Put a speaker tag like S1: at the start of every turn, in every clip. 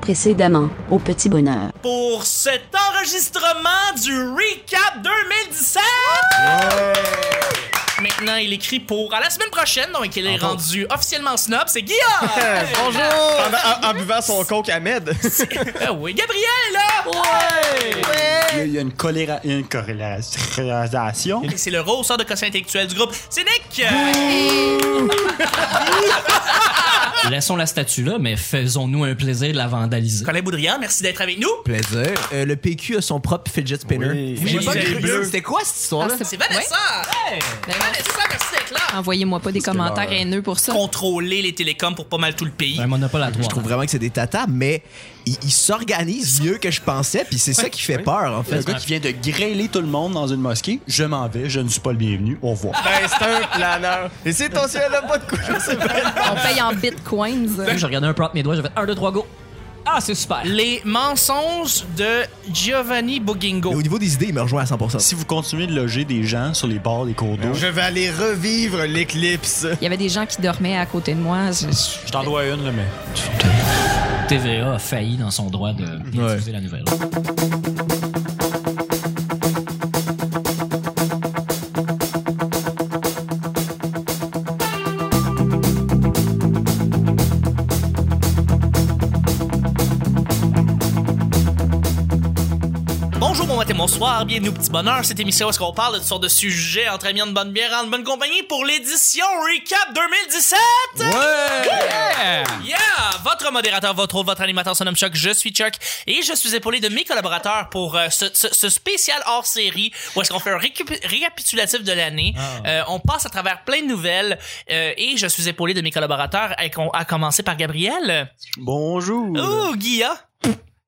S1: précédemment, au petit bonheur.
S2: Pour cet enregistrement du Recap 2017!
S3: Euh,
S2: Maintenant, il écrit pour à la semaine prochaine, donc il est rendu officiellement snob, c'est Guillaume!
S3: Bonjour! En, en- en buvant son coke Ahmed.
S2: Ben oui, Gabriel est là!
S4: Il y a- il y a une, coléra- une corrélation.
S2: Et c'est le rehausseur de quotient intellectuel du groupe, c'est Nick! euh,
S5: Laissons la statue là, mais faisons-nous un plaisir de la vandaliser.
S2: Colin Boudrian, merci d'être avec nous!
S6: Plaisir. Euh, le PQ a son propre fidget spinner.
S3: Oui.
S6: J'ai
S2: Oui,
S6: pas
S2: c'est
S6: cru-
S2: bleu.
S6: C'était quoi cette histoire-là?
S2: Ah, C'est Vanessa!
S7: Ben,
S2: Vanessa, merci d'être là!
S7: Envoyez-moi pas des commentaires haineux pour ça.
S2: Contrôler les télécoms pour pas mal tout le pays.
S5: Un monopole à trois.
S6: je trouve vraiment que c'est des tatas, mais ils ils s'organisent mieux que je pensais, puis c'est ça qui fait peur, en
S4: Le
S6: fait.
S4: gars qui vient de grêler tout le monde dans une mosquée. Je m'en vais, je ne suis pas le bienvenu. Au revoir.
S3: Ben, c'est un planeur. Et c'est ton ciel là, pas de couche. c'est vrai.
S7: On paye en bitcoins.
S5: Je regardais un peu entre mes doigts, j'ai fait 1, 2, 3, go. Ah, c'est super.
S2: Les mensonges de Giovanni Bogingo.
S6: Mais au niveau des idées, il me rejoint à 100%.
S4: Si vous continuez de loger des gens sur les bords des cours d'eau,
S3: Je vais aller revivre l'éclipse.
S7: Il y avait des gens qui dormaient à côté de moi. Je- je-
S4: je t'en dois une, là, mais.
S5: TVA a failli dans son droit de bien
S6: Ouais.
S5: diffuser la nouvelle.
S2: Bonjour, bon matin, bonsoir, bienvenue au Petit Bonheur. Cette émission où est-ce qu'on parle de toutes sortes de sujets entre amis, en bonne bière, en bonne compagnie pour l'édition Recap 2017! Yeah! Votre modérateur, votre hôte, votre animateur, son nom Chuck, je suis Chuck et je suis épaulé de mes collaborateurs pour euh, ce, ce- ce spécial hors-série où est-ce qu'on fait un récup- récapitulatif de l'année.
S6: Ah.
S2: Euh, on passe à travers plein de nouvelles euh, et je suis épaulé de mes collaborateurs à, con- à commencer par Gabriel.
S4: Bonjour!
S6: Euh,
S2: Oh, Guilla.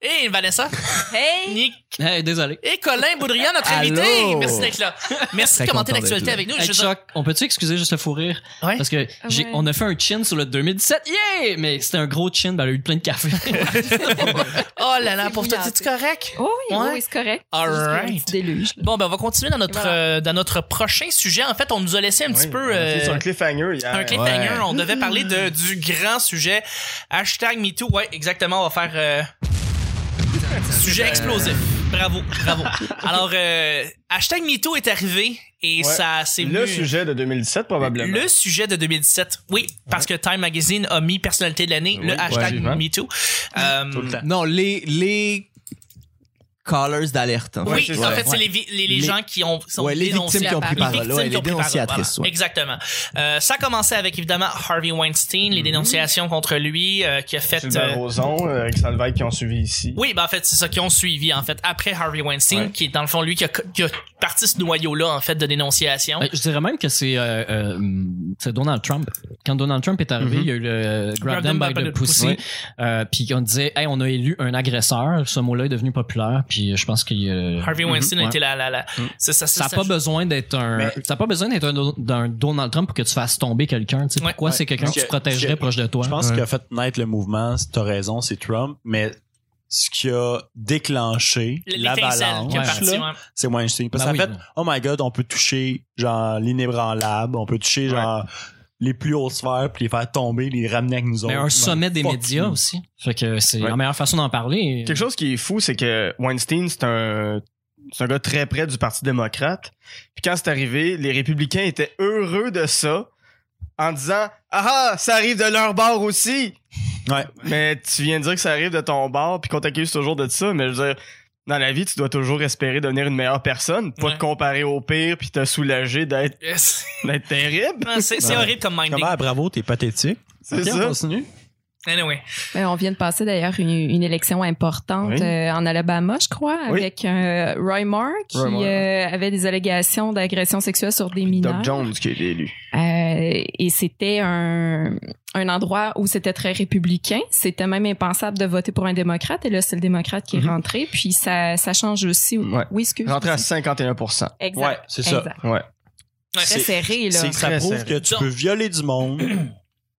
S2: Et Vanessa.
S7: Hey!
S2: Nick.
S5: Hey, désolé.
S2: Et Colin Boudrian, notre invité.
S6: Allô.
S2: Merci d'être là. Merci
S6: Très
S2: de commenter
S6: content d'être
S2: l'actualité
S6: là.
S2: avec nous.
S5: Hey,
S2: Je-
S5: Chuck, on peut-tu excuser juste le fou rire?
S2: Ouais.
S5: Parce que j'ai,
S7: Ouais.
S5: on a fait un chin sur le 2017. Yeah! Mais c'était un gros chin, ben, elle a eu plein de café.
S2: Oh là là, pour
S7: C'est
S2: toi,
S7: brillant.
S2: c'est correct?
S7: Oh, oui,
S2: Ouais.
S7: oui, c'est correct. C'est
S2: All
S7: juste un
S2: right.
S7: petit déluge. là.
S2: Bon, ben, on va continuer dans notre,
S7: Et voilà.
S2: euh, dans notre prochain sujet. En fait, on nous a laissé un petit peu. euh,
S3: C'est un cliffhanger hier.
S2: un cliffhanger, on devait parler de, du grand sujet. Hashtag MeToo, ouais, exactement, on va faire... euh, sujet explosif. Bravo, bravo. Alors, euh, hashtag MeToo est arrivé et
S3: Ouais.
S2: ça s'est
S3: Le
S2: venu-
S3: sujet de 2017, probablement.
S2: Le sujet de 2017, oui, parce que Time Magazine a mis personnalité de l'année, le hashtag
S3: ouais.
S2: MeToo. Euh,
S3: Tout le temps.
S6: Non, les, les callers d'alerte. hein. en
S2: Oui,
S6: fait.
S2: en
S6: Ouais.
S2: fait, c'est les, vi- les, les
S6: Les-
S2: gens qui ont sont
S6: Ouais, les victimes
S2: dénoncés
S6: qui ont pris
S2: par- les
S6: parole,
S2: victimes
S6: ouais,
S2: qui
S6: les
S2: ont pris parole,
S6: dénonciatrices,
S2: voilà.
S6: ouais.
S2: Exactement. Euh, ça commençait avec évidemment Harvey Weinstein, les dénonciations contre lui euh, qui a fait
S3: Sylvain
S2: euh,
S3: Roson, euh, Eric Salveille qui ont suivi ici.
S2: Oui, ben en fait, c'est ça qu'ils ont suivi, en fait, après Harvey Weinstein,
S3: Ouais.
S2: qui est dans le fond, lui, qui a, qui a parti ce noyau-là, en fait, de dénonciation.
S5: Ben, je dirais même que c'est, euh, euh, c'est Donald Trump. Quand Donald Trump est
S6: Mhm.
S5: arrivé, il y a eu le euh, Grab them by the pussy.
S2: Ouais.
S5: Euh, puis on disait, hey, on a élu un agresseur. Ce mot-là est devenu populaire. Puis je pense qu'il. euh,
S2: Harvey Weinstein
S5: Mhm, ouais.
S2: était là, là, là. Ça, ça,
S5: Ça
S2: ça-
S5: n'a pas besoin d'être un, ça a pas besoin d'être un, Don- d'un Donald Trump pour que tu fasses tomber quelqu'un. Tu sais,
S2: Ouais.
S5: pourquoi c'est quelqu'un que
S4: Parce
S5: tu
S4: que-
S5: protégerais
S4: parce que-
S5: proche de toi
S4: Je pense
S5: Ouais.
S4: qu'il a fait naître le mouvement, si t'as raison, c'est Trump, mais ce qui a déclenché
S2: l'étincelle
S4: l'avalanche,
S2: qui est
S5: ouais.
S2: partie,
S4: là,
S2: ouais.
S4: c'est Weinstein. Parce
S5: Ben
S4: qu'en
S5: oui,
S4: fait,
S5: là.
S4: oh my god, on peut toucher genre l'inébranlable, on peut toucher genre les plus hautes sphères, puis les faire tomber, les ramener avec nous autres.
S5: Mais un sommet des
S4: fuck
S5: médias
S4: you.
S5: aussi. Fait que c'est
S3: Ouais.
S5: la meilleure façon d'en parler.
S3: Quelque chose qui est fou, c'est que Weinstein, c'est un, c'est un gars très près du Parti démocrate. Puis quand c'est arrivé, les républicains étaient heureux de ça en disant Ah ah, ça arrive de leur bord aussi.
S4: Ouais.
S3: Mais tu viens de dire que ça arrive de ton bord, puis qu'on t'accuse toujours de ça. Mais je veux dire, dans la vie, tu dois toujours espérer devenir une meilleure personne, pas
S2: Ouais.
S3: te comparer au pire, puis te soulager d'être
S2: Yes.
S3: d'être terrible.
S2: Non, C'est c'est
S4: Ouais.
S2: horrible comme minding.
S4: Comment, bravo, t'es pathétique.
S3: C'est
S4: Ok,
S3: ça.
S4: on continue.
S2: Anyway.
S7: Ben, on vient de passer d'ailleurs une, une élection importante
S3: Oui.
S7: euh, en Alabama, je crois,
S3: Oui.
S7: avec euh, Roy Moore qui
S3: Roy Moore.
S7: euh, avait des allégations d'agression sexuelle sur des mineurs.
S3: Doc Jones qui est élu.
S7: Euh, et c'était un, un endroit où c'était très républicain. C'était même impensable de voter pour un démocrate. Et là, c'est le démocrate qui est rentré. Puis ça, ça change aussi.
S3: Ouais.
S7: Oui, excuse.
S3: Rentré à 51%.
S7: Exact.
S4: Ouais, c'est ça.
S7: exact.
S3: Ouais.
S2: Ouais.
S7: Très serré, là.
S4: C'est que ça
S3: Très
S4: prouve
S3: serré.
S4: que tu
S2: Donc-
S4: peux violer du monde,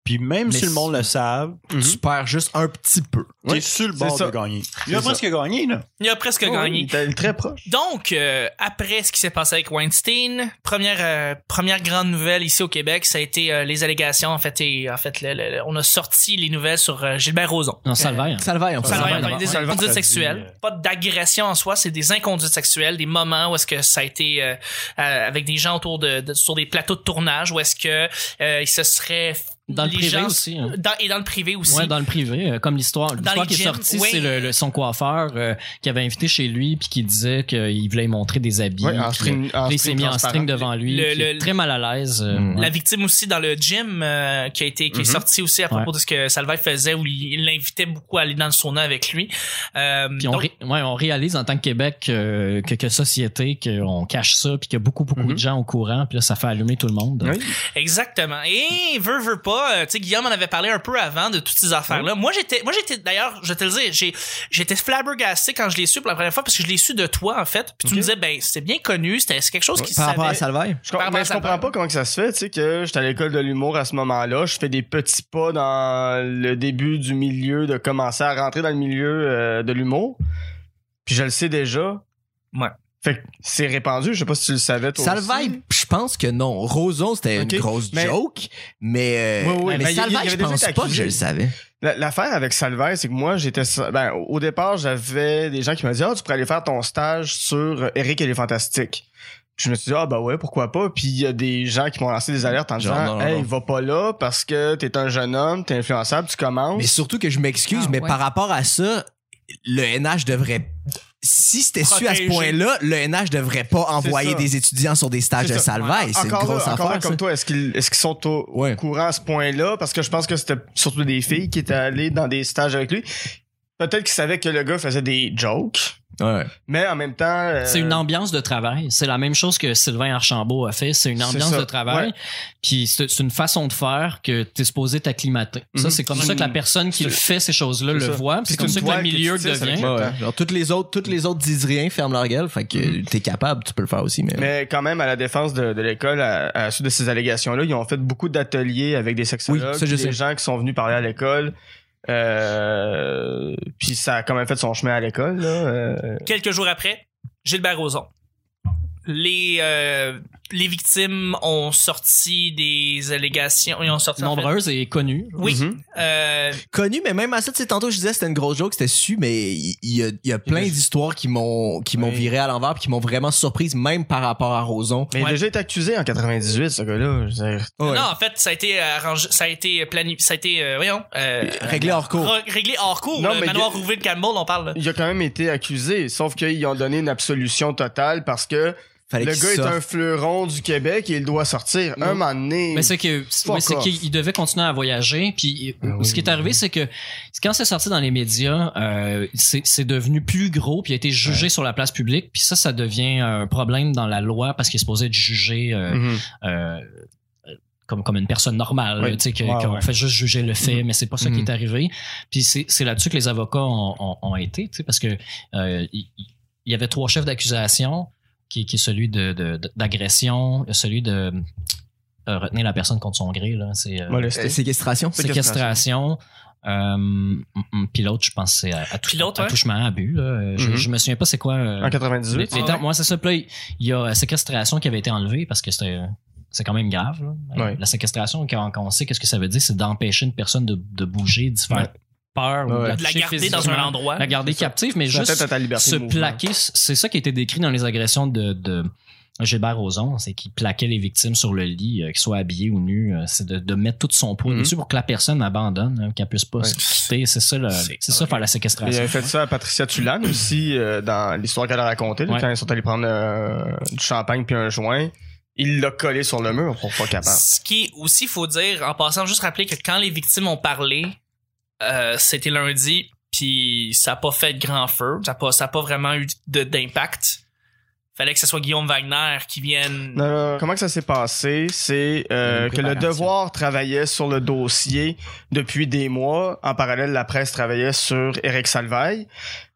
S4: Puis même
S5: Mais
S4: si le monde le savent,
S6: Tu perds juste un petit peu.
S4: t'es
S3: Ouais,
S4: sur le
S3: c'est
S4: bord
S3: ça.
S4: de gagner. Il a
S3: C'est
S4: presque gagné, là.
S2: Il a presque gagné.
S3: Il est très proche.
S2: Donc, euh, après ce qui s'est passé avec Weinstein, première euh, première grande nouvelle ici au Québec, ça a été euh, les allégations. En fait, et, en fait, le- le- le- on a sorti les nouvelles sur euh, Gilbert Rozon.
S5: Non, Salvaire.
S6: Ça le vaille, on
S2: Ça
S5: Salvaire,
S2: va,
S5: d'abord.
S2: des
S4: Salvaire,
S2: inconduites
S4: ça dit,
S5: euh.
S2: sexuelles. Pas d'agression en soi, c'est des inconduites sexuelles, des moments où est-ce que ça a été euh, euh, avec des gens autour de, de- sur des plateaux de tournage où est-ce que euh, ils se seraient
S5: Dans le
S2: les
S5: privé
S2: gens-
S5: aussi, hein.
S2: Dans- et dans le privé aussi.
S5: Ouais, dans le privé, euh, comme l'histoire. L'histoire
S2: les
S5: qui est
S2: gyms,
S5: sortie,
S2: oui.
S5: c'est le, le- son coiffeur euh, qui avait invité chez lui puis qui disait qu'il voulait lui montrer des habits.
S3: Ouais, en
S5: puis,
S3: string-
S5: euh,
S3: en
S5: puis il s'est
S3: string
S5: mis en
S3: transparent.
S5: string devant lui.
S2: Le-
S5: puis il est
S2: le-
S5: très mal à l'aise. euh,
S4: Mm.
S5: ouais.
S2: La victime aussi dans le gym euh, qui a été qui
S3: Mhm.
S2: est sortie aussi à propos de ce que Salvay faisait où il il l'invitait beaucoup à aller dans le sauna avec lui. Euh,
S5: Puis on,
S2: donc,
S5: ré- ouais, on réalise en tant que Québec euh, que, que société qu'on cache ça puis qu'il y a beaucoup beaucoup
S3: Mhm.
S5: de gens au courant puis là ça fait allumer tout le monde.
S3: Oui.
S2: Exactement. Et veut veut pas, euh, tu sais Guillaume en avait parlé un peu avant de toutes ces affaires là. Moi j'étais moi j'étais d'ailleurs, je te le dis, j'ai j'étais flabbergasté quand je l'ai su pour la première fois parce que je l'ai su de toi en fait. Puis tu me disais ben c'est bien connu, c'était c'est quelque chose qui se
S6: Par rapport à
S2: savait.
S6: Salvaille.
S3: Je, com-
S2: Par rapport à
S3: mais je
S2: sa
S3: comprends
S2: mère.
S3: pas comment que ça se fait, tu sais, que j'étais à l'école de l'humour à ce moment-là, je fais des petits pas dans le début du milieu, de commencer à rentrer dans le milieu euh, de l'humour, puis je le sais déjà.
S2: Ouais.
S3: Fait que c'est répandu, je sais pas si tu le savais toi aussi.
S6: Salvaille, je pense que non. Roson, c'était
S3: Ok,
S6: une grosse
S3: mais-
S6: joke, mais, euh,
S3: Oui, oui,
S6: mais
S3: mais il y- il y
S6: Salvaille,
S3: avait
S6: je
S3: déjà
S6: pense pas
S3: été
S6: que
S3: accusé.
S6: je le savais.
S3: La- L'affaire avec Salvaire, c'est que moi, j'étais. sa- Ben, au au départ, j'avais des gens qui m'ont dit Ah, tu pourrais aller faire ton stage sur Eric et les Fantastiques. Puis je me suis dit, ah, bah ouais, pourquoi pas. Puis il y a des gens qui m'ont lancé des alertes en
S6: Genre,
S3: disant,
S6: non, non,
S3: hey,
S6: non.
S3: va pas là parce que t'es un jeune homme, t'es influençable, tu commences.
S6: Mais surtout que je m'excuse,
S7: Ah,
S6: mais
S7: ouais.
S6: par rapport à ça, le NH devrait. Si c'était su à ce
S2: Protéger.
S6: point-là, le NH devrait pas envoyer
S3: ça.
S6: des étudiants sur des stages
S3: C'est
S6: de
S3: ça.
S6: salvaille. C'est une
S3: Encore là,
S6: grosse
S3: encore là,
S6: affaire.
S3: comme
S6: ça.
S3: toi, est-ce qu'ils est-ce qu'ils sont au
S6: Ouais.
S3: courant à ce point-là? Parce que je pense que c'était surtout des filles qui étaient allées dans des stages avec lui. Peut-être qu'ils savaient que le gars faisait des jokes,
S6: Ouais.
S3: mais en même temps. euh,
S5: C'est une ambiance de travail. C'est la même chose que Sylvain Archambault a fait. C'est une
S3: C'est
S5: ambiance
S3: ça.
S5: de travail.
S3: Ouais.
S5: Puis c'est c'est une façon de faire que tu es supposé t'acclimater. Ça,
S3: Mhm.
S5: c'est comme
S3: C'est
S5: ça que la
S3: une-
S5: personne qui
S3: c'est-
S5: fait ces choses-là le
S3: c'est ça.
S5: voit. puis C'est
S3: C'est
S5: comme
S3: une
S5: ça que le
S3: toile que tu
S5: milieu
S3: tisses avec
S5: devient.
S3: Ouais, ouais.
S6: Genre, toutes les autres, toutes les autres disent rien, ferment leur gueule, fait que t'es capable, tu peux le faire aussi, mais.
S3: Mais quand même, à la défense de, de l'école, à, à la suite de ces allégations-là, ils ont fait beaucoup d'ateliers avec des sexologues,
S6: Oui, ça, je
S3: des
S6: sais.
S3: gens qui sont venus parler à l'école. Euh, puis ça a quand même fait son chemin à l'école. là. Euh,
S2: Quelques jours après, Gilbert Rozon. Les euh, les victimes ont sorti des allégations, ils ont sorti en fait-
S5: Nombreuse et connue.
S2: Oui.
S3: Mhm.
S2: Euh,
S6: Connu, mais même à ça, tu sais, tantôt je disais c'était une grosse joke, c'était su, mais il il y, a- il y a plein d'histoires qui m'ont qui m'ont
S3: Oui.
S6: viré à l'envers puis qui m'ont vraiment surprise, même par rapport à Roson.
S3: Mais il a
S2: Ouais.
S3: déjà été accusé en 98, ce gars-là. Je veux dire,
S6: Ouais.
S2: Non, en fait, ça a été euh, arrangé, ça a été planifié, ça a été euh, voyons, euh,
S6: Réglé hors cours.
S2: re- réglé hors cours,
S3: Non,
S2: le
S3: mais
S2: manoir
S3: il y a-
S2: Rouville Campbell, on parle. là.
S3: Il a quand même été accusé, sauf qu'ils ont donné une absolution totale parce que
S6: Fallait
S3: le
S6: qu'il
S3: gars est
S6: sorte.
S3: un fleuron du Québec et il doit sortir
S5: Non.
S3: un moment donné.
S5: Mais c'est que
S3: Fuck
S5: oui, c'est
S3: off.
S5: qu'il il devait continuer à voyager. Puis
S3: Ah oui.
S5: ce qui est arrivé, c'est que quand c'est sorti dans les médias, euh, c'est c'est devenu plus gros puis il a été jugé sur la place publique. Puis ça, ça devient un problème dans la loi parce qu'il est supposé être jugé euh,
S3: Mhm.
S5: euh, comme, comme une personne normale,
S3: Oui.
S5: tu sais, que-
S4: Ouais,
S5: qu'on
S4: ouais.
S5: fait juste juger le fait, mais c'est pas ça qui
S6: Mhm.
S5: est arrivé. Puis c'est c'est là-dessus que les avocats ont, ont- ont été, tu sais, parce que euh, il il y avait trois chefs d'accusation, qui, qui est celui de- de- de- d'agression, celui de euh, retenir la personne contre son gré, là, c'est euh,
S3: Molesté.
S6: Euh, Séquestration.
S5: séquestration. Euh, mm, mm, puis l'autre, je pense, c'est à- à tou-
S2: Puis l'autre, ouais.
S5: attouchement à abus. là. Euh, Je,
S3: Mhm.
S5: je me souviens pas c'est quoi. euh,
S3: En 98.
S5: les- les
S2: Ah
S5: temps-
S2: ouais.
S5: ouais, c'est ça. Puis là, il- il y a euh, séquestration qui avait été enlevée parce que c'était. euh, C'est quand même grave. là. Euh,
S3: Ouais.
S5: La séquestration, quand, quand on sait qu'est-ce que ça veut dire, c'est d'empêcher une personne de, de bouger, d'y faire
S3: Ouais.
S5: peur, ou
S3: Ouais.
S5: la
S2: De la
S5: toucher
S2: garder dans
S5: Ah, physiquement,
S2: un endroit.
S5: La garder
S3: C'est ça.
S5: captive, mais
S3: Ça
S5: juste
S3: atteinte à ta liberté
S5: se
S3: de mouvement.
S5: plaquer. C'est ça qui a été décrit dans les agressions de, de Gilbert Rozon, c'est qu'il plaquait les victimes sur le lit, euh, qu'ils soient habillés ou nus. euh, c'est de, de mettre tout son poids
S3: Mhm.
S5: dessus pour que la personne abandonne, hein, qu'elle puisse pas
S3: Ouais.
S5: se quitter. C'est ça, le-
S2: C'est
S5: c'est ça faire la séquestration.
S3: Il avait fait euh, ça à Patricia Tulane aussi, euh, dans l'histoire qu'elle a racontée, là,
S5: Ouais.
S3: quand ils sont allés prendre euh, du champagne puis un joint. Il l'a collé sur le mur pour pas capable.
S2: Ce qui aussi faut dire, en passant, juste rappeler que quand les victimes ont parlé, euh, c'était lundi, puis ça a pas fait de grand feu, ça a pas, ça a pas vraiment eu de- d'impact. Fallait que ce soit Guillaume Wagner qui vienne.
S3: Non, non, non. Comment que ça s'est passé? C'est euh,
S6: Une
S3: que le
S6: préparation.
S3: Devoir travaillait sur le dossier depuis des mois. En parallèle, la presse travaillait sur Eric Salvaille.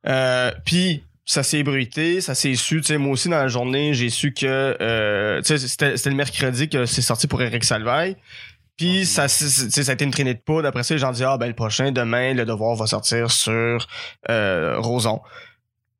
S3: Euh, Puis ça s'est bruité, ça s'est su. Tu sais, moi aussi, dans la journée, j'ai su que... euh, tu sais, c'était c'était le mercredi que c'est sorti pour Eric Salvaille. Puis ça, c'est- c'est- tu sais, ça a été une traînée de poudre. Après ça, les gens disent Ah, ben le prochain, demain, le devoir va sortir sur euh, Roson.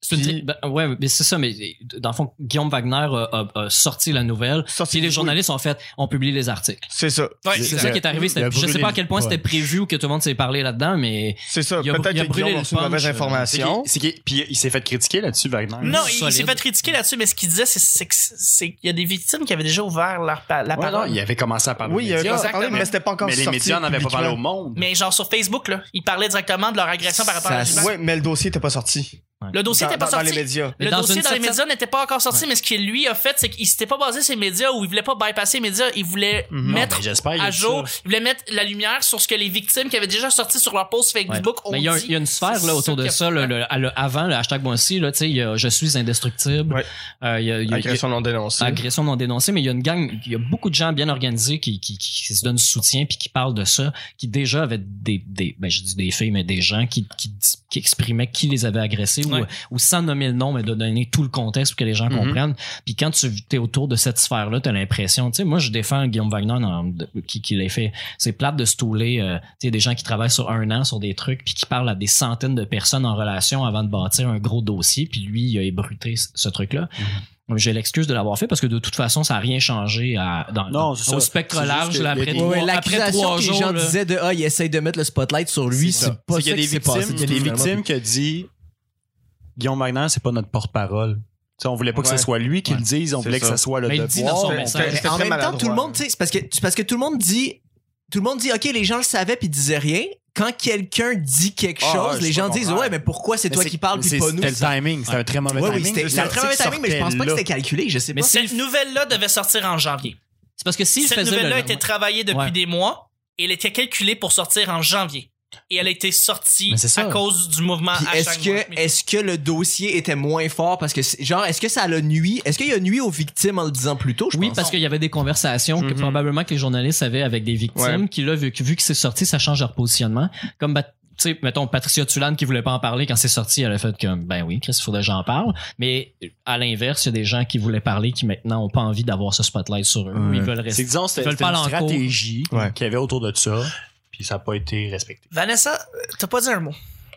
S5: C'est une
S3: Puis-
S5: tri- ben, ouais, mais c'est ça, mais euh, dans le fond, Guillaume Wagner a, a- a sorti la nouvelle.
S3: Sorti
S5: Puis les
S3: du-
S5: journalistes ont fait, on publie les articles.
S3: C'est ça.
S2: Ouais,
S5: C'est
S2: exact.
S5: ça qui est
S4: Il
S5: arrivé.
S4: a
S5: c'était- Je
S4: brûlé
S5: sais pas à quel point
S4: le-
S5: c'était
S4: ouais.
S5: prévu ou que tout le monde s'est parlé là-dedans, mais
S3: C'est ça.
S5: Il a-
S3: Peut-être
S5: il a
S3: que
S5: brûlé
S3: Guillaume a
S5: le
S3: reçu une mauvaise
S5: punch, euh,
S4: C'est
S3: information.
S4: qu'il- c'est qu'il- Puis il s'est fait critiquer là-dessus, Wagner.
S2: Non,
S5: Solide.
S2: il, il s'est fait critiquer là-dessus, mais ce qu'il disait, c'est- c'est que- c'est qu'il y a des victimes qui avaient déjà ouvert leur pa- la
S4: Ouais,
S2: parole.
S4: non, il avait commencé à parler.
S3: Oui,
S4: aux
S3: il y a eu
S4: médias.
S3: un parlé, mais c'était pas encore
S4: Mais les
S3: sorti
S4: médias n'avaient pas parlé au
S3: publiquement.
S4: monde.
S2: Mais genre sur Facebook, là, ils parlaient directement de leur agression par rapport à la
S6: Ça-
S2: Gilbert.
S3: Ouais, mais le dossier n'était pas sorti.
S2: Le dossier
S3: Dans-
S2: n'était pas
S3: dans-
S2: sorti.
S3: Dans les médias.
S5: Mais
S2: Le
S5: dans
S2: dossier
S5: une
S2: dans les
S5: certaine-
S2: médias n'était pas encore sorti, mais ce qu'il lui a fait, c'est qu'il s'était pas basé sur les médias ou il voulait pas bypasser les médias, il voulait
S3: Mhm.
S2: mettre
S4: Non, mais j'espère, il y a
S2: à
S4: eu
S2: jour,
S4: ça.
S2: il voulait mettre la lumière sur ce que les victimes qui avaient déjà sorti sur leur post
S5: Ouais.
S2: Facebook ont
S5: Mais il y, a un-
S2: dit.
S5: il y a une sphère
S2: C'est
S5: là, autour
S2: ça
S5: de
S2: qui a-
S5: ça, le, le- le- avant le hashtag moi aussi, là, tu sais, il y a je suis indestructible.
S3: Ouais.
S5: Euh, il y a- il y a- il y a-
S3: Agression non dénoncée.
S5: agression non dénoncée, mais il y a une gang, il y a beaucoup de gens bien organisés qui, qui, qui se donnent du soutien puis qui parlent de ça, qui déjà avaient des, des ben, je dis des filles, mais des gens qui, qui, qui exprimaient qui les avait agressés
S2: Ouais.
S5: ou, ou sans nommer le nom, mais de donner tout le contexte pour que les gens
S3: Mhm.
S5: comprennent. Puis quand tu es autour de cette sphère-là, tu as l'impression, tu sais, moi je défends Guillaume Wagner dans- de- qui, qui l'a fait. C'est plate de se touler, euh, tu sais, des gens qui travaillent sur un an sur des trucs puis qui parlent à des centaines de personnes en relation avant de bâtir un gros dossier, puis lui, il a ébruté ce- ce truc-là.
S4: Mhm.
S5: J'ai l'excuse de l'avoir fait parce que de toute façon, ça n'a rien changé à, dans,
S4: Non,
S5: dans-
S4: c'est ça.
S5: au spectre
S4: C'est juste
S5: large
S4: que
S5: là, après,
S4: les-
S5: trois,
S4: Ouais,
S5: après trois
S6: L'accusation que les
S5: jours.
S6: gens
S5: là.
S6: disaient de Ah, il essaye de mettre le spotlight sur lui,
S5: C'est
S6: c'est
S5: ça.
S6: pas
S4: C'est
S6: ça
S4: qu'il y a
S6: qui
S4: des
S6: s'est passé.
S4: victimes,
S6: du
S4: il y a
S6: tout,
S4: des
S6: vraiment.
S4: victimes qui a dit Guillaume Wagner, c'est pas notre porte-parole. Tu sais, on voulait pas que
S3: Ouais.
S4: ce soit lui qui
S5: Ouais.
S4: le dise, on
S3: C'est
S4: voulait que
S3: ça.
S4: ce soit le
S5: Mais il
S4: devoir.
S5: dit dans son
S3: C'était-
S5: message.
S3: c'était
S6: Mais en
S3: très
S6: même temps,
S3: maladroit.
S6: tout le monde, tu sais, c'est parce que, c'est parce que tout le monde dit, tout le monde dit, OK, les gens le savaient puis disait rien. Quand quelqu'un dit quelque
S4: Ah,
S6: chose,
S4: ouais,
S6: les
S4: je
S6: gens
S4: comprends.
S6: disent, ouais, mais pourquoi c'est
S4: Mais
S6: toi
S4: c'est-
S6: qui parles puis
S4: c'est-
S6: pas nous?
S4: C'était le timing, c'était un très mauvais
S6: Oui, oui,
S4: timing.
S6: c'était
S4: Le
S6: c'était un
S4: article
S6: très mauvais timing, mais je pense pas que
S4: sortait
S6: c'était calculé, je sais
S5: Mais
S6: pas.
S5: c'est-
S2: Cette nouvelle-là devait sortir en janvier.
S5: C'est parce que s'il
S2: Cette
S5: faisait
S2: nouvelle-là
S5: le,
S2: était travaillée depuis
S5: Ouais.
S2: des mois et elle était calculée pour sortir en janvier. Et elle a été sortie
S5: Mais c'est ça.
S2: à cause du mouvement
S6: Puis Est-ce
S2: hashtag
S6: que,
S2: MeToo.
S6: est-ce que le dossier était moins fort parce que, c'est- genre, est-ce que ça le nuit? Est-ce qu'il y a nuit aux victimes en le disant plus tôt? Je
S5: oui,
S6: pense.
S5: parce qu'il y avait des conversations que
S3: Mhm.
S5: probablement que les journalistes avaient avec des victimes qui là vu, que- vu que c'est sorti, ça change leur positionnement. Comme bah, tu sais, mettons Patricia Tulane qui voulait pas en parler quand c'est sorti, elle a fait comme ben oui, Chris, il faudrait que j'en parle. Mais à l'inverse, il y a des gens qui voulaient parler qui maintenant ont pas envie d'avoir ce spotlight sur eux.
S6: Ouais.
S5: Ils veulent
S4: C'est
S5: rester.
S4: que disons, c'était
S5: Ils veulent
S4: c'était
S5: pas
S4: une
S5: aller en cours.
S4: stratégie
S3: Ouais.
S4: qu'il y avait autour de ça, puis ça n'a pas été respecté.
S2: Vanessa, euh, t'as pas dit un mot.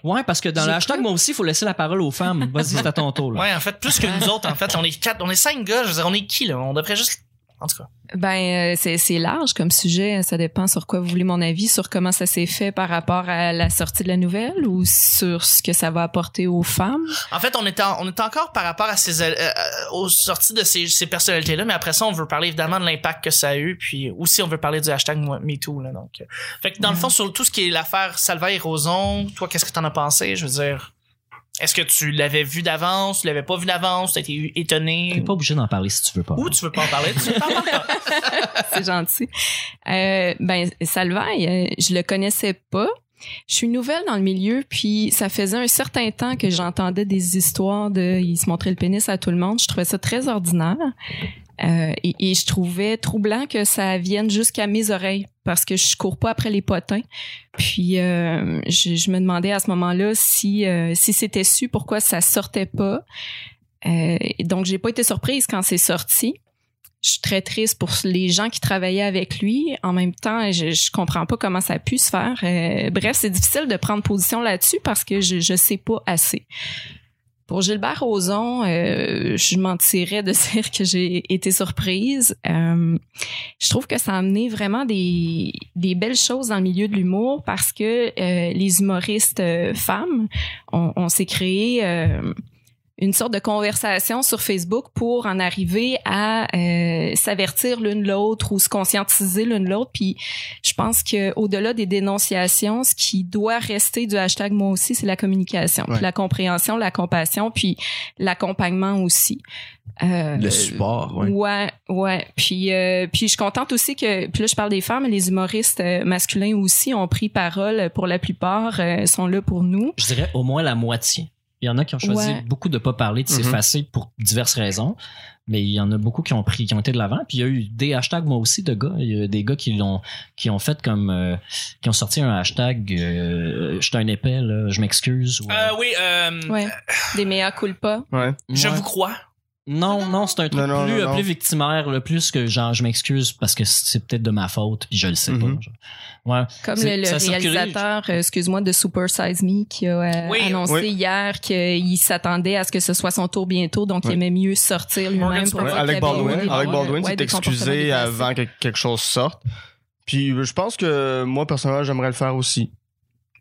S5: Ouais, parce que dans le hashtag, moi aussi, il faut laisser la parole aux femmes. Vas-y, c'est à ton tour. là.
S2: Ouais, en fait, plus que nous autres, en fait, on est quatre, on est cinq gars, je veux dire, on est qui, là? On devrait juste. En tout cas.
S7: Ben, euh, c'est c'est large comme sujet. Ça dépend sur quoi vous voulez mon avis, sur comment ça s'est fait par rapport à la sortie de la nouvelle ou sur ce que ça va apporter aux femmes.
S2: En fait, on est, en- on est encore par rapport à ces, euh, euh, aux sorties de ces, ces personnalités-là, mais après ça, on veut parler évidemment de l'impact que ça a eu, puis aussi, on veut parler du hashtag moi- MeToo, là, donc. euh. Fait que dans le fond, sur tout ce qui est l'affaire Salva et Roson, toi, qu'est-ce que t'en as pensé? Je veux dire. Est-ce que tu l'avais vu d'avance? Tu l'avais pas vu d'avance? T'as été
S5: T'es
S2: étonné?
S5: pas obligé d'en parler si tu veux pas.
S2: Ou tu veux pas en parler? Tu t'en parles pas.
S7: C'est gentil. Euh, ben, Salvaille, euh, je le connaissais pas. Je suis nouvelle dans le milieu, puis ça faisait un certain temps que j'entendais des histoires de il se montrait le pénis à tout le monde. Je trouvais ça très ordinaire. Euh, et, et je trouvais troublant que ça vienne jusqu'à mes oreilles parce que je cours pas après les potins. Puis euh, je, je me demandais à ce moment-là si euh, si c'était su pourquoi ça sortait pas. Euh, et donc j'ai pas été surprise quand c'est sorti je suis très triste pour les gens qui travaillaient avec lui. En même temps, je, je comprends pas comment ça a pu se faire. Euh, bref, c'est difficile de prendre position là-dessus parce que je, je sais pas assez. Pour Gilbert Rozon, euh, je mentirais de dire que j'ai été surprise. Euh, je trouve que ça a amené vraiment des, des belles choses dans le milieu de l'humour parce que euh, les humoristes euh, femmes, on, on s'est créé euh, une sorte de conversation sur Facebook pour en arriver à euh, s'avertir l'une l'autre ou se conscientiser l'une l'autre. Puis je pense que au-delà des dénonciations, ce qui doit rester du hashtag moi aussi, c'est la communication, puis
S6: Ouais.
S7: la compréhension, la compassion, puis l'accompagnement aussi. Euh,
S6: Le support, ouais.
S7: Ouais, ouais. Puis, euh, puis je suis contente aussi que, puis là je parle des femmes, mais les humoristes euh, masculins aussi ont pris parole pour la plupart, euh, sont là pour nous.
S5: Je dirais au moins la moitié. Il y en a qui ont choisi
S7: Ouais.
S5: beaucoup de pas parler, de
S3: Mhm.
S5: s'effacer pour diverses raisons, mais il y en a beaucoup qui ont pris, qui ont été de l'avant. Puis il y a eu des hashtags, moi aussi, de gars. Il y a des gars qui l'ont, qui ont fait comme, euh, qui ont sorti un hashtag, euh, je suis un épais, là, je m'excuse. ou-
S2: Euh, oui, euh,
S7: Ouais. Des mea culpa.
S3: Ouais.
S5: Ouais.
S2: je vous crois.
S5: Non, non, c'est un truc
S3: Non, non,
S5: plus,
S3: non,
S5: euh,
S3: non.
S5: plus victimaire, le plus que genre je m'excuse parce que c'est peut-être de ma faute, puis je le sais
S3: Mhm.
S5: pas. genre. Ouais.
S7: Comme
S5: C'est-
S7: le, le
S5: ça circule.
S7: réalisateur, euh, excuse-moi, de Super Size Me qui a euh,
S2: Oui,
S7: annoncé
S3: oui.
S7: hier qu'il s'attendait à ce que ce soit son tour bientôt, donc il
S3: Oui.
S7: aimait mieux sortir
S2: Morgan
S7: lui-même. pour
S2: Spurlock.
S7: dire
S2: Ouais,
S7: qu'il
S3: Alec
S7: avait eu
S3: Baldwin,
S7: des-
S3: Alec Baldwin
S7: ouais,
S3: s'est
S7: des comportements
S3: excusé
S7: déplacés.
S3: avant que quelque chose sorte. Puis euh, je pense que moi personnellement j'aimerais le faire aussi.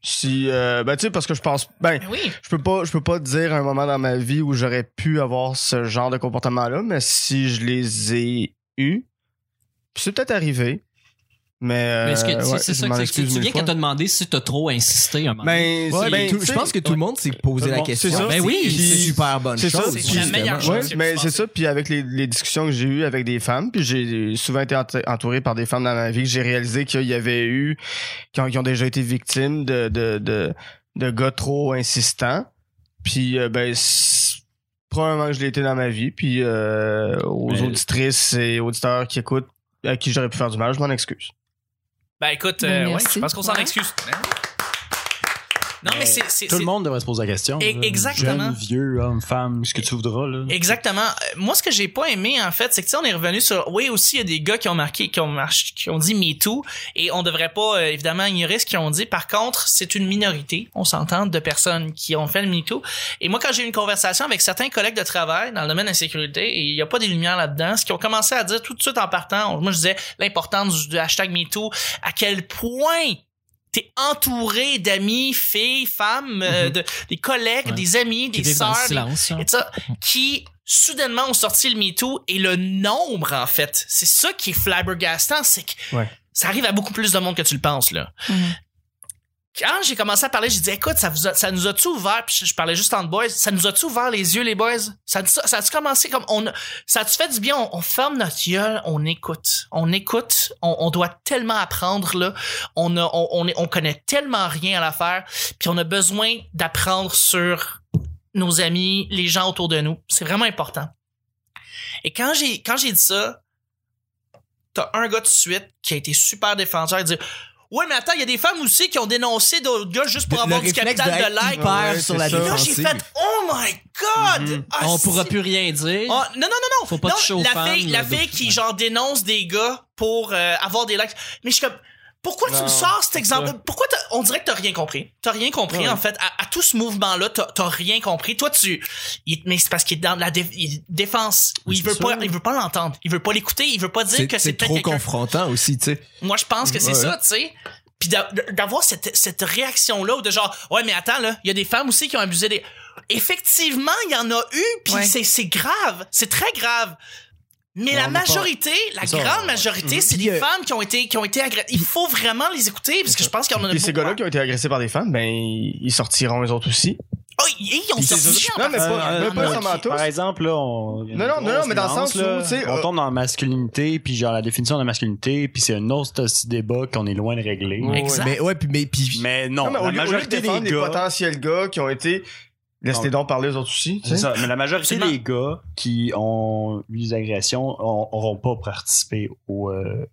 S3: Si euh, ben tu sais parce que je pense ben
S2: Ben oui.
S3: je peux pas je peux pas dire un moment dans ma vie où j'aurais pu avoir ce genre de comportement là mais si je les ai eus puis c'est peut-être arrivé mais,
S5: Mais est-ce que
S3: euh,
S5: c'est-
S3: ouais,
S5: c'est
S3: je
S5: ça
S3: m'en
S5: que c'est-
S3: excuse
S5: tu
S3: mille
S5: viens
S3: fois.
S5: qu'elle t'a demandé si t'as trop insisté un moment. donné.
S3: ben,
S6: Ouais, mais
S3: c'est- ben,
S6: tout-
S3: tu
S6: je
S3: sais,
S6: pense que tout le monde s'est posé
S3: Tout le
S6: la
S3: monde-
S6: question.
S3: c'est ça.
S5: Ben oui,
S6: Euh, C'est
S3: Puis-
S6: une super bonne
S3: C'est ça,
S6: chose.
S3: c'est
S2: la meilleure
S6: justement.
S3: Ouais,
S2: chose qui
S3: mais
S2: peut se
S3: c'est
S2: passer.
S3: ça. Puis avec les, les discussions que j'ai eues avec des femmes, puis j'ai souvent été ent- entouré par des femmes dans ma vie, que j'ai réalisé qu'il y avait eu, qui ont, qui ont déjà été victimes de, de, de, de gars trop insistants. Puis, euh, ben, c'est- probablement que je l'ai été dans ma vie. Puis, euh, aux
S5: Mais-
S3: auditrices et auditeurs qui écoutent, à qui j'aurais pu faire du mal, je m'en excuse.
S2: Ben écoute,
S7: Ben,
S2: euh, ouais,
S7: merci.
S2: je pense qu'on s'en
S7: Ouais.
S2: excuse. Non, mais c'est. c'est-
S4: Tout
S2: c'est-
S4: le monde devrait se poser la
S6: E-
S4: question.
S2: Et-
S4: là.
S2: exactement.
S4: Jeune, vieux, homme, femme, ce que tu voudras. Là.
S2: Exactement. Euh, Moi, ce que j'ai pas aimé, en fait, c'est que, tu sais, on est revenu sur, oui, aussi, il y a des gars qui ont marqué, qui ont marché, qui ont dit Me Too, et on devrait pas, euh, évidemment, ignorer ce qu'ils ont dit. Par contre, c'est une minorité, on s'entend, de personnes qui ont fait le Me Too. Et moi, quand j'ai eu une conversation avec certains collègues de travail dans le domaine de la sécurité, et il y a pas des lumières là-dedans, ce qu'ils ont commencé à dire tout de suite en partant, on- moi, je disais l'importance du- du hashtag Me Too, à quel point t'es entouré d'amis, filles, femmes, euh, de, des collègues,
S5: Mm-hmm. Ouais.
S2: des amis,
S5: Qui
S2: des
S5: vivent dans le
S2: sœurs, des
S5: silence. hein.
S2: et ça, qui soudainement ont sorti le MeToo et le nombre, en fait. C'est ça qui est flabbergastant, c'est que
S3: Ouais.
S2: ça arrive à beaucoup plus de monde que tu le penses, là.
S7: Mhm.
S2: Quand j'ai commencé à parler, j'ai dit, écoute, ça, vous a- ça nous a-tu ouvert, puis je, je parlais juste en boys, ça nous a-tu ouvert les yeux, les boys? Ça, nous a- ça a-tu commencé comme, on, a- ça a-tu fait du bien, on, on ferme notre gueule, on écoute. On écoute, on, on doit tellement apprendre, là. On, a, on, on, est- on connaît tellement rien à l'affaire, puis on a besoin d'apprendre sur nos amis, les gens autour de nous. C'est vraiment important. Et quand j'ai, quand j'ai dit ça, t'as un gars tout de suite qui a été super défenseur et dit Ouais, mais attends, il y a des femmes aussi qui ont dénoncé d'autres gars juste pour
S6: Le-
S2: avoir
S6: le
S2: du
S6: réflexe
S2: capital de,
S6: d'être
S2: like.
S6: hyper
S3: Ouais,
S6: sur
S3: c'est
S6: la
S2: Et là,
S6: défense.
S2: j'ai fait Oh my God!
S3: Mhm.
S2: Ah,
S5: on
S2: si-
S5: pourra plus rien dire.
S2: Ah, non, non, non, non.
S5: Faut pas
S2: Non,
S5: toucher aux
S2: la
S5: femmes,
S2: fille, la
S5: là,
S2: fille
S5: de-
S2: qui,
S5: ouais.
S2: genre, dénonce des gars pour euh, avoir des likes. Mais je suis comme, pourquoi tu
S3: Non,
S2: me sors cet
S3: c'est
S2: exemple?
S3: ça.
S2: Pourquoi t'as- on dirait que t'as rien compris? T'as rien compris,
S3: Ouais.
S2: en fait. À, à tout ce mouvement-là, t'as t'as rien compris. Toi, tu, il- mais c'est parce qu'il est dans la dé- il est défense. où il
S4: c'est
S2: veut pas,
S4: sûr.
S2: il veut pas l'entendre. Il veut pas l'écouter. Il veut pas dire
S6: C'est
S2: que
S6: c'est
S2: c'est peut-être
S6: trop
S2: quelqu'un
S6: confrontant aussi, tu sais.
S2: moi, je pense que c'est
S6: Ouais.
S2: ça, tu sais. Puis d'a- d'avoir cette, cette réaction-là, ou de genre, ouais, mais attends, là, il y a des femmes aussi qui ont abusé des. Effectivement, il y en a eu, puis
S7: Ouais.
S2: c'est- c'est grave, c'est très grave. Mais la
S4: on n'a pas-
S2: majorité, la
S4: C'est ça,
S2: grande
S4: ouais.
S3: Mm-hmm.
S2: majorité, c'est
S6: Puis,
S2: des
S6: euh,
S2: femmes qui ont été, qui ont été agressées. Il faut vraiment les écouter, parce que je pense qu'il y en a hein.
S3: Et ces gars-là qui ont été agressés par des femmes, ben, ils ils sortiront les autres aussi.
S2: Oh, ils, ils ont
S3: Puis c'est
S2: sorti
S3: ça-
S2: en
S3: non, Euh, mais
S2: partie.
S6: Euh,
S2: Ah, Il y
S3: pas-
S2: en
S3: même pas
S2: a
S3: nécessairement
S2: qui-
S3: tous.
S4: Par exemple, là, on. il y a
S3: Non,
S4: une
S3: non, non,
S4: grosse
S3: non, mais dans le
S4: nuance,
S3: sens où,
S4: là.
S3: tu sais,
S4: On
S3: euh,
S4: tombe dans la masculinité, puis genre la définition de la masculinité, puis c'est un autre aussi débat qu'on est loin de régler.
S3: Ouais.
S2: Exact.
S6: Mais ouais, puis mais puis
S4: Mais non,
S3: Non, mais au
S4: la
S3: lieu, au lieu
S4: majorité
S3: de défendre
S4: des
S3: les
S4: gars.
S3: potentiels gars qui ont été. Laisse
S4: Non.
S3: les donc parler aux autres aussi. tu
S4: C'est
S3: sais.
S4: ça. Mais la majorité
S2: Absolument.
S4: des gars qui ont eu des agressions on- auront pas participé au, euh,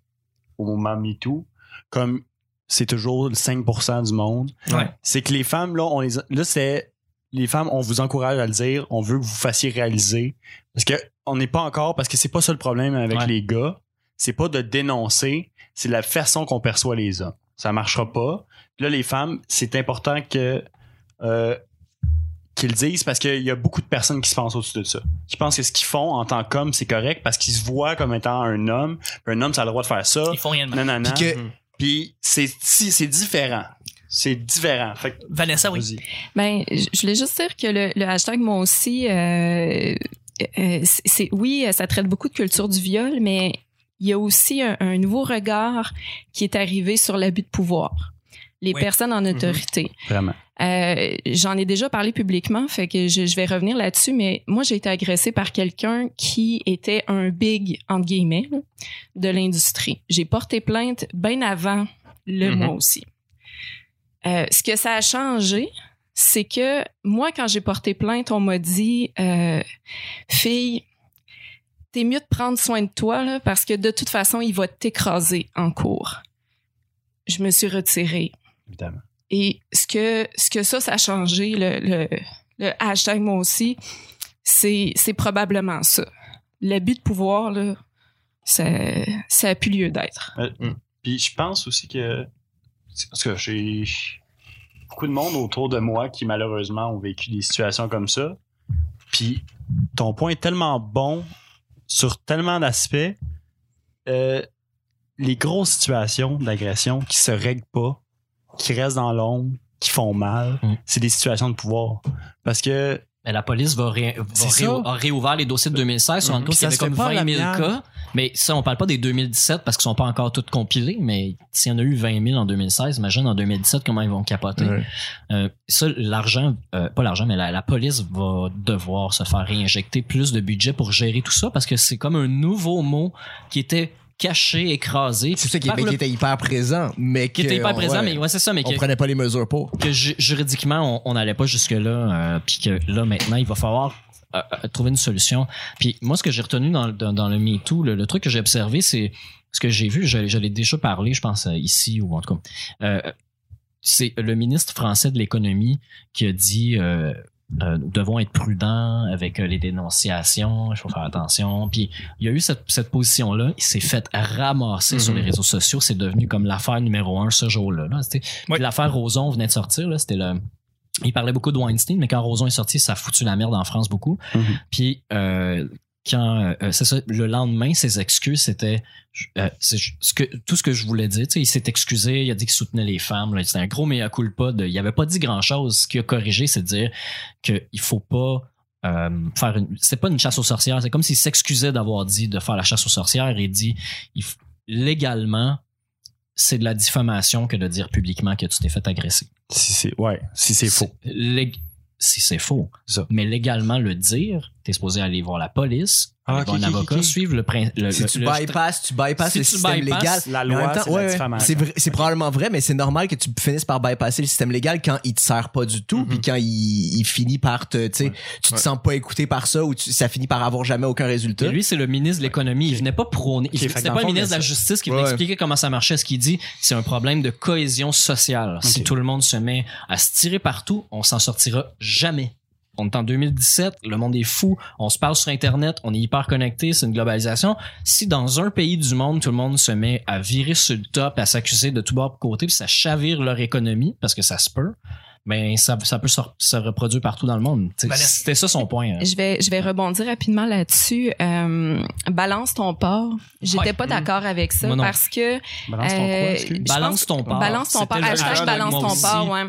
S4: au mouvement MeToo. Comme c'est toujours le 5% du monde.
S2: Ouais.
S4: C'est que les femmes, là, on les, là, c'est, les femmes, on vous encourage à le dire. On veut que vous fassiez réaliser. Parce que on n'est pas encore, parce que c'est pas ça le problème avec
S5: Ouais.
S4: les gars. C'est pas de dénoncer, c'est la façon qu'on perçoit les hommes. Ça marchera pas. Puis Là, les femmes, c'est important que, euh, qu'ils le disent parce qu'il y a beaucoup de personnes qui se pensent au-dessus de ça. Qui pensent que ce qu'ils font en tant qu'homme, c'est correct parce qu'ils se voient comme étant un homme. Puis un homme, ça a le droit de faire ça.
S2: Ils font rien de mal.
S4: Non, non, non.
S6: puis que
S3: Mhm.
S4: Puis c'est, si- c'est différent. C'est différent. Fait que,
S6: Ah
S2: Vanessa, oui.
S4: vas-y.
S7: Ben, je je voulais juste dire que le, le hashtag moi aussi, euh, euh, c'est- c'est oui, ça traite beaucoup de culture du viol, mais il y a aussi un, un nouveau regard qui est arrivé sur l'abus de pouvoir. Les
S2: Oui.
S7: personnes en
S3: Mm-hmm.
S7: autorité.
S4: Vraiment.
S7: Euh, j'en ai déjà parlé publiquement, fait que je, je vais revenir là-dessus, mais moi, j'ai été agressée par quelqu'un qui était un big, entre guillemets, là, de l'industrie. J'ai porté plainte bien avant le
S3: Mhm.
S7: mois aussi. Euh, ce que ça a changé, c'est que moi, quand j'ai porté plainte, on m'a dit, euh, fille, t'es mieux de prendre soin de toi, là, parce que de toute façon, il va t'écraser en cours. Je me suis retirée.
S4: Évidemment.
S7: Et ce que, ce que ça, ça a changé, le, le, le hashtag moi aussi, c'est c'est probablement ça. L'abus de pouvoir, là, ça, ça a plus lieu d'être.
S4: Puis je pense aussi que. Parce que j'ai beaucoup de monde autour de moi qui, malheureusement, ont vécu des situations comme ça. Puis ton point est tellement bon sur tellement d'aspects. Euh, les grosses situations d'agression qui se règlent pas, qui restent dans l'ombre, qui font mal,
S5: Mm.
S4: c'est des situations de pouvoir. Parce que
S5: Mais la police va ré- va
S4: C'est
S5: ré-
S4: ça.
S5: a réouvert les dossiers de 2016. Sur
S4: Mhm.
S5: compte
S4: Puis
S5: qu'il y
S4: ça
S5: avait
S4: se fait
S5: comme
S4: pas à la
S5: 20 000
S4: mienne.
S5: cas. Mais ça, on parle pas des 2017 parce qu'ils sont pas encore tous compilés. Mais s'il y en a eu 20 000 en 2016, imagine en 2017 comment ils vont capoter. Euh, ça, l'argent, euh, pas l'argent, mais la, la police va devoir se faire réinjecter plus de budget pour gérer tout ça parce que c'est comme un nouveau mot qui était caché, écrasé.
S6: C'est ça qui,
S5: par
S6: mais
S5: le-
S6: qui était hyper présent. Mais
S5: qui était
S6: que-
S5: hyper présent,
S6: ouais,
S5: mais ouais, c'est ça, mais
S6: On
S5: que-
S6: prenait pas les mesures pour.
S5: que ju- juridiquement, on on n'allait pas jusque-là, euh, puis que là, maintenant, il va falloir euh, euh, trouver une solution. Puis moi, ce que j'ai retenu dans, le- dans, dans le MeToo, le, le truc que j'ai observé, c'est ce que j'ai vu, je, je l'ai déjà parlé, je pense, euh, ici, ou en tout cas, euh, c'est le ministre français de l'économie qui a dit... euh, euh, nous devons être prudents avec euh, les dénonciations, il faut faire attention. Puis il y a eu cette, cette position-là, il s'est fait ramasser sur les réseaux sociaux, c'est devenu comme l'affaire numéro un ce jour-là. là. C'était-
S2: Ouais.
S5: puis L'affaire Roson venait de sortir, là, c'était le. Il parlait beaucoup de Weinstein, mais quand Roson est sorti, ça a foutu la merde en France beaucoup.
S4: Mhm.
S5: Puis euh, quand euh, c'est ça, le lendemain, ses excuses c'était euh, c'est ju- ce que, tout ce que je voulais dire. Tu sais, il s'est excusé, il a dit qu'il soutenait les femmes. là. C'était un gros mea culpa. De, il avait pas dit grand chose. Ce qu'il a corrigé, c'est de dire qu'il faut pas euh, faire une. C'est pas une chasse aux sorcières. C'est comme s'il s'excusait d'avoir dit de faire la chasse aux sorcières et dit il f- légalement, c'est de la diffamation que de dire publiquement que tu t'es fait agresser.
S4: si c'est ouais, si c'est faux.
S5: Lég- Si c'est faux.
S4: Ça.
S5: Mais légalement, le dire, t'es supposé aller voir la police,
S4: Ah,
S5: aller
S4: ok,
S5: voir un
S4: ok,
S5: avocat,
S4: ok.
S5: suivre le prin- le-
S6: Si
S5: le-
S6: tu
S5: le-
S6: bypasses, tu bypasses
S5: Si
S6: le
S5: tu
S6: système
S5: bypasses,
S6: légal.
S4: La
S6: Mais en
S4: loi,
S6: même temps,
S4: c'est
S6: ouais,
S4: la
S6: ouais,
S4: diffamation.
S6: c'est vrai- c'est probablement vrai, mais c'est normal que tu finisses par bypasser le système légal quand il te sert pas du tout,
S3: Mhm.
S6: puis quand il, il finit par te, tu sais, tu te
S3: Ouais.
S6: sens pas écouté par ça ou tu- ça finit par avoir jamais aucun résultat.
S5: Mais lui, c'est le ministre de l'économie. Il venait pas prôner. il-
S4: Ok, fait que
S5: C'était
S4: dans
S5: pas
S4: le
S5: le
S4: fond,
S5: ministre de la
S4: ça-
S5: Justice qui venait
S6: Ouais.
S5: expliquer comment ça marchait. Ce qu'il dit, c'est un problème de cohésion sociale. Si
S4: Ok.
S5: tout le monde se met à se tirer partout, on s'en sortira jamais. On est en 2017, le monde est fou, on se parle sur Internet, on est hyper connecté, c'est une globalisation. Si dans un pays du monde, tout le monde se met à virer sur le top, à s'accuser de tout bord pour côté, puis ça chavire leur économie, parce que ça se peut, ben ça, ça peut se, se reproduire partout dans le monde. Tu sais,
S2: Ben,
S5: C'était ça son point. hein.
S7: Je vais, je vais rebondir rapidement là-dessus. Euh, balance ton port. J'étais
S5: Ouais. Mm.
S7: pas d'accord avec ça
S5: Moi non.
S7: parce que
S4: Balance ton
S7: Euh,
S4: quoi, excuse?
S7: je
S5: Balance ton port.
S7: balance ton port,
S5: C'était le
S7: hashtag
S5: hashtag
S7: balance
S5: moi
S7: ton
S5: aussi,
S7: port, ouais.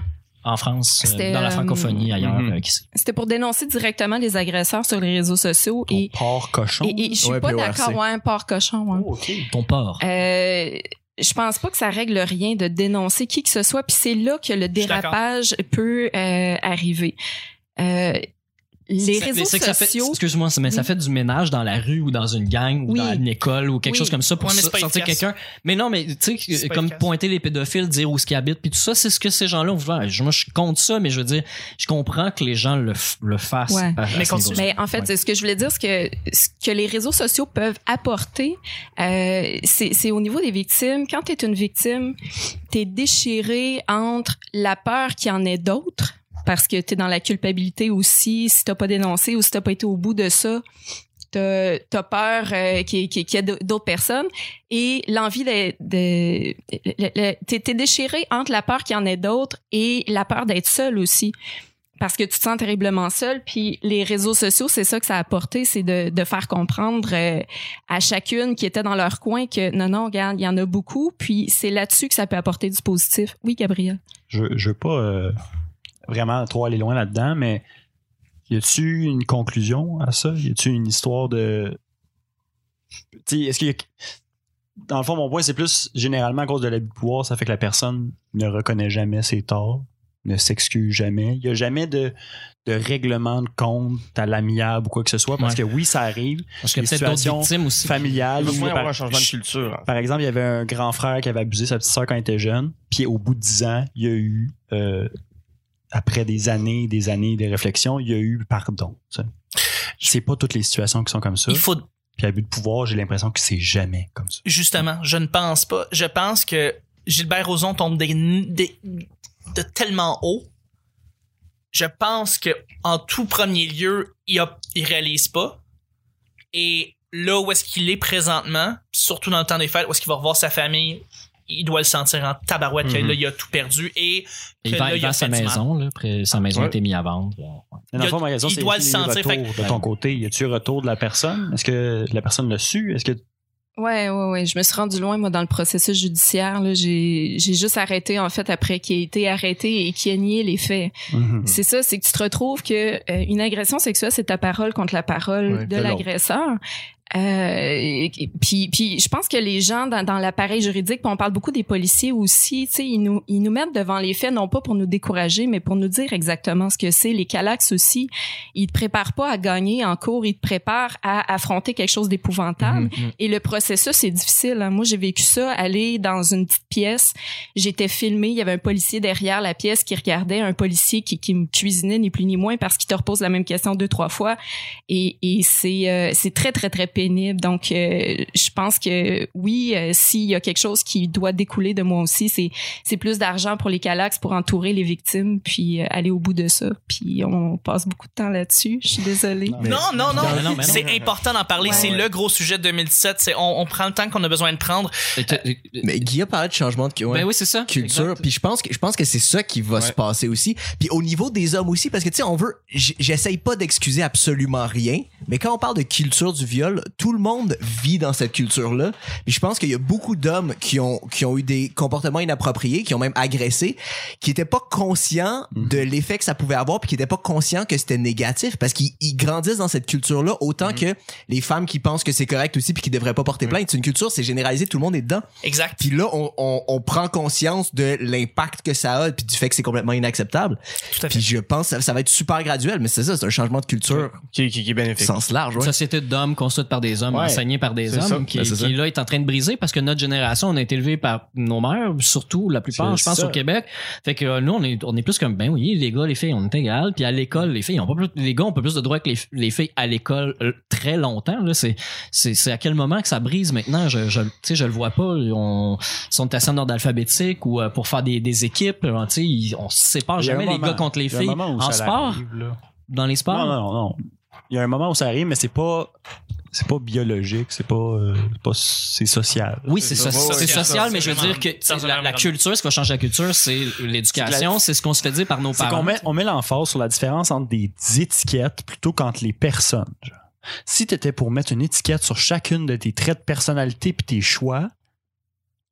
S5: En France, euh,
S7: C'était,
S5: dans la
S7: euh,
S5: francophonie, ailleurs,
S3: mhm.
S5: euh, qui sait.
S7: C'était pour dénoncer directement les agresseurs sur les réseaux sociaux
S4: Ton
S7: et,
S4: porc cochon.
S7: et, et je suis
S6: Ouais,
S7: pas
S6: puis
S7: d'accord,
S6: ORC.
S7: ouais, un porc cochon, ouais.
S4: Oh, ok.
S5: Ton port.
S7: Euh, je pense pas que ça règle rien de dénoncer qui que ce soit, puis c'est là que
S2: Je
S7: le
S2: suis d'accord.
S7: dérapage peut euh, arriver. Euh, les
S5: Ça-
S7: réseaux
S5: mais c'est que ça fait-
S7: sociaux,
S5: Excuse-moi, mais ça
S7: Oui.
S5: fait du ménage dans la rue ou dans une gang ou
S7: Oui.
S5: dans une école ou quelque
S7: Oui.
S5: chose comme ça pour
S2: Ouais, mais c'est
S5: so-
S2: pas
S5: sortir
S2: efficace.
S5: quelqu'un. Mais non, mais tu sais,
S2: C'est pas
S5: comme
S2: efficace.
S5: pointer les pédophiles, dire où ce qu'ils habitent, puis tout ça, c'est ce que ces gens-là ont voulu. Je- Moi, je compte ça, mais je veux dire, je comprends que les gens le, f- le fassent.
S7: Ouais.
S5: à- à ce
S2: Mais continue.
S5: niveau-là.
S7: Mais en fait,
S5: Ouais.
S7: ce que je voulais dire, c'est que ce que les réseaux sociaux peuvent apporter, euh, c'est c'est au niveau des victimes. Quand tu es une victime, tu es déchiré entre la peur qu'il y en ait d'autres, parce que tu es dans la culpabilité aussi, si t'as pas dénoncé ou si t'as pas été au bout de ça. T'as t'as peur euh, qu'il y, qu'il y- qu'il y ait d'autres personnes et l'envie de... de, le- le- t'es- t'es déchiré entre la peur qu'il y en ait d'autres et la peur d'être seul aussi parce que tu te sens terriblement seul. Puis les réseaux sociaux, c'est ça que ça a apporté, c'est de, de faire comprendre euh, à chacune qui était dans leur coin que non, non, regarde, il y en a beaucoup. Puis c'est là-dessus que ça peut apporter du positif. Oui, Gabriel.
S4: je, je veux pas euh, vraiment trop aller loin là-dedans, mais y a-tu une conclusion à ça? Y a-tu une histoire de. Tu sais, est-ce qu'il y a. Dans le fond, mon point, c'est plus généralement à cause de l'abus de pouvoir, ça fait que la personne ne reconnaît jamais ses torts, ne s'excuse jamais. Il n'y a jamais de, de règlement de compte à l'amiable ou quoi que ce soit, parce que
S5: Ouais.
S4: oui, ça arrive,
S5: Parce qu'il y
S4: les
S5: a peut-être d'autres
S4: situations
S5: victimes aussi.
S4: familial.
S3: Il
S4: ou
S3: faut
S4: Ah,
S3: y
S4: par-
S3: avoir un changement de culture. hein.
S4: par exemple, il y avait un grand frère qui avait abusé sa petite soeur quand elle était jeune. Puis au bout de 10 ans, il y a eu, euh, après des années, des années de réflexion, il y a eu pardon. tu sais. C'est pas toutes les situations qui sont comme ça.
S2: Il faut
S4: Puis l'abus de pouvoir, j'ai l'impression que c'est jamais comme ça.
S2: Justement, je ne pense pas. Je pense que Gilbert Rozon tombe des, des- de tellement haut. je pense que en tout premier lieu, il, a, il réalise pas. Et là où est-ce qu'il est présentement, surtout dans le temps des fêtes, où est-ce qu'il va revoir sa famille, il doit le sentir en tabarouette que
S3: Mhm.
S2: là, il a tout perdu et
S5: Et Il
S2: que
S5: vend,
S2: là,
S5: il
S2: il a
S5: vend sa
S2: fait du mal.
S5: maison, là, après, sa maison
S3: Ouais.
S5: a été mise à vendre. Ouais.
S4: Mais dans le
S2: Il
S4: fond, ma question,
S2: il
S4: c'est
S2: doit
S4: y
S2: le
S4: a-t-il eu
S2: sentir,
S4: retour
S2: fait
S4: de ton côté. Y a-tu retour de la personne? Est-ce que la personne l'a su? Est-ce que
S7: Ouais, ouais, ouais. Je me suis rendu loin, moi, dans le processus judiciaire. là. J'ai j'ai juste arrêté, en fait, après qu'il ait été arrêté et qu'il ait nié les faits.
S4: Hmm. Mhm.
S7: C'est ça, c'est que tu te retrouves que euh, une agression sexuelle, c'est ta parole contre la parole
S4: Ouais,
S7: de
S4: de
S7: l'agresseur. Euh, et- et- puis, puis, je pense que les gens dans, dans l'appareil juridique, puis on parle beaucoup des policiers aussi, tu sais, ils nous, ils nous mettent devant les faits, non pas pour nous décourager, mais pour nous dire exactement ce que c'est. Les calax aussi, ils te préparent pas à gagner en cours, ils te préparent à affronter quelque chose d'épouvantable. Et le processus est difficile. hein. Moi, j'ai vécu ça, aller dans une petite pièce. J'étais filmée, il y avait un policier derrière la pièce qui regardait, un policier qui, qui me cuisinait ni plus ni moins parce qu'il te repose la même question deux, trois fois. Et, et c'est euh, c'est très, très, très pénible. Donc, euh, je pense que oui, euh, s'il y a quelque chose qui doit découler de moi aussi, c'est c'est plus d'argent pour les calax, pour entourer les victimes, puis euh, aller au bout de ça. Puis on passe beaucoup de temps là-dessus. Je suis désolée.
S4: Non,
S2: Non, non, non.
S5: Mais non, mais non.
S2: C'est important d'en parler.
S7: Ouais.
S2: C'est le gros sujet de 2017. C'est on, on prend le temps qu'on a besoin de prendre.
S5: Et que-
S6: Mais Guillaume parlait de changement de cu- ouais,
S5: Euh, Ben oui, c'est ça.
S6: culture,
S5: Exact.
S6: puis je pense que je pense que c'est ça qui va
S3: Ouais.
S6: se passer aussi. Puis au niveau des hommes aussi, parce que tu sais, on veut, j- j'essaye pas d'excuser absolument rien, mais quand on parle de culture du viol, tout le monde vit dans cette culture-là. Puis je pense qu'il y a beaucoup d'hommes qui ont qui ont eu des comportements inappropriés, qui ont même agressé, qui étaient pas conscients
S4: Mhm.
S6: de l'effet que ça pouvait avoir, puis qui étaient pas conscients que c'était négatif, parce qu'ils ils grandissent dans cette culture-là autant que les femmes qui pensent que c'est correct aussi, puis qui devraient pas porter plainte. C'est une culture, c'est généralisé, tout le monde est dedans.
S2: Exact.
S6: Puis là, on, on, on prend conscience de l'impact que ça a, puis du fait que c'est complètement inacceptable.
S2: Tout à fait.
S6: Puis je pense que ça, ça va être super graduel, mais c'est ça, c'est un changement de culture
S3: Qui, qui, qui est
S6: au
S3: bénéfique.
S6: sens large.
S5: Une
S6: ouais.
S5: société d'hommes construite par des hommes,
S3: Ouais.
S5: enseignée par des
S3: C'est
S5: hommes,
S3: ça.
S5: qui,
S6: Ben, c'est ça.
S5: qui, là est en train de briser parce que notre génération, on a été élevé par nos mères, surtout la plupart,
S4: C'est
S5: je pense,
S4: ça.
S5: au Québec. Fait que euh, nous, on est, on est plus comme, ben oui, les gars, les filles, on est égal. Puis à l'école, les filles, ont pas plus, les gars ont pas plus de droits que les, les filles à l'école euh, très longtemps. Là, c'est, c'est, c'est à quel moment que ça brise maintenant Je, je, tu sais, je le vois pas. On, si on est assis en ordre alphabétique ou euh, pour faire des, des équipes, euh, tu sais, ils- on se sépare
S4: Il y a un
S5: jamais les
S4: moment.
S5: gars contre les
S4: Il y a un
S5: filles
S4: moment où
S5: en
S4: ça
S5: sport,
S4: arrive, là.
S5: dans les sports.
S4: Non, non, non, non. Il y a un moment où ça arrive, mais c'est pas, c'est pas biologique, c'est pas, euh, c'est pas- c'est social.
S5: Oui, c'est
S3: ça.
S5: so-
S3: Ouais,
S5: c'est
S3: ouais,
S5: social,
S2: ça,
S5: mais je veux
S2: c'est
S5: dire que tu sais,
S2: vraiment-
S5: la, la culture, ce qui va changer la culture, c'est l'éducation, c'est ce qu'on se fait dire par nos
S4: C'est qu'on
S5: parents.
S4: met, on met l'emphase sur la différence entre des étiquettes plutôt qu'entre les personnes. genre. Si tu étais pour mettre une étiquette sur chacune de tes traits de personnalité puis tes choix,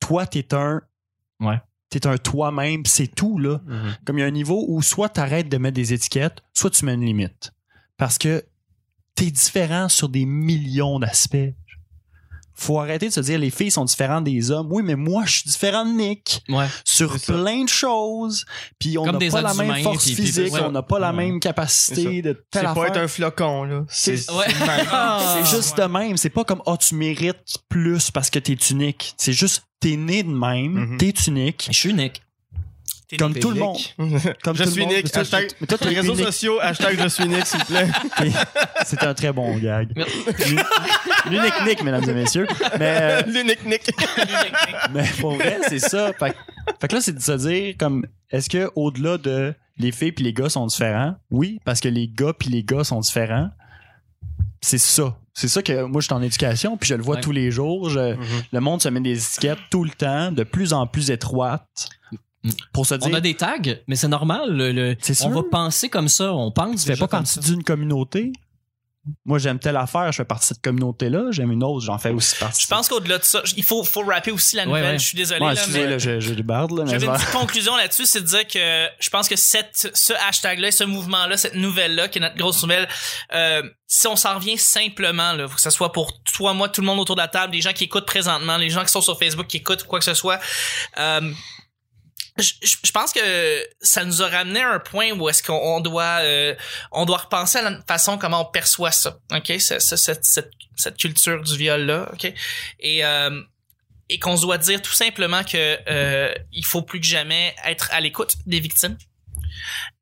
S4: toi, t'es un.
S5: Ouais.
S4: T'es un toi-même, pis c'est tout, là. Comme il y a un niveau où soit t'arrêtes de mettre des étiquettes, soit tu mets une limite. Parce que t'es différent sur des millions d'aspects. Faut arrêter de se dire les filles sont différentes des hommes. Oui, mais moi, je suis différent de Nick
S5: Ouais.
S4: sur
S3: C'est ça.
S4: plein de choses. Puis on
S5: Comme
S4: n'a
S5: des
S4: pas la
S5: êtres
S4: même
S5: humains,
S4: force
S5: puis- puis-
S4: physique,
S5: ouais.
S4: on n'a pas la
S5: Ouais.
S4: même
S3: C'est
S4: capacité de
S3: C'est
S4: telle
S3: pas
S4: affaire.
S3: être un flocon, là. C'est
S4: C'est-
S5: Ouais.
S3: c'est même-
S5: Ah.
S4: C'est juste de même. C'est pas comme ah tu mérites plus parce que t'es unique. C'est juste t'es né de même,
S3: Mhm.
S4: t'es unique.
S5: Je suis unique.
S2: T'es
S4: Comme
S2: né
S4: tout le monde.
S6: unique.
S4: Comme
S3: Je
S4: tout le
S3: suis
S4: monde.
S3: Nick.
S4: Mais toi,
S3: Hashtag-
S4: mais toi, t'es
S3: Les réseaux
S4: unique.
S3: sociaux, hashtag je suis Nick, s'il vous plaît.
S4: C'est un très bon gag.
S5: Merci.
S4: L'unique Nick, mesdames et messieurs. Mais euh,
S3: L'unique Nick.
S4: Mais pour vrai, c'est ça. Fait, que- fait que là, c'est de se dire comme est-ce que au-delà de les filles puis les gars sont différents Oui, parce que les gars puis les gars sont différents. C'est ça. C'est ça que moi je suis en éducation puis je le vois
S5: Ouais.
S4: tous les jours, Je- le monde se met des étiquettes tout le temps, de plus en plus étroites pour se
S5: On
S4: dire
S5: a des tags, mais c'est normal. le- le-
S4: C'est sûr.
S5: on va penser comme ça, on pense.
S4: tu fais
S5: déjà
S4: pas
S5: comme
S4: partie d'une communauté. Moi, j'aime telle affaire, je fais partie de cette communauté-là. J'aime une autre, j'en fais aussi partie.
S2: Je pense qu'au-delà de ça, j- il faut, faut rapper aussi la
S5: Ouais,
S2: nouvelle.
S5: ouais.
S2: Je suis désolé.
S4: Ouais,
S2: là,
S4: excusez,
S2: mais-
S4: là, je, je débarde, là, mais
S2: J'avais
S4: je
S2: une
S4: vais-
S2: petite conclusion là-dessus, c'est de dire que je pense que cette, ce hashtag-là, ce mouvement-là, cette nouvelle-là, qui est notre grosse nouvelle, euh, si on s'en revient simplement, là, que ce soit pour toi, moi, tout le monde autour de la table, les gens qui écoutent présentement, les gens qui sont sur Facebook, qui écoutent quoi que ce soit, euh, je, je- je pense que ça nous a ramené à un point où est-ce qu'on on doit euh, on doit repenser à la façon comment on perçoit ça, ok, ce- ce- cette, cette, cette culture du viol là, ok, et euh, et qu'on se doit dire tout simplement que euh, il faut plus que jamais être à l'écoute des victimes.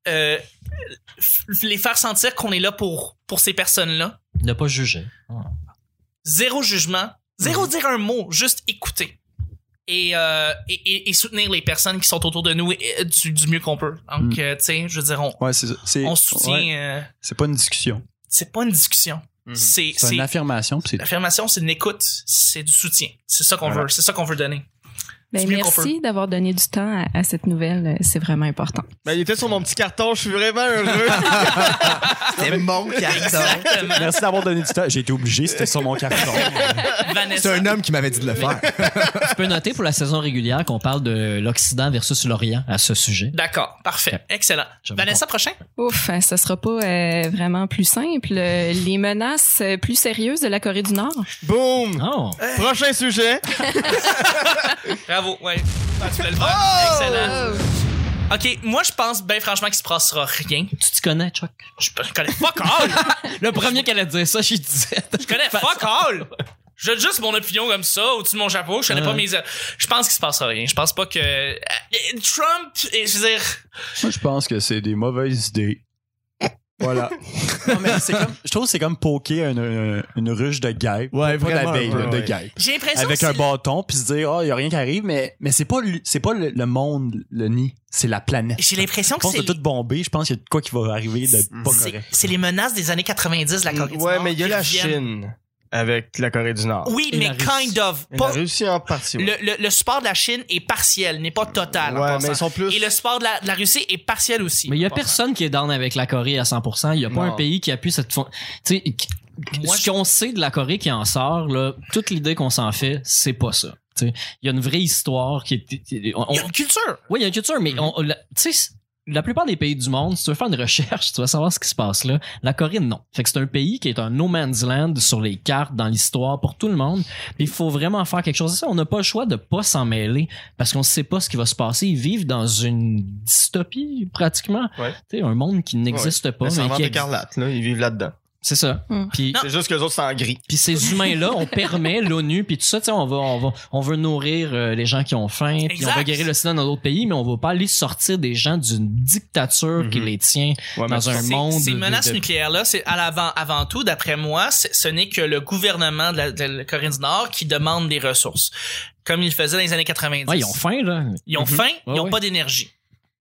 S2: Euh, f- les faire sentir qu'on est là pour pour ces personnes-là.
S5: Ne pas juger. Ah.
S4: Mhm.
S2: Zéro jugement, zéro dire un mot, juste écouter. et, euh, et, et- et soutenir les personnes qui sont autour de nous euh, du, du mieux qu'on peut. Donc,
S4: Mm.
S2: euh, tu sais, je veux dire, on,
S4: Ouais, c'est ça. C'est-
S2: on soutient.
S4: ouais,
S2: euh,
S4: c'est pas une discussion.
S2: c'est pas une discussion.
S3: Mhm.
S2: C'est
S4: C'est
S2: c'est-
S4: une affirmation. puis c'est-
S2: l'affirmation, c'est une écoute, c'est du soutien. C'est ça qu'on
S4: Voilà.
S2: veut, c'est ça qu'on veut donner.
S7: Ben,
S2: C'est mieux qu'on
S7: merci d'avoir donné du temps à, à cette nouvelle. euh, C'est vraiment important.
S3: Ben, il était sur mon petit carton, je suis vraiment heureux.
S6: C'est mon carton.
S2: Exactement.
S4: Merci d'avoir donné du temps. J'ai été obligé, c'était sur mon carton.
S6: C'est
S2: Vanessa.
S6: un homme qui m'avait dit de le faire.
S5: Tu peux noter pour la saison régulière qu'on parle de l'Occident versus l'Orient à ce sujet.
S2: D'accord, parfait, excellent.
S5: J'aime
S2: Vanessa, prochain.
S7: Ouf, hein, ça sera pas euh, vraiment plus simple. Euh, Les menaces euh, plus sérieuses de la Corée du Nord.
S3: Boom!
S5: Oh,
S3: Prochain sujet.
S2: Bravo, ouais. Ah, tu voulais le faire. Excellent.
S3: Oh!
S5: Oh!
S2: Ok, moi je pense, ben franchement, qu'il se passera rien.
S5: tu t'y connais, Chuck?
S2: Je je connais fuck all.
S5: Le premier qu'elle a dit ça, je disais.
S2: Je connais fuck all. J'ai juste mon opinion comme ça au-dessus de mon chapeau. Je connais pas mes. Je pense qu'il se passera rien. Je pense pas que Euh, Trump. et Je veux dire.
S4: Moi, je pense que c'est des mauvaises idées. Voilà. je trouve que c'est comme poker une, une ruche de guêpe.
S6: Ouais,
S4: Pas
S6: vraiment,
S4: d'abeille,
S6: ouais,
S4: là, de
S6: ouais.
S4: guêpe.
S2: J'ai l'impression.
S4: Avec
S2: que
S4: un
S2: c'est-
S4: bâton, puis se dire, oh, il a rien qui arrive, mais, mais c'est pas, le- c'est pas le, le monde, le nid, c'est la planète.
S2: J'ai l'impression
S4: Je
S2: que
S4: pense que
S2: c'est.
S4: tout bombé, je pense qu'il y a de quoi qui va arriver de pas
S2: c'est-
S4: correct.
S2: C'est les menaces des années 90, la Corée du
S3: ouais,
S2: Nord,
S3: mais il y a
S2: qui
S3: la
S2: reviennent.
S3: Chine avec la Corée du Nord.
S2: Oui,
S5: Et
S2: mais
S5: la
S2: kind
S5: Russie.
S2: of.
S3: Et
S2: Pas-
S3: La Russie en partie. ouais.
S2: le, le, le support de la Chine est partiel, n'est pas total. en
S3: ouais,
S2: passant.
S3: mais ils sont plus.
S2: Et le support de la, de la Russie est partiel aussi.
S5: Mais il y a
S2: en passant.
S5: personne qui est down avec la Corée à 100%. Il y a pas
S3: Non.
S5: un pays qui appuie cette fon- Tu sais, qui-
S2: Moi,
S5: ce qu'on sait de la Corée qui en sort, là, toute l'idée qu'on s'en fait, c'est pas ça. Tu sais, Il y a une vraie histoire qui est. qui- on-
S2: Il y a une culture.
S5: Oui, il y a une culture, mais
S3: Mm-hmm.
S5: on- la, tu sais, la plupart des pays du monde, si tu veux faire une recherche, tu vas savoir ce qui se passe là. La Corée, non. Fait que c'est un pays qui est un no man's land sur les cartes, dans l'histoire, pour tout le monde. Puis il faut vraiment faire quelque chose de ça. On n'a pas le choix de pas s'en mêler parce qu'on ne sait pas ce qui va se passer. Ils vivent dans une dystopie, pratiquement.
S3: Ouais.
S5: Tu sais, un monde qui n'existe pas.
S3: Ils s'en
S5: mais
S3: vendent
S5: qui ex-
S3: écarlate, là. Ils vivent là-dedans.
S5: C'est ça.
S7: Mm.
S5: Puis,
S3: C'est juste que les autres sont en gris.
S5: puis ces humains-là, on permet l'ONU, puis tout ça, tu sais, on va, on va, on veut nourrir euh, les gens qui ont faim, puis on
S2: Exact.
S5: va guérir le sida dans d'autres pays, mais on va pas aller sortir des gens d'une dictature qui
S3: Mhm.
S5: les tient
S3: Ouais, mais
S5: dans un
S2: Ces-
S5: monde.
S2: Ces
S5: de-
S2: menaces
S5: de-
S2: nucléaires-là, c'est à l'avant, avant tout, d'après moi, c'est- ce n'est que le gouvernement de la, de la Corée du Nord qui demande des ressources. Comme il le faisait dans les années 90.
S5: Ouais, ils ont faim là.
S2: Ils ont faim,
S5: Mm-hmm. Ouais,
S2: ils n'ont
S5: ouais.
S2: pas d'énergie.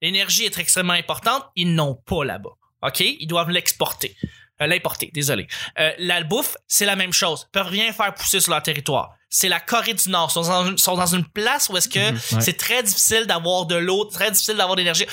S2: L'énergie est extrêmement importante, ils n'ont pas là-bas. OK? Ils doivent l'exporter. Euh, L'importer, désolé. Euh, la bouffe, c'est la même chose. Ils peuvent rien faire pousser sur leur territoire. C'est la Corée du Nord. Ils sont dans, une- sont dans une place où est-ce que
S5: Mm-hmm, ouais.
S2: c'est très difficile d'avoir de l'eau, très difficile d'avoir de l'énergie.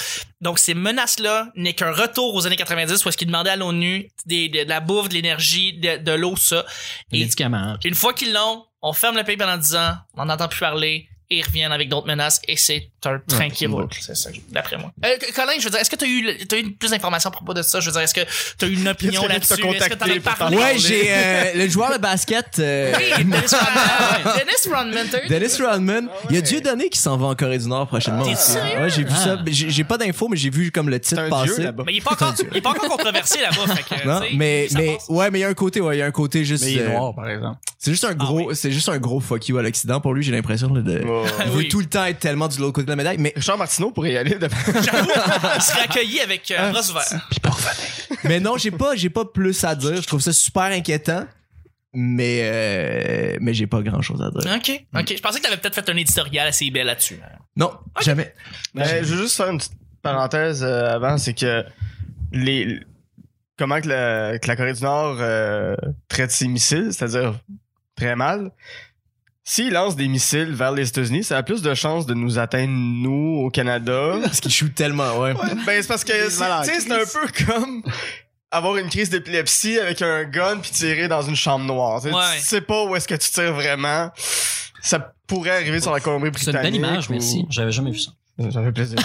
S2: Donc, ces menaces-là n'est qu'un retour aux années 90 où est-ce qu'ils demandaient à l'ONU des- de, de la bouffe, de l'énergie, de, de l'eau, ça.
S5: Des
S2: Et-
S5: médicaments.
S2: une fois qu'ils l'ont, on ferme le pays pendant 10 ans, on n'entend plus parler, et ils reviennent avec d'autres menaces, et c'est un train qui roule. C'est ça, d'après moi. Euh, Colin, je veux dire, est-ce que tu as eu, le- t'as eu plus d'informations à propos de ça? Je veux dire, est-ce que tu as eu une opinion
S3: Est-ce que
S2: là-dessus?
S3: t'as contacté
S2: Est-ce que t'en as
S3: pour t'en
S2: parlé?
S6: Ouais, j'ai euh, le joueur de basket. euh,
S2: Oui, Dennis Rodman. Dennis Rodman, t'as eu-
S6: Dennis Rodman,
S3: Ah ouais.
S6: il y a Dieudonné qui s'en va en Corée du Nord prochainement.
S2: T'es
S6: aussi.
S2: sérieux?
S6: Ouais, j'ai vu
S5: Ah.
S6: ça. mais J'ai j'ai pas d'infos, mais j'ai vu comme le
S3: C'est
S6: titre
S3: un dieu
S6: passer.
S3: là-bas.
S2: Mais il est pas encore, il est pas encore controversé là-bas, fait que,
S6: Non,
S2: tu sais,
S6: mais,
S2: ça
S6: mais
S2: passe.
S6: ouais, mais il y a un côté, ouais, il y a un côté juste.
S4: Mais il est
S6: euh,
S4: noir, par exemple.
S6: c'est
S2: Ah
S6: juste un gros, c'est juste un gros fuck you à l'Occident pour lui. J'ai l'impression là, de.
S3: Ouais.
S6: Il
S2: Ah Oui.
S6: veut tout le temps être tellement du l'autre côté de la médaille, mais
S3: Richard Martineau pourrait y aller de
S2: J'avoue, il serait accueilli avec
S3: Ah,
S2: euh, bras ouverts.
S6: mais non, j'ai pas, j'ai pas plus à dire. Je trouve ça super inquiétant, mais euh, mais j'ai pas grand chose à dire.
S2: OK, OK. Je pensais que t'avais peut-être fait un éditorial assez bel là-dessus.
S6: Non, jamais.
S3: Ben, je veux juste faire une petite parenthèse euh, avant, c'est que les comment que la, que la Corée du Nord euh, traite ses missiles, c'est-à-dire très mal. S'ils lancent des missiles vers les États-Unis, ça a plus de chances de nous atteindre, nous, au Canada.
S6: Parce qu'il shoot tellement, ouais.
S3: ben, c'est parce que c'est-
S4: malades.
S3: tu sais, c'est un peu comme avoir une crise d'épilepsie avec un gun puis tirer dans une chambre noire. Tu sais,
S2: Ouais.
S3: Tu sais pas où est-ce que tu tires vraiment. Ça pourrait arriver sur la Colombie-Britannique.
S5: C'est une belle image,
S3: ou-
S5: merci. J'avais jamais vu ça.
S3: Ça fait plaisir.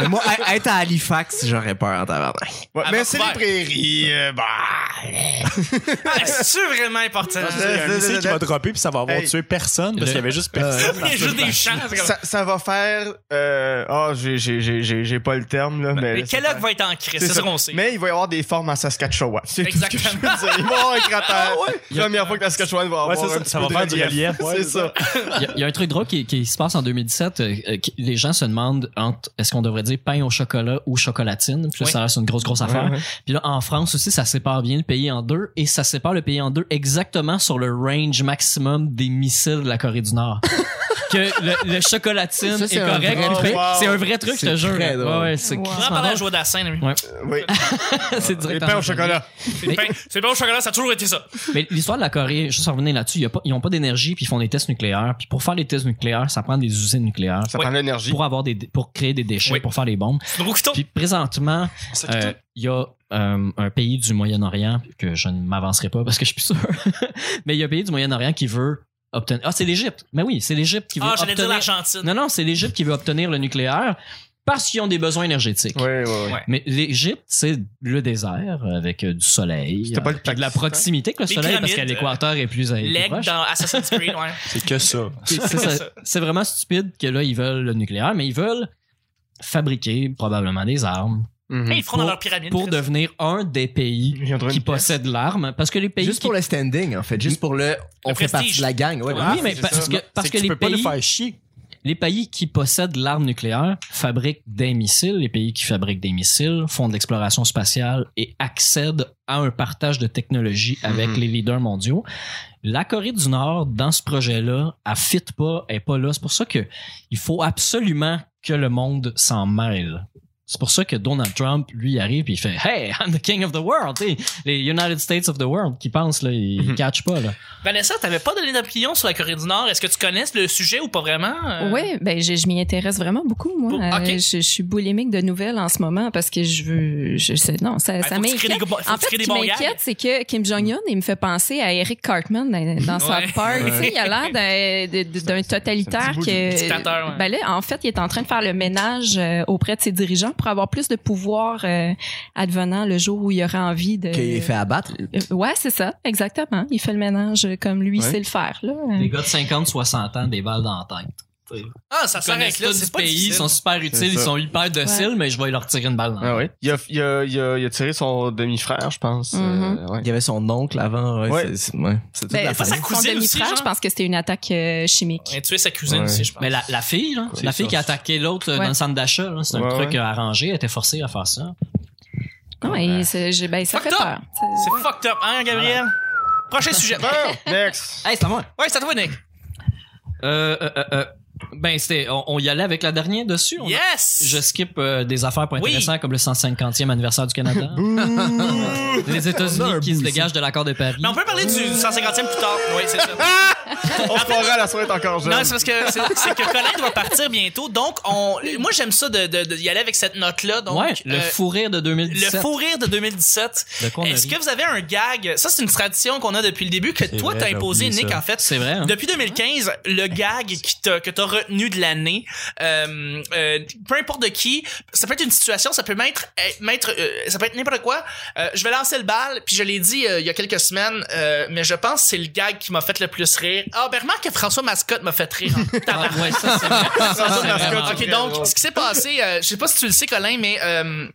S6: Mais moi, à- être à Halifax, j'aurais peur en tabarnak.
S3: Ouais,
S2: À
S3: mais c'est les
S2: Vancouver.
S3: prairies. euh, bah.
S2: Ah, c'est vraiment important.
S3: Ah,
S4: Il y a un missile qui va dropper, puis ça va avoir
S3: Hey.
S4: tué personne, parce
S5: Le-
S4: qu'il y avait juste personne.
S2: Il y a juste des chances. c'est comme-
S3: Ça, ça va faire. euh, Ah, j'ai- j'ai- j'ai j'ai- j'ai pas le terme, là. Mais,
S2: Mais Kellogg va être en crise,
S3: C'est
S2: c'est
S3: ça.
S2: ce qu'on sait.
S3: Mais il va y avoir des formes à Saskatchewan. C'est tout ce que je veux
S2: Exactement. Ah
S3: dire. Il va y avoir un cratère. Première fois que la Saskatchewan va
S4: Ouais,
S3: avoir
S4: c'est
S3: un
S4: ça,
S3: petit
S4: ça
S3: peu
S4: va faire du relief, ouais,
S3: c'est
S4: c'est
S3: ça.
S5: Il y, a- il y a un truc drôle qui, qui se passe en 2017. euh, euh, qui- les- les gens se demandent entre est-ce qu'on devrait dire pain au chocolat ou chocolatine. Puis là,
S2: Oui.
S5: ça c'est une grosse, grosse affaire.
S3: Ouais, ouais.
S5: Puis là, en France aussi, ça sépare bien le pays en deux et ça sépare le pays en deux exactement sur le range maximum des missiles de la Corée du Nord. que le, le chocolatine
S6: Ça,
S5: est,
S6: c'est un
S5: correct.
S6: vrai
S5: mais
S3: truc. Wow.
S5: C'est un vrai truc, je te
S6: C'est
S5: jure.
S6: très drôle.
S5: Ouais, ouais, c'est
S7: Wow.
S2: On
S5: crissement
S2: va parler à
S5: drôle.
S2: jouer d'assin, lui.
S3: Oui.
S5: c'est
S3: Les
S5: direct en
S3: pains au
S5: anglais.
S3: chocolat.
S5: Mais-
S2: C'est pain- C'est bon au chocolat, ça a toujours été ça.
S5: Mais l'histoire de la Corée, juste en revenir là-dessus, y a pas- ils n'ont pas d'énergie puis ils font des tests nucléaires. Puis pour faire les tests nucléaires, ça prend des usines nucléaires
S3: Ça
S2: Oui.
S3: prend de l'énergie.
S5: pour avoir des pour créer des déchets
S2: Oui. Oh.
S5: pour faire les bombes.
S2: C'est beaucoup couteau.
S5: Puis présentement, euh, il y a euh, un pays du Moyen-Orient que je ne m'avancerai pas parce que je suis plus sûr. Mais il y a un pays du Moyen-Orient qui veut obtenir. Ah, c'est l'Égypte. Mais oui, c'est l'Égypte qui veut
S2: Ah, j'allais dire
S5: obtenir.
S2: l'Argentine.
S5: Non, non, c'est l'Égypte qui veut obtenir le nucléaire parce qu'ils ont des besoins énergétiques.
S3: Oui, oui, oui.
S2: Ouais.
S5: Mais l'Égypte, c'est le désert avec euh, du soleil,
S3: C'était pas le
S5: puis de la
S3: Pakistan?
S5: proximité que le
S2: Les
S5: soleil, parce
S2: pyramides,
S5: qu'à l'équateur est plus, est plus
S2: L'aigle
S5: proche.
S2: dans Assassin's Creed, ouais.
S4: C'est que ça.
S5: C'est- c'est ça. C'est vraiment stupide que là, ils veulent le nucléaire, mais ils veulent fabriquer probablement des armes
S3: Mhm.
S2: Hey, ils feront dans leur pyramide.
S5: pour
S2: Chris.
S5: devenir un des pays
S3: Ils viendront
S5: qui
S3: une pièce.
S5: possèdent l'arme parce que les pays
S6: Juste
S5: qui-
S6: pour le Ah, standing, en fait. Juste pour le. On fait
S2: prestige.
S6: partie de la gang. Ouais,
S5: oui mais
S3: c'est
S5: parce
S3: ça.
S5: que parce
S4: C'est
S5: que,
S4: tu
S5: les
S4: peux pas
S5: pays
S4: les faire chier.
S5: les pays qui possèdent l'arme nucléaire fabriquent des missiles les pays qui fabriquent des missiles font de l'exploration spatiale et accèdent à un partage de technologie avec
S3: Mhm.
S5: les leaders mondiaux la Corée du Nord dans ce projet là elle fit pas elle est pas là c'est pour ça que il faut absolument que le monde s'en mêle c'est pour ça que Donald Trump, lui, arrive et il fait Hey, I'm the king of the world. Tu sais, Les United States of the world qui pensent, là, ils
S3: Mhm.
S5: catchent pas. Là.
S2: Vanessa, t'avais pas donné d'opinion sur la Corée du Nord. Est-ce que tu connais le sujet ou pas vraiment? euh?
S7: Oui, ben je, je m'y intéresse vraiment beaucoup, moi.
S2: Bon, ok.
S7: Euh, je, je suis boulimique de nouvelles en ce moment parce que je veux. Je sais, non, ça,
S2: Ah,
S7: ça
S2: faut que tu crées
S7: m'inquiète.
S2: des go- faut
S7: En
S2: que tu crées
S7: fait, ce
S2: des
S7: qui
S2: bons gags.
S7: m'inquiète, c'est que Kim Jong-un, il me fait penser à Eric Cartman dans, dans
S2: Ouais.
S7: South Park.
S3: Ouais.
S7: Tu sais, Il a l'air d'un- d'un- d'un totalitaire
S3: bout de
S7: que.
S2: dictateur, ouais.
S7: Ben là, en fait, il est en train de faire le ménage euh, auprès de ses dirigeants pour avoir plus de pouvoir euh, advenant le jour où il aura envie de.
S6: Qu'il fait abattre.
S7: Euh, Ouais, c'est ça, exactement. Il fait le ménage comme lui
S3: Ouais.
S7: sait le faire. Là.
S5: Les gars de 50, 60 ans, des balles dans la tête.
S2: Ah, ça s'arrête
S5: connaissent
S2: là.
S5: tout du
S2: C'est pas
S5: pays, ils
S2: difficile.
S5: sont super
S3: C'est
S5: utiles, ils
S3: ça.
S5: sont hyper dociles, mais je vais leur tirer une balle dans la
S3: Ah ouais. Il a, il a- il a- il a tiré son demi-frère, je pense.
S7: Mhm.
S3: Euh, ouais.
S6: Il y avait son oncle avant. Ouais.
S3: Ouais.
S6: c'est- c'est- ouais. C'est toute
S7: Ben,
S6: la
S2: ça,
S6: famille.
S2: ça cousine
S7: Son demi-frère,
S2: aussi, genre.
S7: je pense que c'était une attaque euh, chimique.
S2: Elle a tué sa cousine
S3: Ouais.
S2: aussi, je pense.
S5: Mais la, la fille, là,
S3: C'est
S5: la fille
S3: ça.
S5: qui a attaqué l'autre euh,
S7: Ouais.
S5: dans le centre d'achat, là, c'est un
S3: Ouais,
S5: truc
S3: ouais.
S5: euh, arrangé, elle était forcée à faire ça.
S7: Non, et c'est- j'ai- ben, ça
S2: Fucked
S7: fait
S2: up.
S7: peur. C'est-
S2: C'est fucked up, hein, Gabriel? Prochain sujet.
S3: Bon, Oh, next.
S5: Hey, c'est à moi!
S2: Ouais, ça te va, Nick.
S5: Euh, euh, euh, euh, ben, c'était, on, on y allait avec la dernière dessus. on a-
S2: Yes!
S5: Je skip euh, des affaires pas
S2: Oui.
S5: intéressantes comme le 150e anniversaire du Canada, les
S6: On a un
S5: États-Unis qui
S6: bout
S5: se
S6: ici.
S5: dégagent de l'accord de Paris.
S2: Mais on peut parler du 150e plus tard. Oui, c'est ça.
S3: On se croira la soirée est encore jeune.
S2: Non, c'est parce que c'est c'est que Colin doit partir bientôt, donc on. Moi, j'aime ça de, de, de y aller avec cette note là. Donc,
S5: ouais, le
S2: euh,
S5: fou rire de
S2: le
S5: 2017.
S2: fou rire de 2017.
S5: De quoi on a
S2: Est-ce
S5: ri?
S2: que vous avez un gag Ça, c'est une tradition qu'on a depuis le début que
S4: C'est
S2: toi
S4: vrai,
S2: t'as
S4: j'ai
S2: imposé,
S4: oublié
S2: Nick.
S4: ça.
S2: En fait,
S5: C'est vrai. hein?
S2: Depuis 2015, le gag qui t'a- que t'as retenu de l'année, euh, euh, peu importe de qui, ça peut être une situation, ça peut mettre, euh, mettre, euh, ça peut être n'importe quoi. Euh, je vais lancer le bal, puis je l'ai dit euh, il y a quelques semaines, euh, mais je pense que c'est le gag qui m'a fait le plus rire. Ah, ben remarque que François Mascotte m'a fait rire. en tabarnak.
S5: Ah, ouais, ça, c'est vrai.
S3: François Mascotte,
S5: vraiment-
S3: c'est
S2: Ok,
S3: très drôle.
S2: donc, ce qui s'est passé, euh, je sais pas si tu le sais, Colin, mais euh,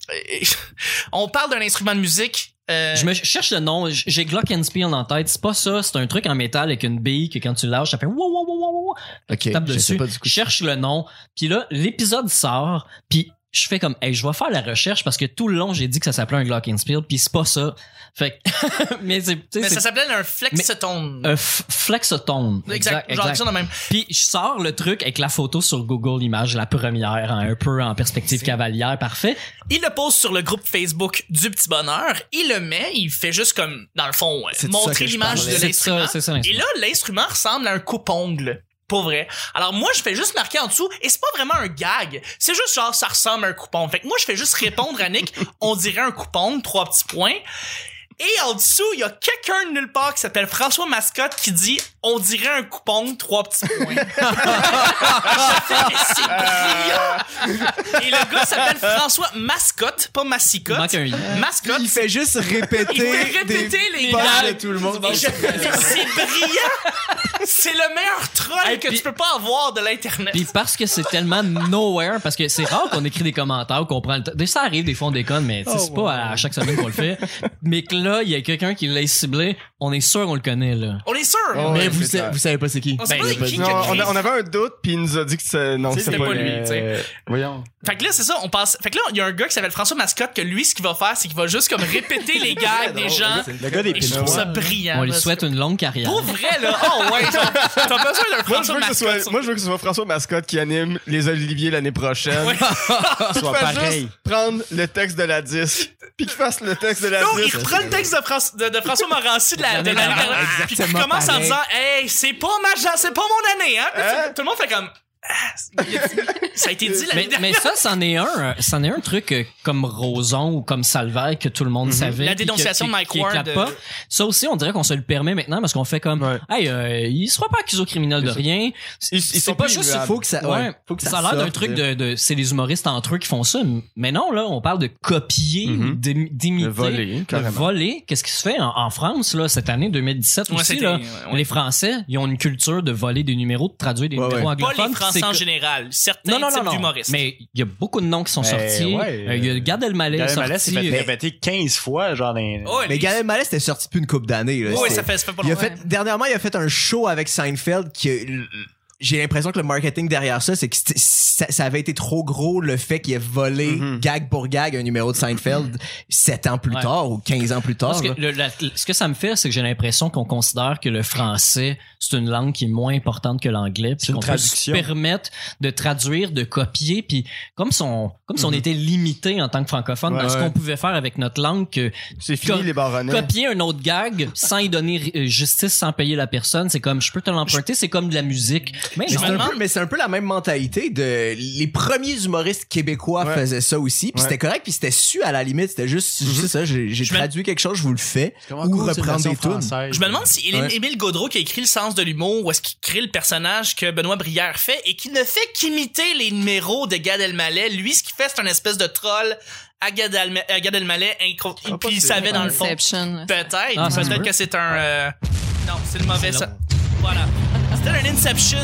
S2: on parle d'un instrument de musique. euh,
S5: Je me je cherche le nom, j- j'ai Glockenspiel en tête, c'est pas ça, c'est un truc en métal avec une bille que quand tu lâches, ça fait wow wow wow wow wow,
S6: Ok.
S5: tu tapes
S6: je sais
S5: dessus.
S6: pas du coup.
S5: Je cherche le nom, puis là l'épisode sort, puis je fais comme hey, je vais faire la recherche parce que tout le long j'ai dit que ça s'appelait un Glockenspiel, puis c'est pas ça. Fait que mais c'est tu sais,
S2: mais ça
S5: c'est
S2: s'appelle un flexotone.
S5: un f- flexotone.
S2: exact, genre quelque chose de même.
S5: Puis je sors le truc avec la photo sur Google Images, la première, hein, un peu en perspective cavalière, parfait.
S2: Il le pose sur le groupe Facebook du Petit Bonheur. Il le met, il fait juste comme, dans le fond, euh,
S6: C'est de ça
S2: montrer
S6: que je
S2: l'image
S6: parlais.
S2: de
S5: C'est ça,
S2: l'instrument.
S5: c'est ça.
S2: Et
S5: l'instrument.
S2: là, l'instrument ressemble à un coupe-ongle. Pour vrai. Alors moi, je fais juste marquer en dessous, et c'est pas vraiment un gag. C'est juste genre, ça ressemble à un coupon. Fait que moi, je fais juste répondre à Nick, on dirait un coupon, trois petits points. Et en dessous, il y a quelqu'un de nulle part qui s'appelle François Mascotte qui dit, on dirait un coupon, trois petits points. c'est brillant! Et le gars s'appelle François Mascotte, pas
S5: Il
S2: Massicotte.
S5: manque un i.
S2: Mascotte.
S6: Il fait juste
S2: Il fait
S6: répéter. des
S2: répéter les
S6: punchs
S2: gars.
S6: de tout le monde.
S2: Et je- C'est brillant! C'est le meilleur troll
S5: Hey,
S2: que
S5: puis-
S2: tu peux pas avoir de l'Internet.
S5: Puis parce que c'est tellement nowhere, parce que c'est rare qu'on écrit des commentaires ou qu'on prend le temps. Des- Ça
S6: Oh,
S5: arrive, des fois on déconne, mais tu sais, c'est pas à, à chaque semaine qu'on le fait. Mais que là, il y a quelqu'un qui l'a ciblé. on est sûr qu'on le connaît, là.
S2: On est sûr!
S3: Oh,
S6: mais
S3: ouais,
S6: vous,
S3: c'est
S6: sa-
S3: clair.
S6: vous savez pas c'est qui.
S2: On sait
S5: Ben,
S2: pas
S5: il y a
S2: qui qui
S3: Non,
S2: a
S3: on,
S2: créé
S3: a- on avait un doute, puis il nous a dit que c'est- non,
S2: Tu sais,
S3: c'était
S2: c'était
S3: pas,
S2: pas lui, tu sais.
S4: Euh, Voyons.
S2: Fait que là, c'est ça, on pense. Fait que là, il y a un gars qui s'appelle François Mascotte que lui, ce qu'il va faire, c'est qu'il va juste comme répéter les gags des gens.
S4: Le gars des
S2: Et je trouve
S4: Pinois.
S2: ça brillant.
S5: on lui
S2: hein, parce
S5: souhaite une longue carrière.
S2: que- Pour vrai, là. Oh, ouais, genre, t'as besoin d'un
S3: Moi je,
S2: François
S3: veux que ce
S2: Mascotte.
S3: soit,
S2: sur-
S3: moi, je veux que ce soit François Mascotte qui anime les Olivier l'année prochaine.
S2: Ouais.
S3: Qu'il
S4: soit
S3: fasse
S4: pareil.
S3: juste prendre le texte de la disque, puis qu'il fasse le texte de la
S2: Non, il
S3: disque.
S2: reprend le texte de, France- de, de François Morancy de la de
S5: L'année
S2: l'année
S5: dernière.
S2: dernière, puis il
S6: Exactement
S2: commence en
S6: pareil.
S2: disant Hey, c'est pas ma ja- c'est pas mon année, hein? Puis
S3: Hein?
S2: tout- Tout le monde fait comme Ah, Ça a été dit l'année
S5: Mais,
S2: dernière.
S5: mais ça, c'en est un, euh, c'en est un truc euh, comme Roson ou comme Salvaire que tout le
S6: Mm-hmm.
S5: monde savait.
S2: La
S5: puis que-
S2: dénonciation
S5: qui-
S2: de Mike
S5: qui
S2: Ward,
S5: éclate
S2: euh,
S5: Pas. Ça aussi, on dirait qu'on se le permet maintenant parce qu'on fait comme,
S3: Ouais.
S5: hey, euh, ils seront pas accusés au criminel de
S3: C'est ça.
S5: rien.
S3: Ils- ils
S5: C'est
S3: sont
S5: pas
S3: plus
S5: juste,
S3: immuables.
S6: Faut que ça, ouais,
S5: Ouais.
S6: faut que ça,
S5: ça a l'air d'un
S6: sorte,
S5: truc
S6: là.
S5: de, de- c'est les humoristes entre eux qui font ça. Mais non, là, on parle de copier,
S3: Mhm.
S5: d'im- d'imiter.
S3: Le voler,
S5: de
S3: carrément.
S5: voler. Qu'est-ce qui se fait en, en France, là, cette année 2017
S2: Ouais,
S5: aussi,
S2: c'était- euh,
S5: là?
S2: ouais, ouais.
S5: Les Français, ils ont une culture de voler des numéros, de traduire des
S6: Ouais,
S5: numéros
S6: ouais.
S2: Pas
S5: anglophones.
S2: les
S5: puis c'est
S2: Français en
S5: que-
S2: général, certains
S5: non, non, non,
S2: types
S5: non.
S2: d'humoristes.
S5: Mais il y a beaucoup de noms qui sont
S4: Ben,
S5: sortis.
S4: ouais.
S5: Euh, Il y a Gad Elmaleh
S4: Le
S5: est
S4: MLS
S5: sorti.
S4: s'est fait répéter 15 fois, genre dans.
S2: Oh,
S6: Mais
S2: lui-
S6: Gad Elmaleh, c'était sorti depuis une couple d'années. là.
S2: Ouais,
S6: C'était-
S2: ça fait, ça fait pas
S6: Il a
S2: longtemps.
S6: fait, dernièrement, il a fait un show avec Seinfeld qui euh, j'ai l'impression que le marketing derrière ça, c'est que c'était- ça, ça avait été trop gros le fait qu'il ait volé
S4: Mm-hmm.
S3: Mhm.
S6: gag pour gag un numéro de Seinfeld 7 ans plus
S5: Ouais.
S6: tard ou 15 ans plus tard.
S5: Parce que
S6: là.
S5: le- la- ce que ça me fait, c'est que j'ai l'impression qu'on considère que le français, c'est une langue qui est moins importante que l'anglais. puis
S4: C'est une
S5: qu'on peut se
S4: traduction.
S5: permettre de traduire, de copier. Puis comme si on, comme si on
S4: Mm-hmm.
S3: Mhm.
S5: était limité en tant que francophone
S3: Ouais,
S5: dans ce
S3: ouais.
S5: qu'on pouvait faire avec notre langue, que
S3: C'est fini,
S5: Co-
S3: les baronnets.
S5: copier un autre gag sans y donner euh, justice, sans payer la personne, c'est comme, je peux te l'emprunter, c'est comme de la musique. Mais
S6: Mais
S5: non.
S6: c'est un
S2: demande-
S6: peu- Mais c'est un, peu la même mentalité de les premiers humoristes québécois
S3: Ouais.
S6: faisaient ça aussi, puis
S3: Ouais.
S6: c'était correct, puis c'était su à la limite, c'était juste
S4: Mm-hmm.
S6: c'est ça, j'ai j'ai
S2: Je me-
S6: traduit quelque chose, je vous le fais.
S4: Comment
S6: Ou
S4: cool, c'est une
S6: reprendre des
S4: version
S6: tunes.
S4: française.
S2: Je me demande si Émile
S6: Ouais.
S2: Émile Gaudreau qui a écrit le sens de l'humour ou est-ce qu'il crée le personnage que Benoît Brière fait et qui ne fait qu'imiter les numéros de Gad Elmaleh. Lui, ce qu'il fait, c'est un espèce de troll à Gad, Elma- à Gad Elmaleh et qu'on-
S3: Ah, pas
S2: puis il
S3: sûr.
S2: savait dans le fond.
S7: Inception. là.
S2: Peut-être.
S5: Ah, ça se
S2: Peut-être
S5: peut.
S2: que c'est un... euh, Non, c'est le mauvais
S5: C'est
S2: ça. Voilà. C'était un Inception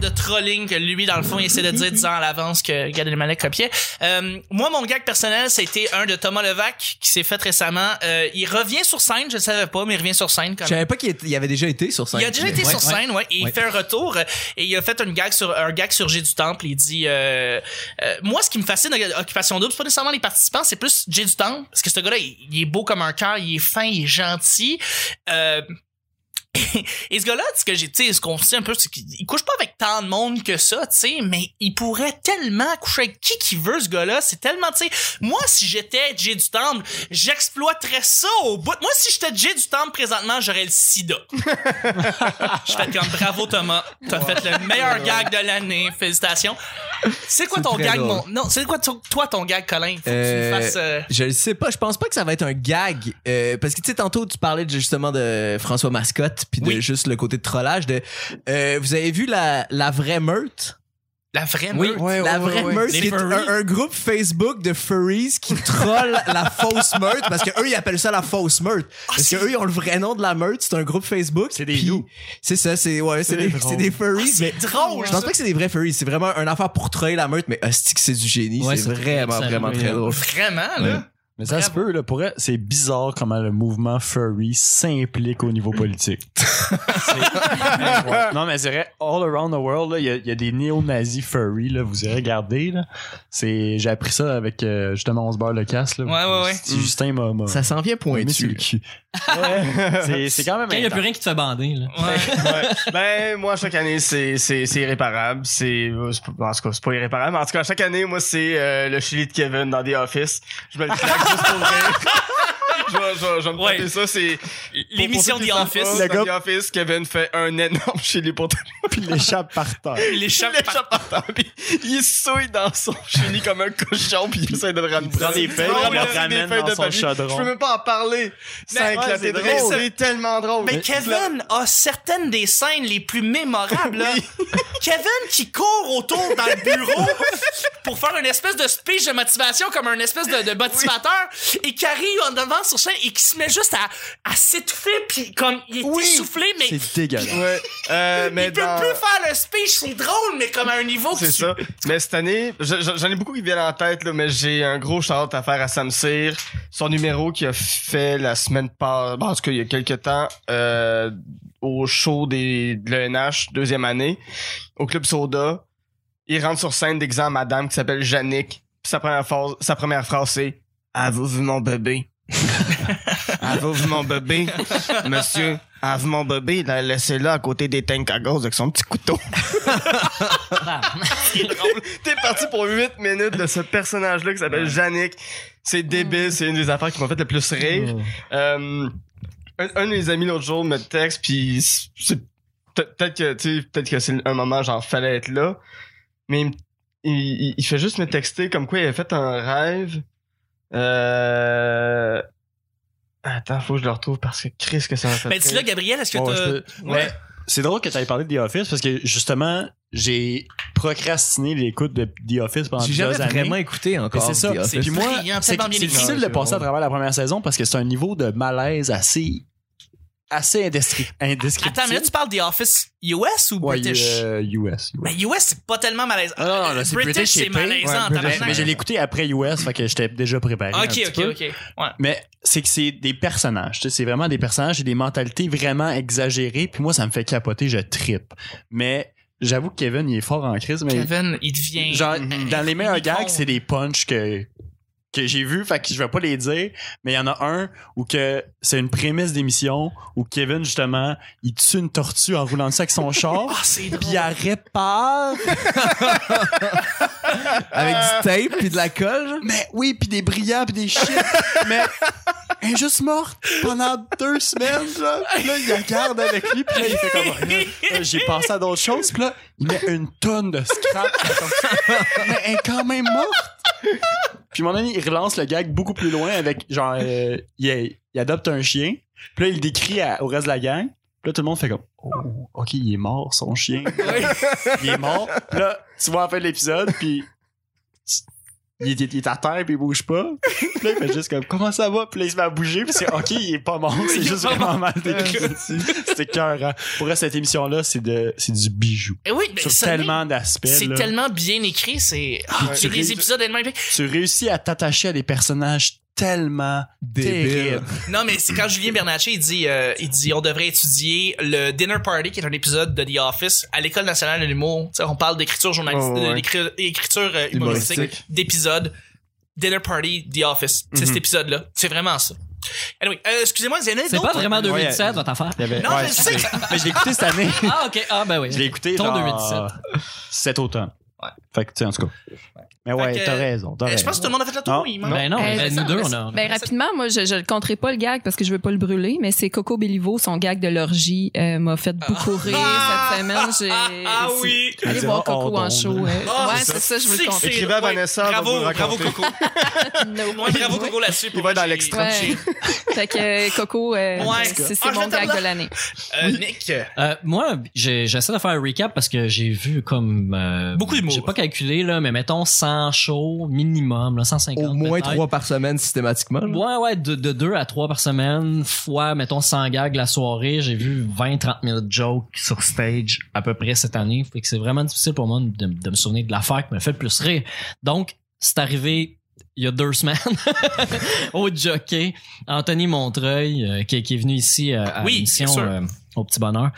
S2: de trolling que lui, dans le fond, il essaie de dire 10 ans à l'avance que Gad Elmaleh copiait. Euh, moi, mon gag personnel, c'était un de Thomas Levac qui s'est fait récemment. Euh, il revient sur scène, je le savais pas, mais il revient sur scène quand
S6: Je savais pas qu'il était- il avait déjà été sur scène.
S2: il a déjà été
S5: Ouais,
S2: sur
S5: ouais.
S2: scène, ouais, et il
S6: Ouais.
S2: fait un retour euh, et il a fait une gag sur un gag sur J'ai du Temple. Il dit euh, euh, moi ce qui me fascine à Occupation Double, c'est pas nécessairement les participants, c'est plus J'ai du Temple parce que ce gars-là, il, il est beau comme un cœur, il est fin, il est gentil. Euh, et ce gars-là, ce que j'ai, tu sais, ce qu'on sait un peu, c'est qu'il il couche pas avec tant de monde que ça, tu sais, mais il pourrait tellement coucher avec qui qu'il veut, ce gars-là. C'est tellement, tu sais, moi, si j'étais Jay du Temple, j'exploiterais ça au bout. Moi, si j'étais Jay du Temple présentement, j'aurais le sida. Je fais comme bravo, Thomas. T'as fait le meilleur gag de l'année. Félicitations. C'est quoi
S6: C'est
S2: ton
S6: très
S2: gag,
S6: drôle.
S2: mon. Non, c'est quoi ton- toi ton gag, Colin? Faut que
S6: Euh,
S2: tu me fasses. euh,
S6: Je le sais pas, je pense pas que ça va être un gag euh, parce que tu sais tantôt tu parlais de- justement de François Mascotte puis de
S2: Oui.
S6: juste le côté de trollage de euh, vous avez vu la la vraie meute
S2: La vraie
S5: Oui.
S2: meute.
S6: La vraie meute
S2: Les
S6: c'est
S2: furries.
S6: un, un groupe Facebook de furries qui trollent la fausse meute parce que eux ils appellent ça la fausse meute parce que
S2: Ah, c'est-
S6: eux ils ont le vrai nom de la meute, c'est un groupe Facebook.
S4: C'est des
S6: puis-
S4: loups.
S6: C'est ça, c'est ouais, c'est
S4: C'est
S6: des,
S4: drôle.
S6: c'est des furries mais
S2: Ah, C'est drôle.
S6: je pense
S2: ça.
S6: pas que c'est des vrais furries, c'est vraiment un affaire pour troller la meute mais hostie que c'est du génie,
S5: Ouais,
S6: c'est
S5: c'est très
S6: vraiment
S5: excellent,
S6: vraiment très
S5: oui.
S6: drôle.
S2: Vraiment, là.
S4: Mais ça se peut, là, pour elle, c'est bizarre comment le mouvement furry s'implique au niveau politique. C'est- non, mais c'est vrai, all around the world, là, il y, a- il y a des néo-nazis furry, là, vous irez regarder, là. C'est, j'ai appris ça avec, euh, justement, on se barre le casque, là. Hum.
S2: Ouais, ouais, ouais.
S4: C'est Justin m'a, m'a-
S6: Ça s'en vient
S4: m'a mis sur le
S6: pointu.
S4: cul. Ouais, c'est, c'est quand même
S5: Quand il n'y a
S4: intense.
S5: plus rien qui te fait bander, là.
S2: Ouais.
S3: Ouais. Ben, moi, chaque année, c'est, c'est, c'est irréparable. C'est, euh, c'est pas- en tout cas, c'est pas irréparable. En tout cas, chaque année, moi, c'est euh, le chili de Kevin dans The Office. Je me le craque juste pour rire. Je vais, je vais- je vais me
S2: Ouais.
S3: taper ça, c'est...
S2: L'émission
S3: pour-
S2: The
S3: pour ceux qui
S2: Office.
S3: savent pas,
S4: Le
S3: dans The Office, Kevin fait un énorme chili pour tout
S4: Puis il échappe par terre.
S2: Il échappe
S3: le chat par terre, puis il souille dans son chili comme un cochon, puis il essaie de le ramener.
S4: prend des feuilles,
S3: Ah
S4: il le
S3: oui, il prend des
S4: ramène
S3: feuilles
S4: dans
S3: de
S4: son
S3: papier.
S4: chaudron.
S3: Je peux même pas en parler. Ça
S2: Mais-
S3: éclate
S4: ouais, c'est
S3: de
S4: drôle.
S3: rire, c'est tellement drôle.
S2: Mais Kevin a certaines des scènes les plus mémorables. là. Kevin qui court autour dans le bureau pour faire une espèce de speech de motivation comme un espèce de, de motivateur et qui arrive en devant sur scène et qui se met juste à, à s'étouffer, puis comme il est
S4: Oui.
S2: essoufflé, mais il
S4: C'est dégueulasse.
S3: Ouais. Euh, mais
S2: peut
S3: dans-
S2: plus faire le speech. C'est drôle, mais comme à un niveau que
S3: C'est
S2: tu...
S3: ça. Mais cette année, je- je- j'en ai beaucoup qui viennent en tête, là, mais j'ai un gros shout à faire à Sam Cyr. Son numéro qu'il a fait la semaine passée, en tout cas, il y a quelques temps, euh, au show des, de l'ENH, deuxième année, au Club Soda. Il rentre sur scène d'exemple madame qui s'appelle Yannick. Puis sa première, phrase, sa première phrase, c'est « Avez-vous mon bébé? »« Avez-vous mon bébé? » Monsieur, avez mon bébé, la laissez là à côté des tanks à gaz avec son petit couteau.
S7: Ah.
S3: T'es parti pour 8 minutes de ce personnage-là qui s'appelle Yannick. C'est débile, c'est une des affaires qui m'a fait le plus rire. Euh, un, un de mes amis l'autre jour me texte, puis c'est- peut- peut-être que, tu sais, peut-être que c'est un moment, genre, fallait être là. Mais il, me- il- il- il fait juste me texter comme quoi il avait fait un rêve. Euh... Attends, faut que je le retrouve parce que Chris, que ça m'a fait
S4: Ben,
S2: Mais dis-là,
S3: rire.
S2: Gabriel, est-ce que
S4: Ouais,
S2: t'as...
S4: je peux-
S3: Ouais.
S4: Mais c'est drôle que tu aies parlé de The Office parce que justement, j'ai procrastiné l'écoute de The Office pendant
S6: J'ai
S4: plusieurs
S6: jamais
S4: années.
S6: vraiment écouté
S4: Mais
S6: encore.
S4: c'est ça.
S6: The
S4: C'est-
S6: Office.
S4: Puis moi,
S2: brillant,
S4: c'est
S2: tellement bien
S4: c'est
S2: écrit.
S4: difficile de
S6: Ouais,
S4: passer
S6: c'est
S4: à travers la première saison parce que c'est un niveau de malaise assez assez indescri- indescriptible.
S2: Attends, mais là, tu parles des Office US ou
S4: Ouais,
S2: British?
S4: euh, US.
S2: Mais US, c'est pas tellement malaisant. Euh,
S4: Ah non, non, là, c'est
S2: British,
S4: British,
S2: c'est
S4: c'est pire.
S2: malaisant,
S4: Ouais,
S2: en
S4: British,
S2: tabarnak.
S4: Mais je l'ai écouté après US, fait que j'étais déjà préparé. un
S2: ben, Ah, Ok,
S4: petit
S2: ok,
S4: peu.
S2: ok. Ouais.
S4: Mais c'est que c'est des personnages, tu sais, c'est vraiment des personnages et des mentalités vraiment exagérées. Puis moi, ça me fait capoter, je trippe. Mais j'avoue que Kevin, il est fort en crise, mais
S2: Kevin, il devient. Mm-hmm.
S4: genre dans les meilleurs
S2: il est
S4: gags,
S2: con.
S4: c'est des punchs que que j'ai vu, fait que je vais pas les dire, mais il y en a un où que c'est une prémisse d'émission où Kevin justement, il tue une tortue en roulant ça avec son
S2: Ah,
S4: char,
S2: c'est
S4: puis
S2: drôle.
S4: il la répare.
S6: Avec du tape puis de la colle.
S4: Mais oui, puis des brillants, puis des shit. mais elle est juste morte pendant deux semaines. Là, Puis là il la garde avec lui, puis là, il fait comme... Là, Euh, J'ai pensé à d'autres choses, puis là, il met une tonne de scrap. mais elle est quand même morte. Puis mon ami, il relance le gag beaucoup plus loin avec, genre, euh, il, il adopte un chien, puis là, il le décrit à- au reste de la gang. Puis là, tout le monde fait comme, oh, OK, il est mort, son chien. il est mort. Puis là, tu vois à la fin de l'épisode, puis il est, il est à terre puis il bouge pas. Puis là, il fait juste comme comment ça va? Puis là, il se met à bouger puis c'est ok, il est pas mort. C'est juste vraiment mal décrit. C'était cœur. Pour vrai, cette émission-là, c'est de, c'est du bijou.
S2: Eh oui, mais
S4: Sur
S2: ça,
S4: tellement d'aspects.
S2: C'est
S4: là.
S2: tellement bien écrit, c'est. Ah,
S4: Ouais.
S2: sur les épisodes tellement bien-
S4: Tu réussis à t'attacher à des personnages tellement
S6: Débile.
S4: terribles.
S2: Non, mais c'est quand Julien Bernatchez, il dit, euh, il dit, on devrait étudier le Dinner Party, qui est un épisode de The Office, à l'École nationale de l'humour. Tu sais, on parle d'écriture journalistique,
S3: Oh, ouais.
S2: de l'écri- écriture euh, humoristique,
S3: Humoristique. Mhm.
S2: d'épisodes. Dinner Party, The Office. C'est cet épisode-là. C'est vraiment ça. Anyway, euh, excusez-moi, il y en a
S5: C'est pas
S2: d'autres? Euh,
S5: vraiment 2017,
S4: Ouais.
S5: votre affaire.
S4: Il y avait-
S2: Non,
S4: ouais,
S2: je sais.
S4: mais je l'ai écouté cette année.
S5: Ah, ok. Ah, ben oui.
S4: Je l'ai écouté
S5: Ton
S4: genre,
S5: 2017.
S4: Cet automne.
S2: Ouais.
S4: Fait que, tu sais, en tout cas. Mais
S2: Fait
S4: ouais,
S2: que,
S4: t'as raison. t'as
S2: Euh, Je
S4: raison.
S2: pense que tout le monde a fait le tour.
S4: Non.
S2: il manque-
S5: Ben non,
S7: Euh,
S5: ben
S7: c'est
S5: nous
S7: ça,
S5: deux,
S7: mais
S5: on
S7: c'est-
S5: a.
S7: Ben rapidement, moi, je, je le compterai pas le gag parce que je veux pas le brûler, mais c'est Coco Béliveau, son gag de l'orgie euh, m'a fait beaucoup rire
S2: Ah.
S7: cette semaine. J'ai-
S2: Ah oui!
S7: Allez
S4: Elle
S7: voir
S4: dira,
S7: Coco
S4: oh,
S7: en
S4: donc.
S7: show. euh.
S2: Ah,
S7: ouais, c'est ça, je veux
S2: C'est
S7: le
S2: que c'est-
S7: compter.
S3: Écrivez à Vanessa, elle va
S2: Bravo,
S3: vous le
S2: bravo,
S3: raconter.
S2: Coco. Ouais, bravo, Coco, là-dessus.
S3: Il va dans l'extra.
S7: Ouais. fait que euh, Coco, euh,
S2: Ouais.
S7: c'est c'est
S2: Ah, je
S7: mon
S2: vais te
S7: gag
S2: la-
S7: de l'année.
S2: Euh, Nick.
S5: Euh, moi, j'ai- j'essaie de faire un recap parce que j'ai vu comme. euh,
S2: Beaucoup d'humour.
S5: J'ai pas calculé, là, mais mettons 100 shows minimum, là, 150.
S6: Au moins
S5: peut-être.
S6: trois par semaine systématiquement. là.
S5: Ouais, ouais, de, de deux à trois par semaine, fois, mettons, 100 gags la soirée. J'ai vu 20-30 000 jokes sur stage à peu près cette année. Fait que c'est vraiment difficile pour moi de, de me souvenir de l'affaire qui m'a fait le plus rire. Donc, c'est arrivé il y a deux semaines au jockey. Anthony Montreuil, euh, qui, qui est venu ici euh, à
S2: Oui, bien
S5: l'émission
S2: sûr.
S5: euh, au Petit Bonheur,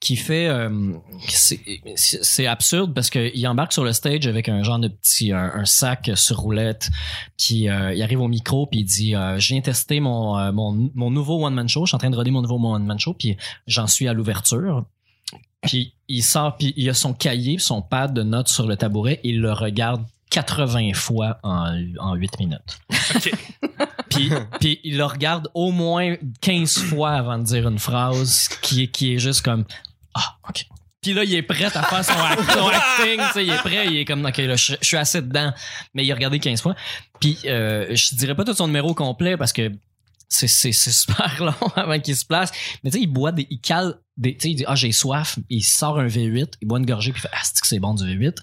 S5: qui fait... euh, c'est- c'est c'est absurde parce qu'il embarque sur le stage avec un genre de petit... un- un sac sur roulette puis euh, il arrive au micro puis il dit euh, je viens tester mon, euh, mon mon nouveau one man show je suis en train de roder mon nouveau one man show puis j'en suis à l'ouverture puis il sort puis il a son cahier puis son pad de notes sur le tabouret il le regarde 80 fois en, en 8 minutes.
S2: Ok.
S5: puis, puis il le regarde au moins 15 fois avant de dire une phrase qui, est- qui est juste comme Ah, OK. Puis là, il est prêt à faire son, act- son acting. tu sais, Il est prêt, il est comme OK, là, je, je suis assez dedans. Mais il a regardé 15 fois. Puis euh, je dirais pas tout son numéro complet parce que c'est, c'est, c'est super long avant qu'il se place. Mais tu sais, il boit des. Il cale des. Tu sais, il dit Ah, j'ai soif. Il sort un V8, il boit une gorgée, puis il fait Ah, c'est-tu que c'est bon du V8.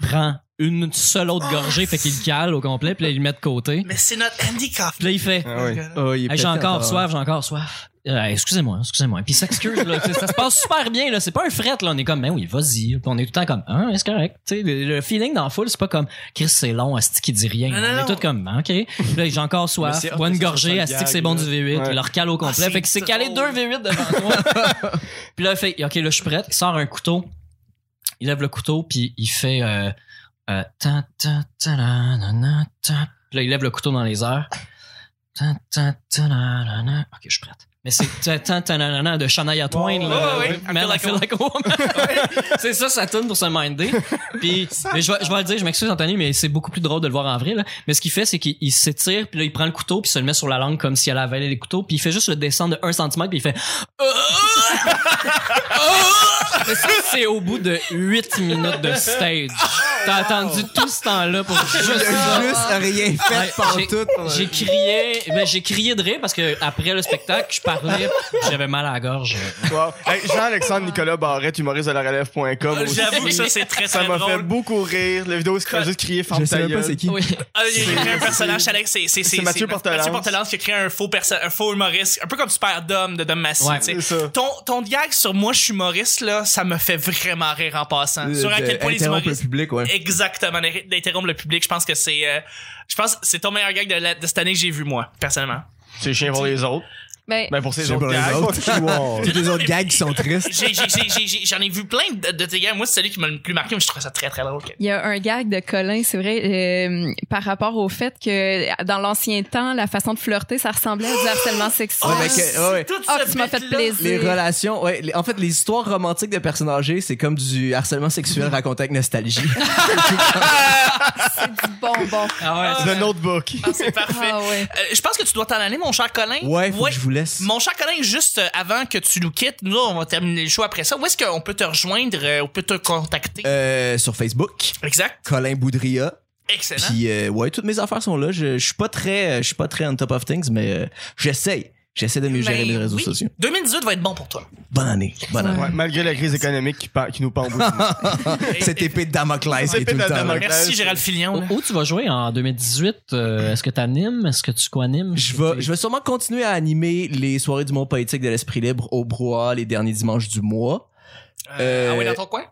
S5: Prend une seule autre gorgée, fait qu'il le cale au complet, puis là, il le met de côté.
S2: Mais c'est notre Andy Kaufman.
S5: Puis là, il fait
S3: Ah oui.
S6: Oh, il est
S5: Hey,
S6: pété
S5: J'ai encore
S6: encore.
S5: soif, j'ai encore soif. Euh, excusez-moi, excusez-moi. Puis il s'excuse, là. ça se passe super bien, là. C'est pas un fret, là. On est comme, ben oui, vas-y. Puis on est tout le temps comme, hein, c'est correct. Tu sais, le, le feeling dans la foule, c'est pas comme, Chris, c'est long, Asti qui dit rien.
S2: Non,
S5: on
S2: non,
S5: est
S2: non.
S5: tout comme, Ah, OK. Puis là, j'ai encore
S4: Mais
S5: soif.
S4: c'est hot
S5: Bois une
S4: que ça soit
S5: gorgée,
S4: le
S5: Asti,
S4: gag, Ah,
S5: c'est bon du V8.
S3: Ouais.
S5: Il le recale au complet.
S2: c'est
S5: fait que c'est calé deux
S2: drôle.
S5: V8 devant toi. puis là, il fait, OK, là, je suis prête. Il sort un couteau. Il lève le couteau, puis il fait, euh, euh, tan, tan, tan, nan, nan, nan, tan. Puis là, il lève le couteau dans les airs. Tan, tan, tan, nan, nan, nan. Ok, je suis prête. Mais c'est tan, tan, tan, nan, nan, nan de Shania Twain.
S2: Ouais,
S5: là.
S2: ouais, ouais. I feel
S5: Man, I
S2: like a
S5: feel like a woman. c'est ça, ça tourne pour se minder. Puis, mais je vais, je vais le dire, je m'excuse, Anthony, mais c'est beaucoup plus drôle de le voir en vrai. Là. Mais ce qu'il fait, c'est qu'il il s'étire, puis là, il prend le couteau, puis il se le met sur la langue comme si elle avalait les couteaux, puis il fait juste le descendre de 1 cm, puis il fait. Mais ça, c'est au bout de 8 minutes de stage. T'as attendu tout ce temps-là pour
S6: Il a
S5: juste ça.
S6: juste rien
S5: Ouais,
S6: fait par
S5: j'ai-
S6: tout.
S5: J'ai crié, ben j'ai crié de rire parce que après le spectacle, je parlais, j'avais mal à la gorge.
S3: Wow. Hey, Jean-Alexandre Nicolas Barrette, humoriste de la relève.com. aussi.
S2: J'avoue que ça, c'est très,
S3: Ça
S2: très
S3: m'a fait
S2: drôle.
S3: beaucoup rire. La vidéo, c'est juste crier
S6: Je
S3: Ferme
S6: sais
S3: ta
S6: même pas
S3: gueule.
S6: c'est qui.
S5: Oui.
S2: Ah, il y a créé un personnage, Alex, c'est, c'est,
S3: C'est Mathieu Portelance.
S2: Mathieu Portelance qui a créé un faux, perso- un faux humoriste, un peu comme Super Dom de Dom Massy.
S5: Ouais.
S2: tu sais.
S3: C'est ça.
S2: Ton, ton gag sur moi, je suis humoriste, là, ça me fait vraiment rire en passant.
S6: Euh, De-
S2: sur à quel
S6: de-
S2: point les
S6: interrompre le
S2: humoristes.
S6: public, ouais.
S2: Exactement, d'inter- d'interrompre le public, je pense que c'est, euh, je pense que c'est ton meilleur gag de, la- de cette année que j'ai vu, moi, personnellement.
S3: C'est chien pour les autres.
S7: Ben,
S3: Ben, pour ces
S6: C'est
S3: autres
S6: pour les
S4: Oh,
S3: gars.
S6: autres. Wow. Tous les autres gags qui sont tristes.
S2: J'ai, j'ai, j'ai- j'ai- j'ai- j'en ai vu plein de, de tes gags. Moi, c'est celui qui m'a le plus marqué, mais je trouve ça très, très drôle.
S7: Il y a un gag de Colin, c'est vrai, euh, par rapport au fait que dans l'ancien temps, la façon de flirter, ça ressemblait à du harcèlement sexuel.
S3: ben,
S6: Ouais, mais ben, que-
S2: c'est
S6: ouais, ouais.
S2: tout
S7: Ah,
S2: ce
S7: tu m'as fait
S2: bête-là.
S7: plaisir.
S6: Les relations, ouais, les- en fait, les histoires romantiques de personnes âgées, c'est comme du harcèlement sexuel raconté avec nostalgie.
S7: C'est du bonbon.
S5: Ah ouais.
S3: The Notebook.
S2: Ah, c'est parfait.
S7: Ah ouais.
S2: Euh, je pense que tu dois t'en aller, mon cher Colin.
S6: Ouais, faut que je vous laisse.
S2: Mon cher Colin, juste euh, avant que tu nous quittes, nous, on va terminer le show après ça. Où est-ce qu'on peut te rejoindre? euh, On peut te contacter?
S6: Euh, sur Facebook,
S2: exact.
S6: Colin Boudria.
S2: Excellent.
S6: Puis euh, ouais, toutes mes affaires sont là. Je, je suis pas très, je suis pas très on top of things, mais euh, j'essaye. J'essaie de mieux gérer
S2: Ben
S6: mes réseaux
S2: oui.
S6: sociaux.
S2: 2018 va être bon pour toi.
S6: Bonne année, bonne année.
S3: Ouais, malgré la crise économique qui, pa- qui nous pend au bout du nez.
S6: Cette épée de Damoclès qui est
S3: Épée
S6: tout le
S3: de
S6: temps. là.
S3: Damoclès.
S2: Merci, Gérald Filion.
S6: Oh,
S2: là.
S5: Où, où tu vas jouer en 2018 euh, Est-ce que t'animes Est-ce que tu co-animes
S6: Je vais, je vais sûrement continuer à animer les soirées du monde poétique de l'esprit libre au brouhaha les derniers dimanches du mois.
S2: Euh, Ah oui,
S6: Euh,
S2: dans ton coin?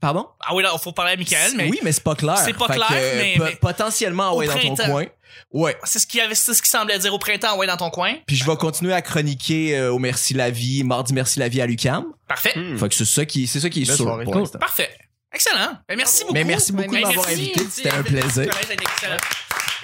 S6: Pardon?
S2: Ah oui, là, faut parler à Michael, mais
S6: Oui, mais c'est pas clair.
S2: C'est pas
S6: Fait
S2: clair,
S6: que, euh,
S2: mais-
S6: po-
S2: mais-
S6: Potentiellement,
S2: Au
S6: ouais, dans ton
S2: printemps.
S6: coin. Ouais.
S2: c'est ce qu'il y avait, c'est ce qu'il semblait dire au printemps, ouais, dans ton coin.
S6: Puis je vais continuer à chroniquer euh, au Merci la vie, mardi Merci la vie à Lucam.
S2: Parfait.
S3: Hmm.
S6: Fait que c'est ça qui, c'est ça qui est
S3: Belle
S6: sûr
S3: soirée.
S6: pour
S3: Cool.
S6: l'instant.
S2: Parfait. Excellent. Ben, merci beaucoup. Ben,
S6: Mais merci beaucoup
S7: Ouais,
S6: de m'avoir
S2: merci,
S6: invité.
S2: merci,
S6: C'était un
S2: merci,
S6: plaisir.
S2: Colin, c'était Excellent.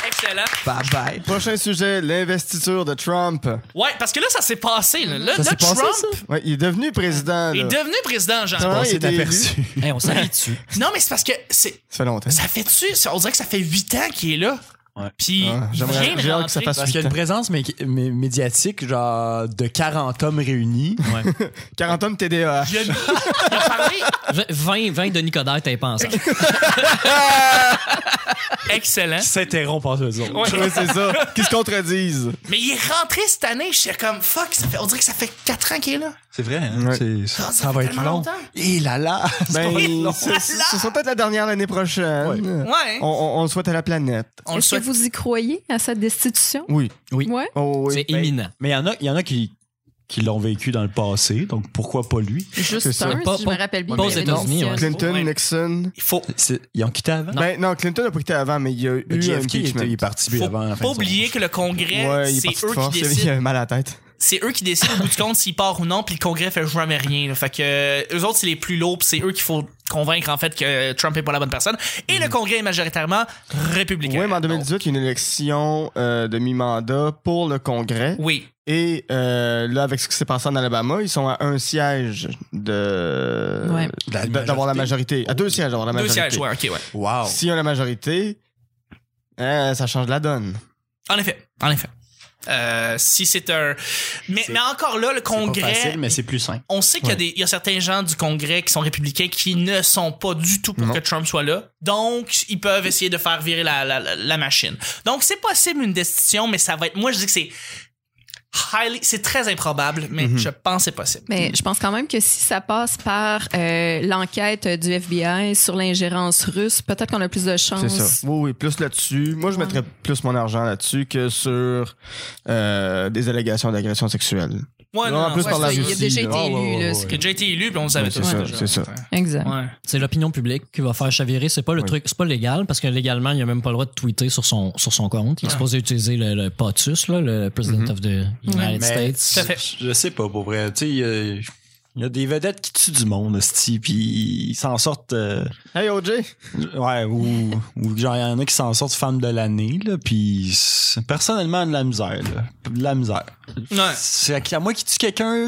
S2: Excellent.
S6: Bye bye.
S3: Prochain sujet, l'investiture de Trump.
S2: Ouais, parce que là, ça s'est passé. Là, Là,
S6: Ça
S2: là,
S6: s'est passé,
S2: Trump
S6: ça?
S3: Ouais, il est devenu président. Là.
S2: est devenu président, Jean.
S3: Ah,
S6: On
S3: il
S6: s'est
S3: était élu.
S6: aperçu.
S5: Hey, on s'habitue.
S2: Non, mais c'est parce que c'est,
S3: Ça fait longtemps.
S2: ça fait-tu, ça- on dirait que ça fait 8 ans qu'il est là.
S4: Ouais.
S2: Puis,
S3: Ah,
S2: il
S3: j'aimerais-
S2: vient de
S3: j'ai hâte que ça
S2: rentrer.
S3: fasse
S4: Parce qu'il y a une présence mé- mé- médiatique, genre, de 40 hommes réunis.
S3: 40 hommes TDA.
S2: Il a, mis- il a parlé.
S5: 20, 20 de Nicodère, t'es pensé.
S2: Excellent.
S4: Qui s'interrompent entre eux autres.
S3: Ouais, c'est ça. Qu'ils se contredisent.
S2: Mais il est rentré cette année, je suis comme fuck, ça fait, on dirait que ça fait 4 ans qu'il est là.
S4: C'est vrai, hein?
S3: Ouais.
S4: C'est-
S2: Ah, Ça,
S4: Ça,
S2: fait
S4: va être
S2: tellement
S4: long.
S2: longtemps.
S4: Et Eh là là!
S3: Ben,
S4: long.
S3: c'est- c'est- ce sont peut-être la dernière l'année prochaine.
S2: Ouais.
S3: On, on- on le souhaite à la planète.
S2: On le
S7: Est-ce
S2: souhaite.
S7: que vous y croyez à cette destitution?
S3: Oui.
S5: Oui.
S7: Ouais.
S3: Oh, oui.
S5: C'est
S3: Ben,
S5: imminent.
S4: Mais il y en a, il y en a qui, qui l'ont vécu dans le passé, donc pourquoi pas lui?
S7: Juste
S3: C'est ça.
S7: un,
S5: Pas-
S7: si je
S5: pas-
S7: me rappelle bien.
S5: pas aux
S7: il y avait
S5: États-Unis,
S7: une
S5: ouais.
S7: décision.
S3: Clinton,
S2: Ouais.
S3: Nixon.
S2: Il faut,
S4: C'est- Ils ont quitté avant?
S3: Ben, non, Clinton n'a pas quitté avant, mais il y a eu
S4: Le
S3: un
S4: JFK
S3: impeachment.
S4: était, il est parti
S2: faut
S4: avant la fin
S2: pas
S4: de son-
S2: oublier que le Congrès,
S3: Ouais, il est parti
S2: c'est
S3: de
S2: eux
S3: force.
S2: qui
S3: Il
S2: décident.
S3: a mal à la tête.
S2: C'est eux qui décident au bout du compte s'il part ou non, puis le Congrès fait jamais rien. Là. Fait que euh, eux autres c'est les plus lourds, puis c'est eux qu'il faut convaincre en fait que Trump est pas la bonne personne. Et le Congrès est majoritairement républicain.
S3: Mm. Oui, mais en
S2: Donc,
S3: 2018, il y a une élection euh, de mi-mandat pour le Congrès.
S2: oui.
S3: Et euh, là, avec ce qui s'est passé en Alabama, ils sont à un siège de
S7: Ouais.
S3: d'a- d'avoir la majorité. À deux sièges d'avoir la
S2: Deux
S3: majorité.
S2: sièges, ouais, ok, ouais.
S4: Wow!
S3: S'ils ont la majorité, euh, ça change la donne.
S2: En effet, en effet. Euh, si c'est un. Mais,
S4: C'est-
S2: mais encore là, le
S4: C'est pas
S2: Congrès.
S4: facile, mais c'est plus simple.
S2: On sait qu'il y, a des- il y a certains gens du Congrès qui sont républicains qui ne sont pas du tout pour
S3: Non.
S2: que Trump soit là. Donc, ils peuvent essayer de faire virer la, la, la- la machine. Donc, c'est possible une destitution, mais ça va être. Moi, je dis que c'est highly- c'est très improbable, mais
S3: Mhm.
S2: je pense que c'est possible.
S7: Mais je pense quand même que si ça passe par euh, l'enquête du FBI sur l'ingérence russe, peut-être qu'on a plus de chances.
S3: C'est ça. Oui, oui, plus là-dessus. Moi, je
S7: Ouais.
S3: mettrais plus mon argent là-dessus que sur euh, des allégations d'agression sexuelle.
S2: Ouais,
S3: Non, en plus
S7: Ouais,
S3: par la
S7: c'est ça, il a
S3: Russie,
S7: déjà
S3: là.
S7: été
S3: Ah,
S7: élu. là, c'est-
S2: Qui a déjà été élu, puis on le
S4: Ah,
S2: savait
S3: Ouais, c'est
S2: tous,
S3: ça,
S2: déjà.
S3: c'est ça.
S7: Exact.
S2: Ouais.
S5: C'est l'opinion publique qui va faire chavirer. C'est pas le
S3: Oui.
S5: truc, c'est pas légal parce que légalement, il a même pas le droit de tweeter sur son, sur son compte. Il est
S2: Ouais.
S5: supposé utiliser le, le POTUS, là, le President
S3: Mhm.
S5: of the United
S4: Mais-
S5: States.
S2: Tout à fait.
S4: Je sais pas, pour vrai. Tu sais, il y a- il y, a des vedettes qui tuent du monde, hostie, puis ils s'en sortent. euh,
S3: Hey, OJ!
S4: ouais, ou, ou genre, il y en a qui s'en sortent femme de l'année, là, puis c'est- personnellement, de la misère, là. De la misère.
S2: Ouais.
S4: C'est à, à moi qui tue quelqu'un.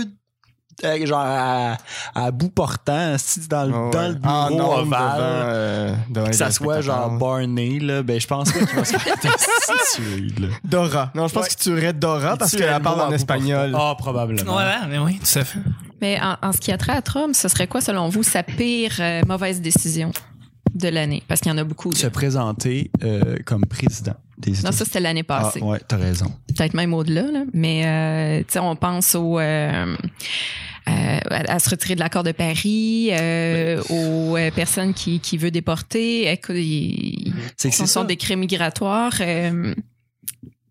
S4: euh, genre à, à bout portant hostie, dans le,
S3: Ah,
S4: dans
S3: ouais.
S4: le
S3: En
S4: bureau
S3: nombre
S4: ovale
S3: devant, euh, devant
S4: que
S3: les
S4: ça soit genre
S3: spectateurs.
S4: Barney là ben je pense pas qu'il va se faire destituer, là.
S3: Dora. Non, je pense
S4: Ouais.
S3: que tu tuerais Dora parce
S4: Tu es
S3: qu'elle
S4: le
S3: parle
S4: mot à
S3: en
S4: bout
S3: espagnol.
S4: portant. ah probablement
S2: Ouais, ouais, mais oui, tout à fait.
S7: Mais en, en ce qui a trait à Trump, ce serait quoi, selon vous, sa pire euh, mauvaise décision de l'année? Parce qu'il y en a beaucoup. là.
S4: se présenter euh, comme président des
S7: Non,
S4: États-Unis.
S7: ça, c'était l'année
S4: Ah,
S7: passée.
S4: ouais, t'as raison.
S7: Peut-être même au-delà, là. Mais, euh, tu sais, on pense au... euh, euh, à à se retirer de l'accord de Paris, euh, aux euh, personnes qui, qui veulent déporter, écoute, il-
S4: C'est que
S7: ce
S4: c'est
S7: sont
S4: ça.
S7: des crimes migratoires. euh,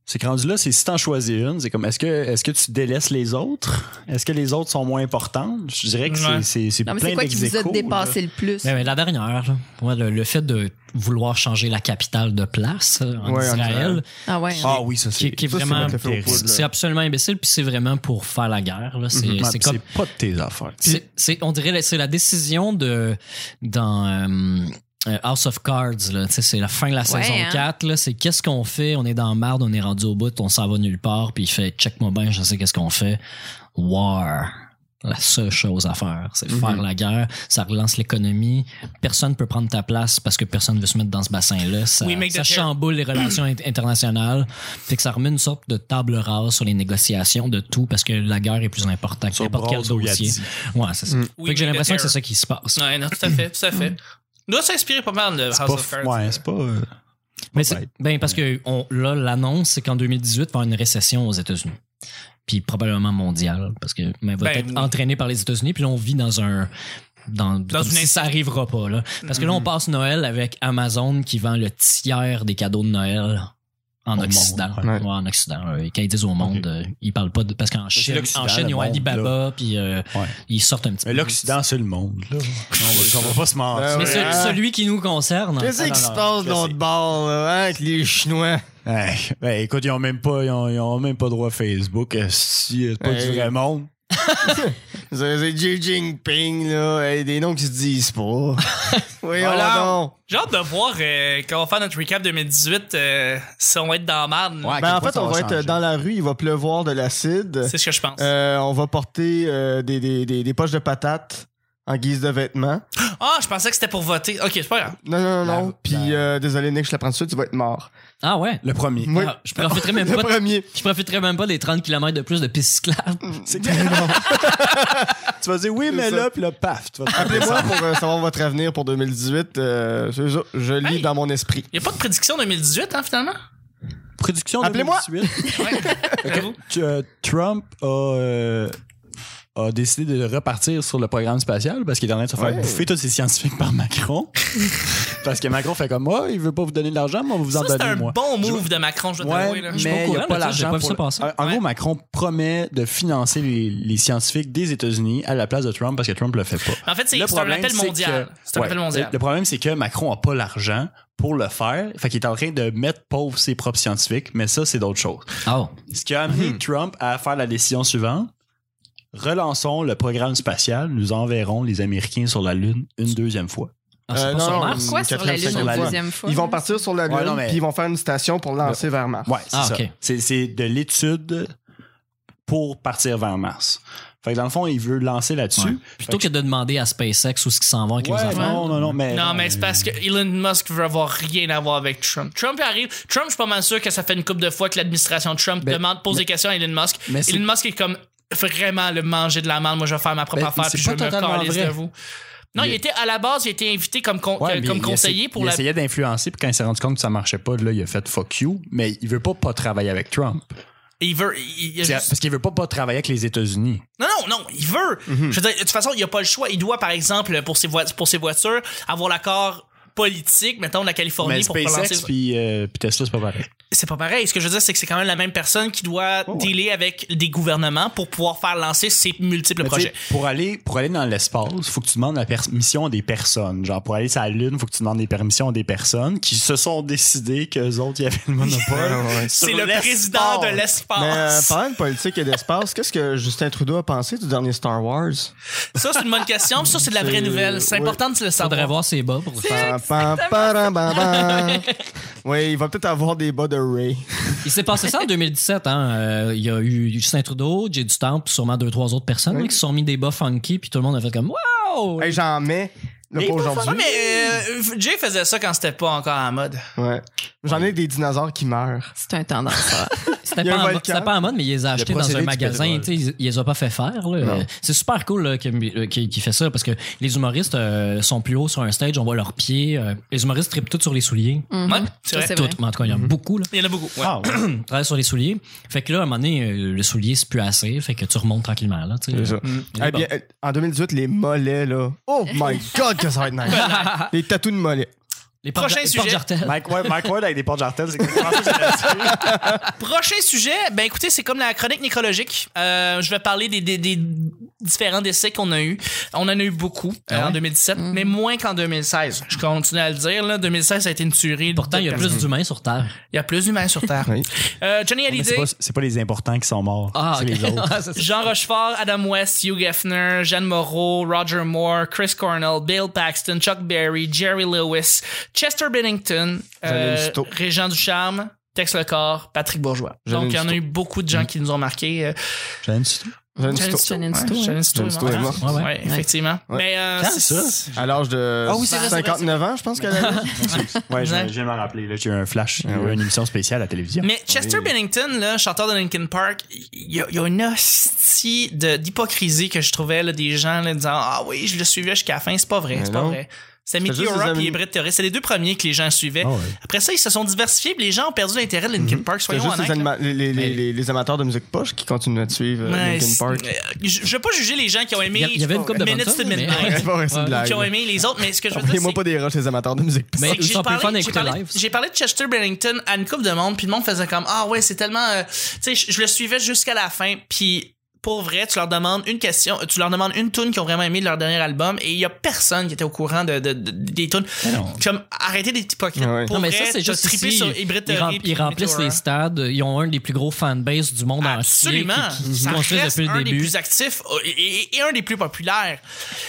S4: C'est que rendu là, c'est si t'en choisis une, c'est comme est-ce que est-ce que tu délaisses les autres Est-ce que les autres sont moins importantes Je dirais que
S2: Ouais.
S4: c'est c'est c'est plein
S7: Non, mais c'est quoi qui vous a
S4: d'ex-aequo,
S7: dépassé le plus?
S5: Mais, mais la dernière, là. Ouais, le, le fait de vouloir changer la capitale de place euh, en
S3: Ouais, en
S5: Israël,
S3: Israël.
S7: Ah ouais.
S4: là. Ah oui, ça
S5: qui,
S4: c'est
S5: qui est
S3: Ça, c'est
S5: vraiment,
S3: mettre le feu aux
S4: terrible.
S3: poudres,
S5: c'est
S3: là. Mm-hmm.
S5: absolument imbécile, puis c'est vraiment pour faire la guerre. là. C'est
S4: Mhm. Ouais,
S5: c'est
S4: puis
S5: comme
S4: c'est pas de tes affaires.
S5: C'est, c'est- on dirait, la- c'est la décision de dans euh, euh, House of Cards. Là, Tu sais, c'est la fin de la saison
S7: hein.
S5: 4. Là, c'est qu'est-ce qu'on fait? On est dans la marde, on est rendu au bout, on s'en va nulle part, puis il fait check-moi bien, je sais qu'est-ce qu'on fait. War. La seule chose à faire, c'est
S2: Mm-hmm.
S3: Mhm.
S5: faire la guerre. Ça relance l'économie. Personne peut prendre ta place parce que personne veut se mettre dans ce bassin-là. Ça,
S2: We make the
S5: ça
S2: chair.
S5: chamboule les relations int- internationales. Fait que ça remet une sorte de table rase sur les négociations de tout parce que la guerre est plus importante que
S4: Sur
S5: n'importe quel
S4: Bronze ou
S5: dossier.
S4: Yadzi.
S5: Ouais, c'est ça.
S3: Mm.
S5: Fait
S2: Oui,
S5: que j'ai
S2: mais
S5: l'impression
S2: le
S5: que c'est ça Mm. qui se passe.
S2: Ouais, non, tout à fait, tout à fait. Doit s'inspirer pas mal de House
S4: C'est
S2: of
S4: pas
S2: Cards.
S4: ouais, c'est pas euh,
S5: Mais
S4: pas
S5: c'est-
S4: bête.
S5: ben parce que on, là, l'annonce, c'est qu'en 2018, il va y avoir une récession aux États-Unis. Puis probablement mondiale, parce que mais elle va
S2: Ben,
S5: être
S2: oui.
S5: entraînée par les États-Unis. Puis là, on vit dans un. Dans, comme
S2: une
S5: si
S2: inc-
S5: ça arrivera pas. Là. Parce que là, on passe Noël avec Amazon qui vend le tiers des cadeaux de Noël en
S4: Au
S5: Occident.
S4: monde,
S3: ouais.
S5: Ouais, en Occident. là. Et quand ils disent au monde,
S4: Ok.
S5: euh, ils parlent pas de. Parce qu'en
S4: c'est
S5: Chine,
S4: l'Occident,
S5: en Chine,
S4: le
S5: ils ont
S4: monde,
S5: Alibaba, puis euh,
S4: Ouais.
S5: ils sortent un petit
S4: Mais
S5: peu.
S4: l'Occident, c'est le monde, là. On va, on va pas se
S3: Ben
S5: Mais
S3: ouais.
S4: mentir.
S5: ce- celui qui nous concerne.
S3: Qu'est-ce
S4: Ah, non,
S3: qui se
S4: non,
S3: passe de
S4: je
S3: l'autre
S4: sais.
S3: bord, là, hein, avec les Chinois?
S5: Ah
S4: Hey, ben, écoute, ils ont même pas, ils ont, ils ont même pas droit à Facebook. euh, Si euh, pas
S3: Hey.
S4: du vrai monde.
S3: C'est c'est Xi Jinping, là, hey, des noms qui se disent pas. Oui,
S2: Voilà.
S3: voilà. non.
S2: J'ai hâte de voir euh, quand on va faire notre recap 2018 euh, si on va être dans la marde.
S4: Ouais. À
S3: Ben,
S4: quel
S3: en
S4: point
S3: fait,
S4: ça
S3: on
S4: va
S3: va être
S4: changer.
S3: dans la rue, il va pleuvoir de l'acide.
S2: C'est ce que je pense.
S3: Euh, on va porter euh, des, des, des, des poches de patates en guise de vêtements.
S2: Ah, je pensais que c'était pour voter. Ok, c'est pas grave.
S3: Non, non, non,
S4: La- Ben.
S3: non. Puis,
S4: la-
S3: euh, désolé, Nick, je te la prends tout de suite, tu vas être mort.
S5: Ah ouais.
S4: Le premier.
S3: Oui.
S5: Ah, je profiterai même
S3: le
S5: pas. de-
S3: premier.
S5: Je profiterais même pas des 30 km de plus de piste cyclable.
S4: C'est non. tu vas dire oui,
S3: C'est
S4: mais
S3: ça.
S4: là, puis là, paf. Tu vas te
S3: Appelez-moi pour euh, savoir votre avenir pour 2018. euh, c'est ça, je lis
S2: Hey.
S3: dans mon esprit.
S2: Il a pas de prédiction 2018, hein, finalement?
S4: Prédiction
S3: Appelez-moi.
S4: 2018.
S2: Ouais. J'avoue.
S4: Tu- euh, Trump a, euh, a décidé de repartir sur le programme spatial parce qu'il est en train de se faire
S3: Ouais.
S4: bouffer tous ses scientifiques par Macron. parce que Macron fait comme moi, il veut pas vous donner de l'argent, mais on va vous en
S2: Ça, c'est
S4: donner
S2: un
S4: moi.
S2: bon move de Macron, je dois t'avouer.
S4: Ouais,
S2: là.
S5: suis pas au
S4: mais il n'y
S5: courant
S4: a
S5: de
S4: pas
S5: ça, j'ai
S4: l'argent.
S5: pas vu
S4: pour
S5: ça passer.
S4: le- En en
S2: Ouais.
S4: gros, Macron promet de financer les, les scientifiques des États-Unis à la place de Trump parce que Trump le fait pas.
S2: En fait, c'est
S4: Le
S2: c'est un
S4: problème,
S2: appel
S4: c'est
S2: mondial.
S4: que-
S2: C'est un
S4: Ouais.
S2: appel mondial.
S4: Le- Le problème, c'est que Macron n'a pas l'argent pour le faire. Fait qu'il est en train de mettre pauvre ses propres scientifiques, mais ça, c'est d'autres choses.
S5: Oh.
S4: Ce qui a amené Trump à faire la décision suivante. Relançons le programme spatial. Nous enverrons les Américains sur la Lune une deuxième fois.
S5: Ah, c'est
S3: Euh,
S5: pas
S3: non,
S5: sur
S3: non,
S5: Mars?
S3: une
S7: Quoi sur la
S3: quatrième,
S7: Lune
S4: sur
S3: cinquième
S4: la
S7: une
S3: fois.
S7: deuxième fois?
S3: Ils vont partir sur la Lune,
S4: Ouais, non, mais-
S3: puis ils vont faire une station pour lancer vers Mars.
S4: Ouais, c'est
S5: Ah,
S4: ça.
S5: ok.
S4: C'est- C'est de l'étude pour partir vers Mars. Fait que dans le fond, il veut lancer là-dessus.
S5: Ouais. Plutôt que de demander à SpaceX où ce qu'ils s'en vont avec
S4: Ouais,
S5: leurs affaires.
S4: non, non, non, mais.
S2: Non, mais c'est parce que Elon Musk veut avoir rien à voir avec Trump. Trump arrive. Trump, je suis pas mal sûr que ça fait une couple de fois que l'administration Trump
S4: Ben,
S2: demande, pose
S4: mais-
S2: des questions à Elon Musk.
S4: mais c'est-
S2: Elon Musk est comme vraiment le manger de la merde. Moi, je vais faire ma propre
S4: Ben,
S2: affaire
S4: c'est
S2: puis je
S4: pas
S2: vais me
S4: totalement
S2: calisse
S4: vrai.
S2: de vous. Non, il,
S4: Il-
S2: était à la base, il était invité comme, con-
S4: Ouais,
S2: euh,
S4: mais
S2: comme
S4: il
S2: conseiller
S4: essa-
S2: pour
S4: il
S2: la.
S4: essayait d'influencer, puis quand il s'est rendu compte que ça marchait pas, là, il a fait fuck you, mais il veut pas pas travailler avec Trump.
S2: Il veut. il- il-
S4: C'est- Parce qu'il veut pas, pas travailler avec les États-Unis.
S2: Non, non, non, il veut.
S3: Mhm.
S2: Je veux dire, de toute façon, il n'y a pas le choix. Il doit, par exemple, pour ses, voi- pour ses voitures, avoir l'accord politique, mettons, de la Californie
S4: Mais
S2: pour
S4: SpaceX
S2: relancer-
S4: puis euh, puis Tesla, c'est pas pareil.
S2: C'est pas pareil. Ce que je veux dire, c'est que c'est quand même la même personne qui doit
S3: Oh, ouais.
S2: dealer avec des gouvernements pour pouvoir faire lancer ses multiples
S4: Mais
S2: projets.
S4: tu sais, Pour aller, pour aller dans l'espace, faut que tu demandes la permission des personnes. Genre, pour aller sur la Lune, faut que tu demandes des permissions des personnes qui se sont décidées qu'eux autres, il y avait le monopole.
S2: C'est
S4: Sur
S2: le
S4: l'espace.
S2: président de
S3: Mais euh,
S2: l'espace.
S3: parlant de politique et d'espace, qu'est-ce que Justin Trudeau a pensé du dernier Star Wars?
S2: Ça, c'est une bonne question. Ça, c'est de la vraie
S3: C'est-
S2: nouvelle. C'est
S3: oui.
S2: important de le
S5: Faudrait
S2: savoir.
S5: voir ses bas pour faire.
S3: Pam, pam, param, bam, bam. Oui, il va peut-être avoir des bas de Ray.
S5: Il s'est passé ça en 2017. Hein. Euh, il y a eu Justin Trudeau, Jay Du Temple, puis sûrement deux, trois autres personnes
S3: Oui.
S5: là, qui se sont mis des bas funky, puis tout le monde a fait comme Wow!
S3: Hey, J'en mets là,
S4: Des
S3: pas
S4: bas
S2: Ouais,
S3: aujourd'hui.
S2: mais euh, Jay faisait ça quand c'était pas encore en mode.
S3: Ouais. J'en ai des dinosaures qui meurent.
S7: C'est un tendance.
S5: C'était
S3: il y a
S5: pas,
S3: un
S5: en mode-
S3: volcan.
S5: c'était pas en mode, mais il les a achetés dans
S4: procédé
S5: un
S4: du
S5: magasin.
S4: pétrole.
S5: tu sais, Ils, ils les a pas fait faire. là.
S3: Non.
S5: C'est super cool là, que- euh, qu'il qu'il fait ça parce que les humoristes euh, sont plus hauts sur un stage, on voit leurs pieds. euh, les humoristes tripent tout sur les souliers.
S7: Mhm.
S2: Ouais, c'est
S7: Ça,
S2: vrai.
S7: c'est
S5: Tout,
S7: vrai.
S5: mais en tout cas, il y
S3: Mhm.
S5: en a beaucoup. Là.
S2: Il y en a beaucoup. ouais.
S4: Ah, ouais.
S5: Ils travaillent sur les souliers. Fait que là, à un moment donné, euh, le soulier, c'est plus assez. Fait que tu remontes tranquillement. Là, tu sais.
S3: C'est ça.
S5: Mm.
S3: Eh bien, euh, en 2018, les mollets, là. Oh my god, que ça va être nice! les tatous de mollets.
S5: Les
S2: Prochain
S5: portes- les
S2: sujet.
S5: portes jartelles.
S4: Mike, Ward, Mike Ward avec des portes jartelles, c'est exactement ça que j'allais dire.
S2: Prochain sujet, ben écoutez, c'est comme la chronique nécrologique. Euh, je vais parler des, des- des différents décès qu'on a eu. On en a eu beaucoup euh,
S5: Ah ouais?
S2: en 2017,
S7: Mhm.
S2: mais moins qu'en 2016. Je continue à le dire. Là, 2016 ça a été une tuerie.
S5: Pourtant, il y a plus d'humains sur Terre.
S2: il y a plus d'humains sur Terre.
S3: Oui.
S2: Euh, Johnny
S4: Mais
S2: Hallyday.
S4: C'est pas, c'est pas les importants qui sont morts. c'est
S5: ok.
S4: les autres.
S5: Ah, c'est ça.
S2: Jean Rochefort, Adam West, Hugh Geffner, Jeanne Moreau, Roger Moore, Chris Cornell, Bill Paxton, Chuck Berry, Jerry Lewis, Chester Bennington,
S3: Janine
S2: euh,
S3: Souto.
S2: Régent Ducharme, Tex Lecor, Patrick Bourgeois.
S3: Janine
S2: Donc, il y en a
S3: Souto.
S2: eu beaucoup de gens qui nous ont marqués. Euh,
S4: J'aime ça.
S3: J'ai une
S2: Janine
S3: photo.
S2: Souto,
S7: Janine
S2: ouais,
S7: Souto, ouais.
S2: Janine Souto
S3: Janine
S2: est
S3: Souto est
S2: morte.
S5: morte. Ouais, ouais.
S2: Ouais, effectivement. Mais, euh,
S4: Quand
S2: c'est-
S4: ça?
S3: À l'âge de
S2: Ah oui, c'est vrai, c'est vrai,
S3: 59 ans, je pense qu'elle a.
S4: Ouais, je,
S2: Ouais.
S4: je vais m'en rappeler. Là, Ah j'ai eu un flash. Il y a eu une émission spéciale à la télévision.
S2: Mais Chester Bennington, là, chanteur de Linkin Park, il y, a- il y a une hostie de- d'hypocrisie que je trouvais là, des gens là, disant Ah oui, je le suivais jusqu'à la fin. C'est pas vrai,
S3: Mais
S2: c'est pas
S3: non.
S2: vrai. C'est
S3: C'était
S2: Mickey
S3: juste des
S2: O'Rourke
S3: amis.
S2: et Brett Terry. C'est les deux premiers que les gens suivaient.
S4: Ah ouais.
S2: Après ça, ils se sont diversifiés puis les gens ont perdu l'intérêt de Linkin Park,
S3: C'est
S2: soyons
S3: Mhm. juste les,
S2: honnêtes. là.
S3: anima- les, les- les- les- les amateurs de musique poche qui continuent à suivre euh,
S2: Ouais,
S3: Linkin
S2: c'est-
S3: Park.
S2: euh, Je je vais pas juger les gens qui ont aimé
S5: Il y avait une couple de bonnes
S2: Minutes to
S5: tunes, mais-
S2: Midnight,
S3: C'est pas vrai, c'est une
S5: Ouais.
S3: blague.
S2: qui ont aimé les autres, mais ce que je veux dire,
S3: Envoyez-moi
S2: c'est
S3: pas des rushs, les amateurs de musique poche.
S5: Mais
S2: C'est que
S5: ils
S2: j'ai
S5: sont plus
S2: parlé-
S5: fans à
S2: j'ai
S5: écouter
S2: parlé-
S5: live.
S2: J'ai parlé de Chester Bennington à une couple de monde, puis le monde faisait comme ah ouais c'est tellement, euh, tu sais je, je le suivais jusqu'à la fin, puis pour vrai tu leur demandes une question, euh, tu leur demandes une tune qu'ils ont vraiment aimé de leur dernier album et il y a personne qui était au courant de, de- de- des tunes.
S4: non.
S2: Comme arrêtez d'être hypocrite.
S3: Ah ouais.
S2: Pour
S5: Non, mais
S2: vrai,
S5: ça, c'est
S2: t'as
S5: juste
S2: trippé
S5: ici,
S2: sur Hybrid
S5: ils,
S2: Theory
S5: rem-
S2: puis
S5: ils remplissent les
S2: Meteora.
S5: stades. Ils ont un des plus gros fanbases du monde
S2: Absolument.
S5: entier. qui- qui
S2: Ça
S5: construisent
S2: reste
S5: depuis le
S2: un des
S5: début.
S2: plus actifs euh, et, et- et un des plus populaires.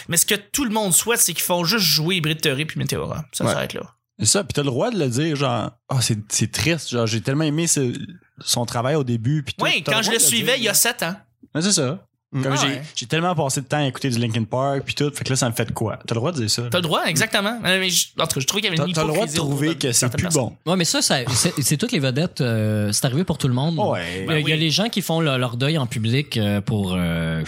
S2: Mais ce que tout le monde souhaite, c'est qu'ils font juste jouer Hybrid Theory puis Meteora. Ça
S3: Ouais.
S2: s'arrête là.
S4: C'est ça, puis t'as le droit de le dire, genre, ah, c'est, c'est triste, genre, j'ai tellement aimé ce- son travail au début. Puis tout.
S2: Oui,
S4: T'as
S2: quand
S4: droit
S2: je
S4: de
S2: le suivais il y a 7 ans.
S4: dire. Ouais, c'est ça.
S3: Mm.
S4: Comme
S2: Ah
S4: j'ai,
S2: ouais.
S4: j'ai tellement passé de temps à écouter du Linkin Park, puis tout, fait que là, ça me fait de quoi? T'as le droit de dire ça.
S2: T'as le droit, exactement. Euh, Mais je, en tout cas, je trouvais qu'il y avait
S4: T'as-
S2: une
S4: t'as le droit de
S2: hypocrisie autour
S4: trouver que c'est
S2: certaines
S4: plus
S2: personnes.
S4: bon.
S5: Ouais, mais ça, ça- c'est c'est toutes les vedettes. euh, c'est arrivé pour tout le monde.
S4: Oh, Ouais.
S5: Il y a- il y a
S2: Ben oui.
S5: les gens qui font leur, leur deuil en public euh, pour euh,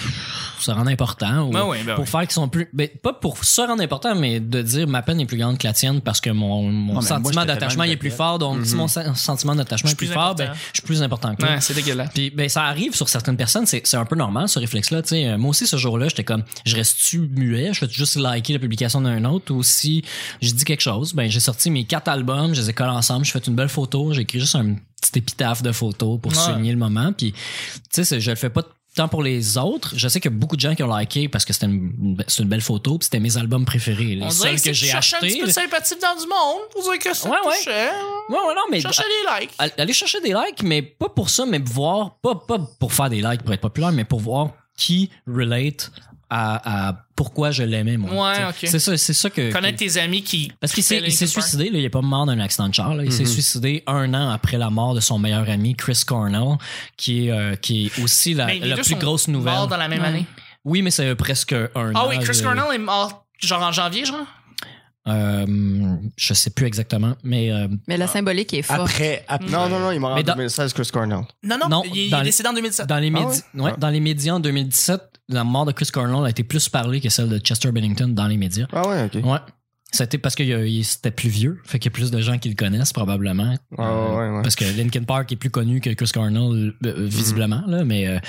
S5: se rendre important ou
S2: Ben oui, ben
S5: pour
S2: oui.
S5: faire qu'ils sont plus. ben, pas pour se rendre important, mais de dire ma peine est plus grande que la tienne parce que mon, mon
S4: mais moi,
S5: sentiment
S4: j'étais
S5: d'attachement
S4: tellement Mhm.
S5: il est plus
S4: vedette.
S5: fort. Donc, si mon sen- sentiment d'attachement
S2: Je suis
S5: est plus,
S2: plus
S5: fort,
S2: important.
S5: ben, je suis plus important que toi.
S2: Ouais, c'est dégueulasse.
S5: Puis ben ça arrive sur certaines personnes, c'est c'est un peu normal ce réflexe-là. tu sais. Euh, Moi aussi ce jour-là, j'étais comme, je reste-tu muet, je fais juste liker la publication d'un autre, ou si je dis quelque chose, ben j'ai sorti mes quatre albums, je les ai collés ensemble, j'ai fait une belle photo, j'ai écrit juste un petit épitaphe de photos pour
S2: Ouais.
S5: souligner le moment. Puis tu sais, c'est- je le fais pas tant pour les autres. Je sais qu'il y a beaucoup de gens qui ont liké parce que c'était une, une be- c'est une belle photo, puis c'était mes albums préférés, les
S2: On dirait
S5: seuls
S2: que,
S5: que j'ai
S2: cherchais un petit
S5: achetés.
S2: peu de sympathie dans du monde pour dire que ça
S5: Ouais,
S2: te
S5: ouais. bah-
S2: touchait.
S5: Ouais, ouais, non, mais
S2: Cherchais des likes.
S5: All- aller chercher des likes, mais pas pour ça, mais voir, pas, pas pour faire des likes pour être populaire, mais pour voir qui relate à, à pourquoi je l'aimais, moi.
S2: Ouais,
S5: T'sais,
S2: ok.
S5: C'est ça, c'est ça que.
S2: Connaître
S5: que-
S2: tes amis qui.
S5: parce qu'il
S2: qui
S5: s'est
S2: fait
S5: il s'est
S2: Linkin Park.
S5: suicidé, là, il est pas mort d'un accident de char. là. Il s'est suicidé un an après la mort de son meilleur ami, Chris Cornell, qui est, euh, qui est aussi la,
S2: Mais les
S5: la
S2: deux
S5: plus
S2: sont
S5: grosse
S2: Mort
S5: nouvelle.
S2: dans la même
S7: Ouais.
S2: année.
S5: Oui, mais c'est euh, presque un an.
S2: Ah oui, Chris
S5: je-
S2: Cornell est mort genre en janvier, genre.
S5: Euh, je sais plus exactement, mais euh,
S7: Mais la symbolique est forte.
S4: Après, après.
S3: Non, non, non, il mort en
S5: Mais dans-
S3: 2016, Chris Cornell.
S2: Non, non,
S5: Non,
S2: il, il
S5: dans
S2: est
S5: les-
S2: décédé en 2007.
S5: Dans les,
S3: Ah
S5: médi-
S3: ouais?
S5: ouais,
S3: Ah.
S5: dans les médias en 2017, la mort de Chris Cornell a été plus parlée que celle de Chester Bennington dans les médias.
S3: Ah ouais, ok.
S5: Ouais. C'était parce que euh, il- c'était plus vieux, fait qu'il y a plus de gens qui le connaissent probablement.
S3: Ouais,
S5: Euh,
S3: ouais, ouais.
S5: Parce que Linkin Park est plus connu que Chris Cornell, euh, euh, visiblement, là, mais euh,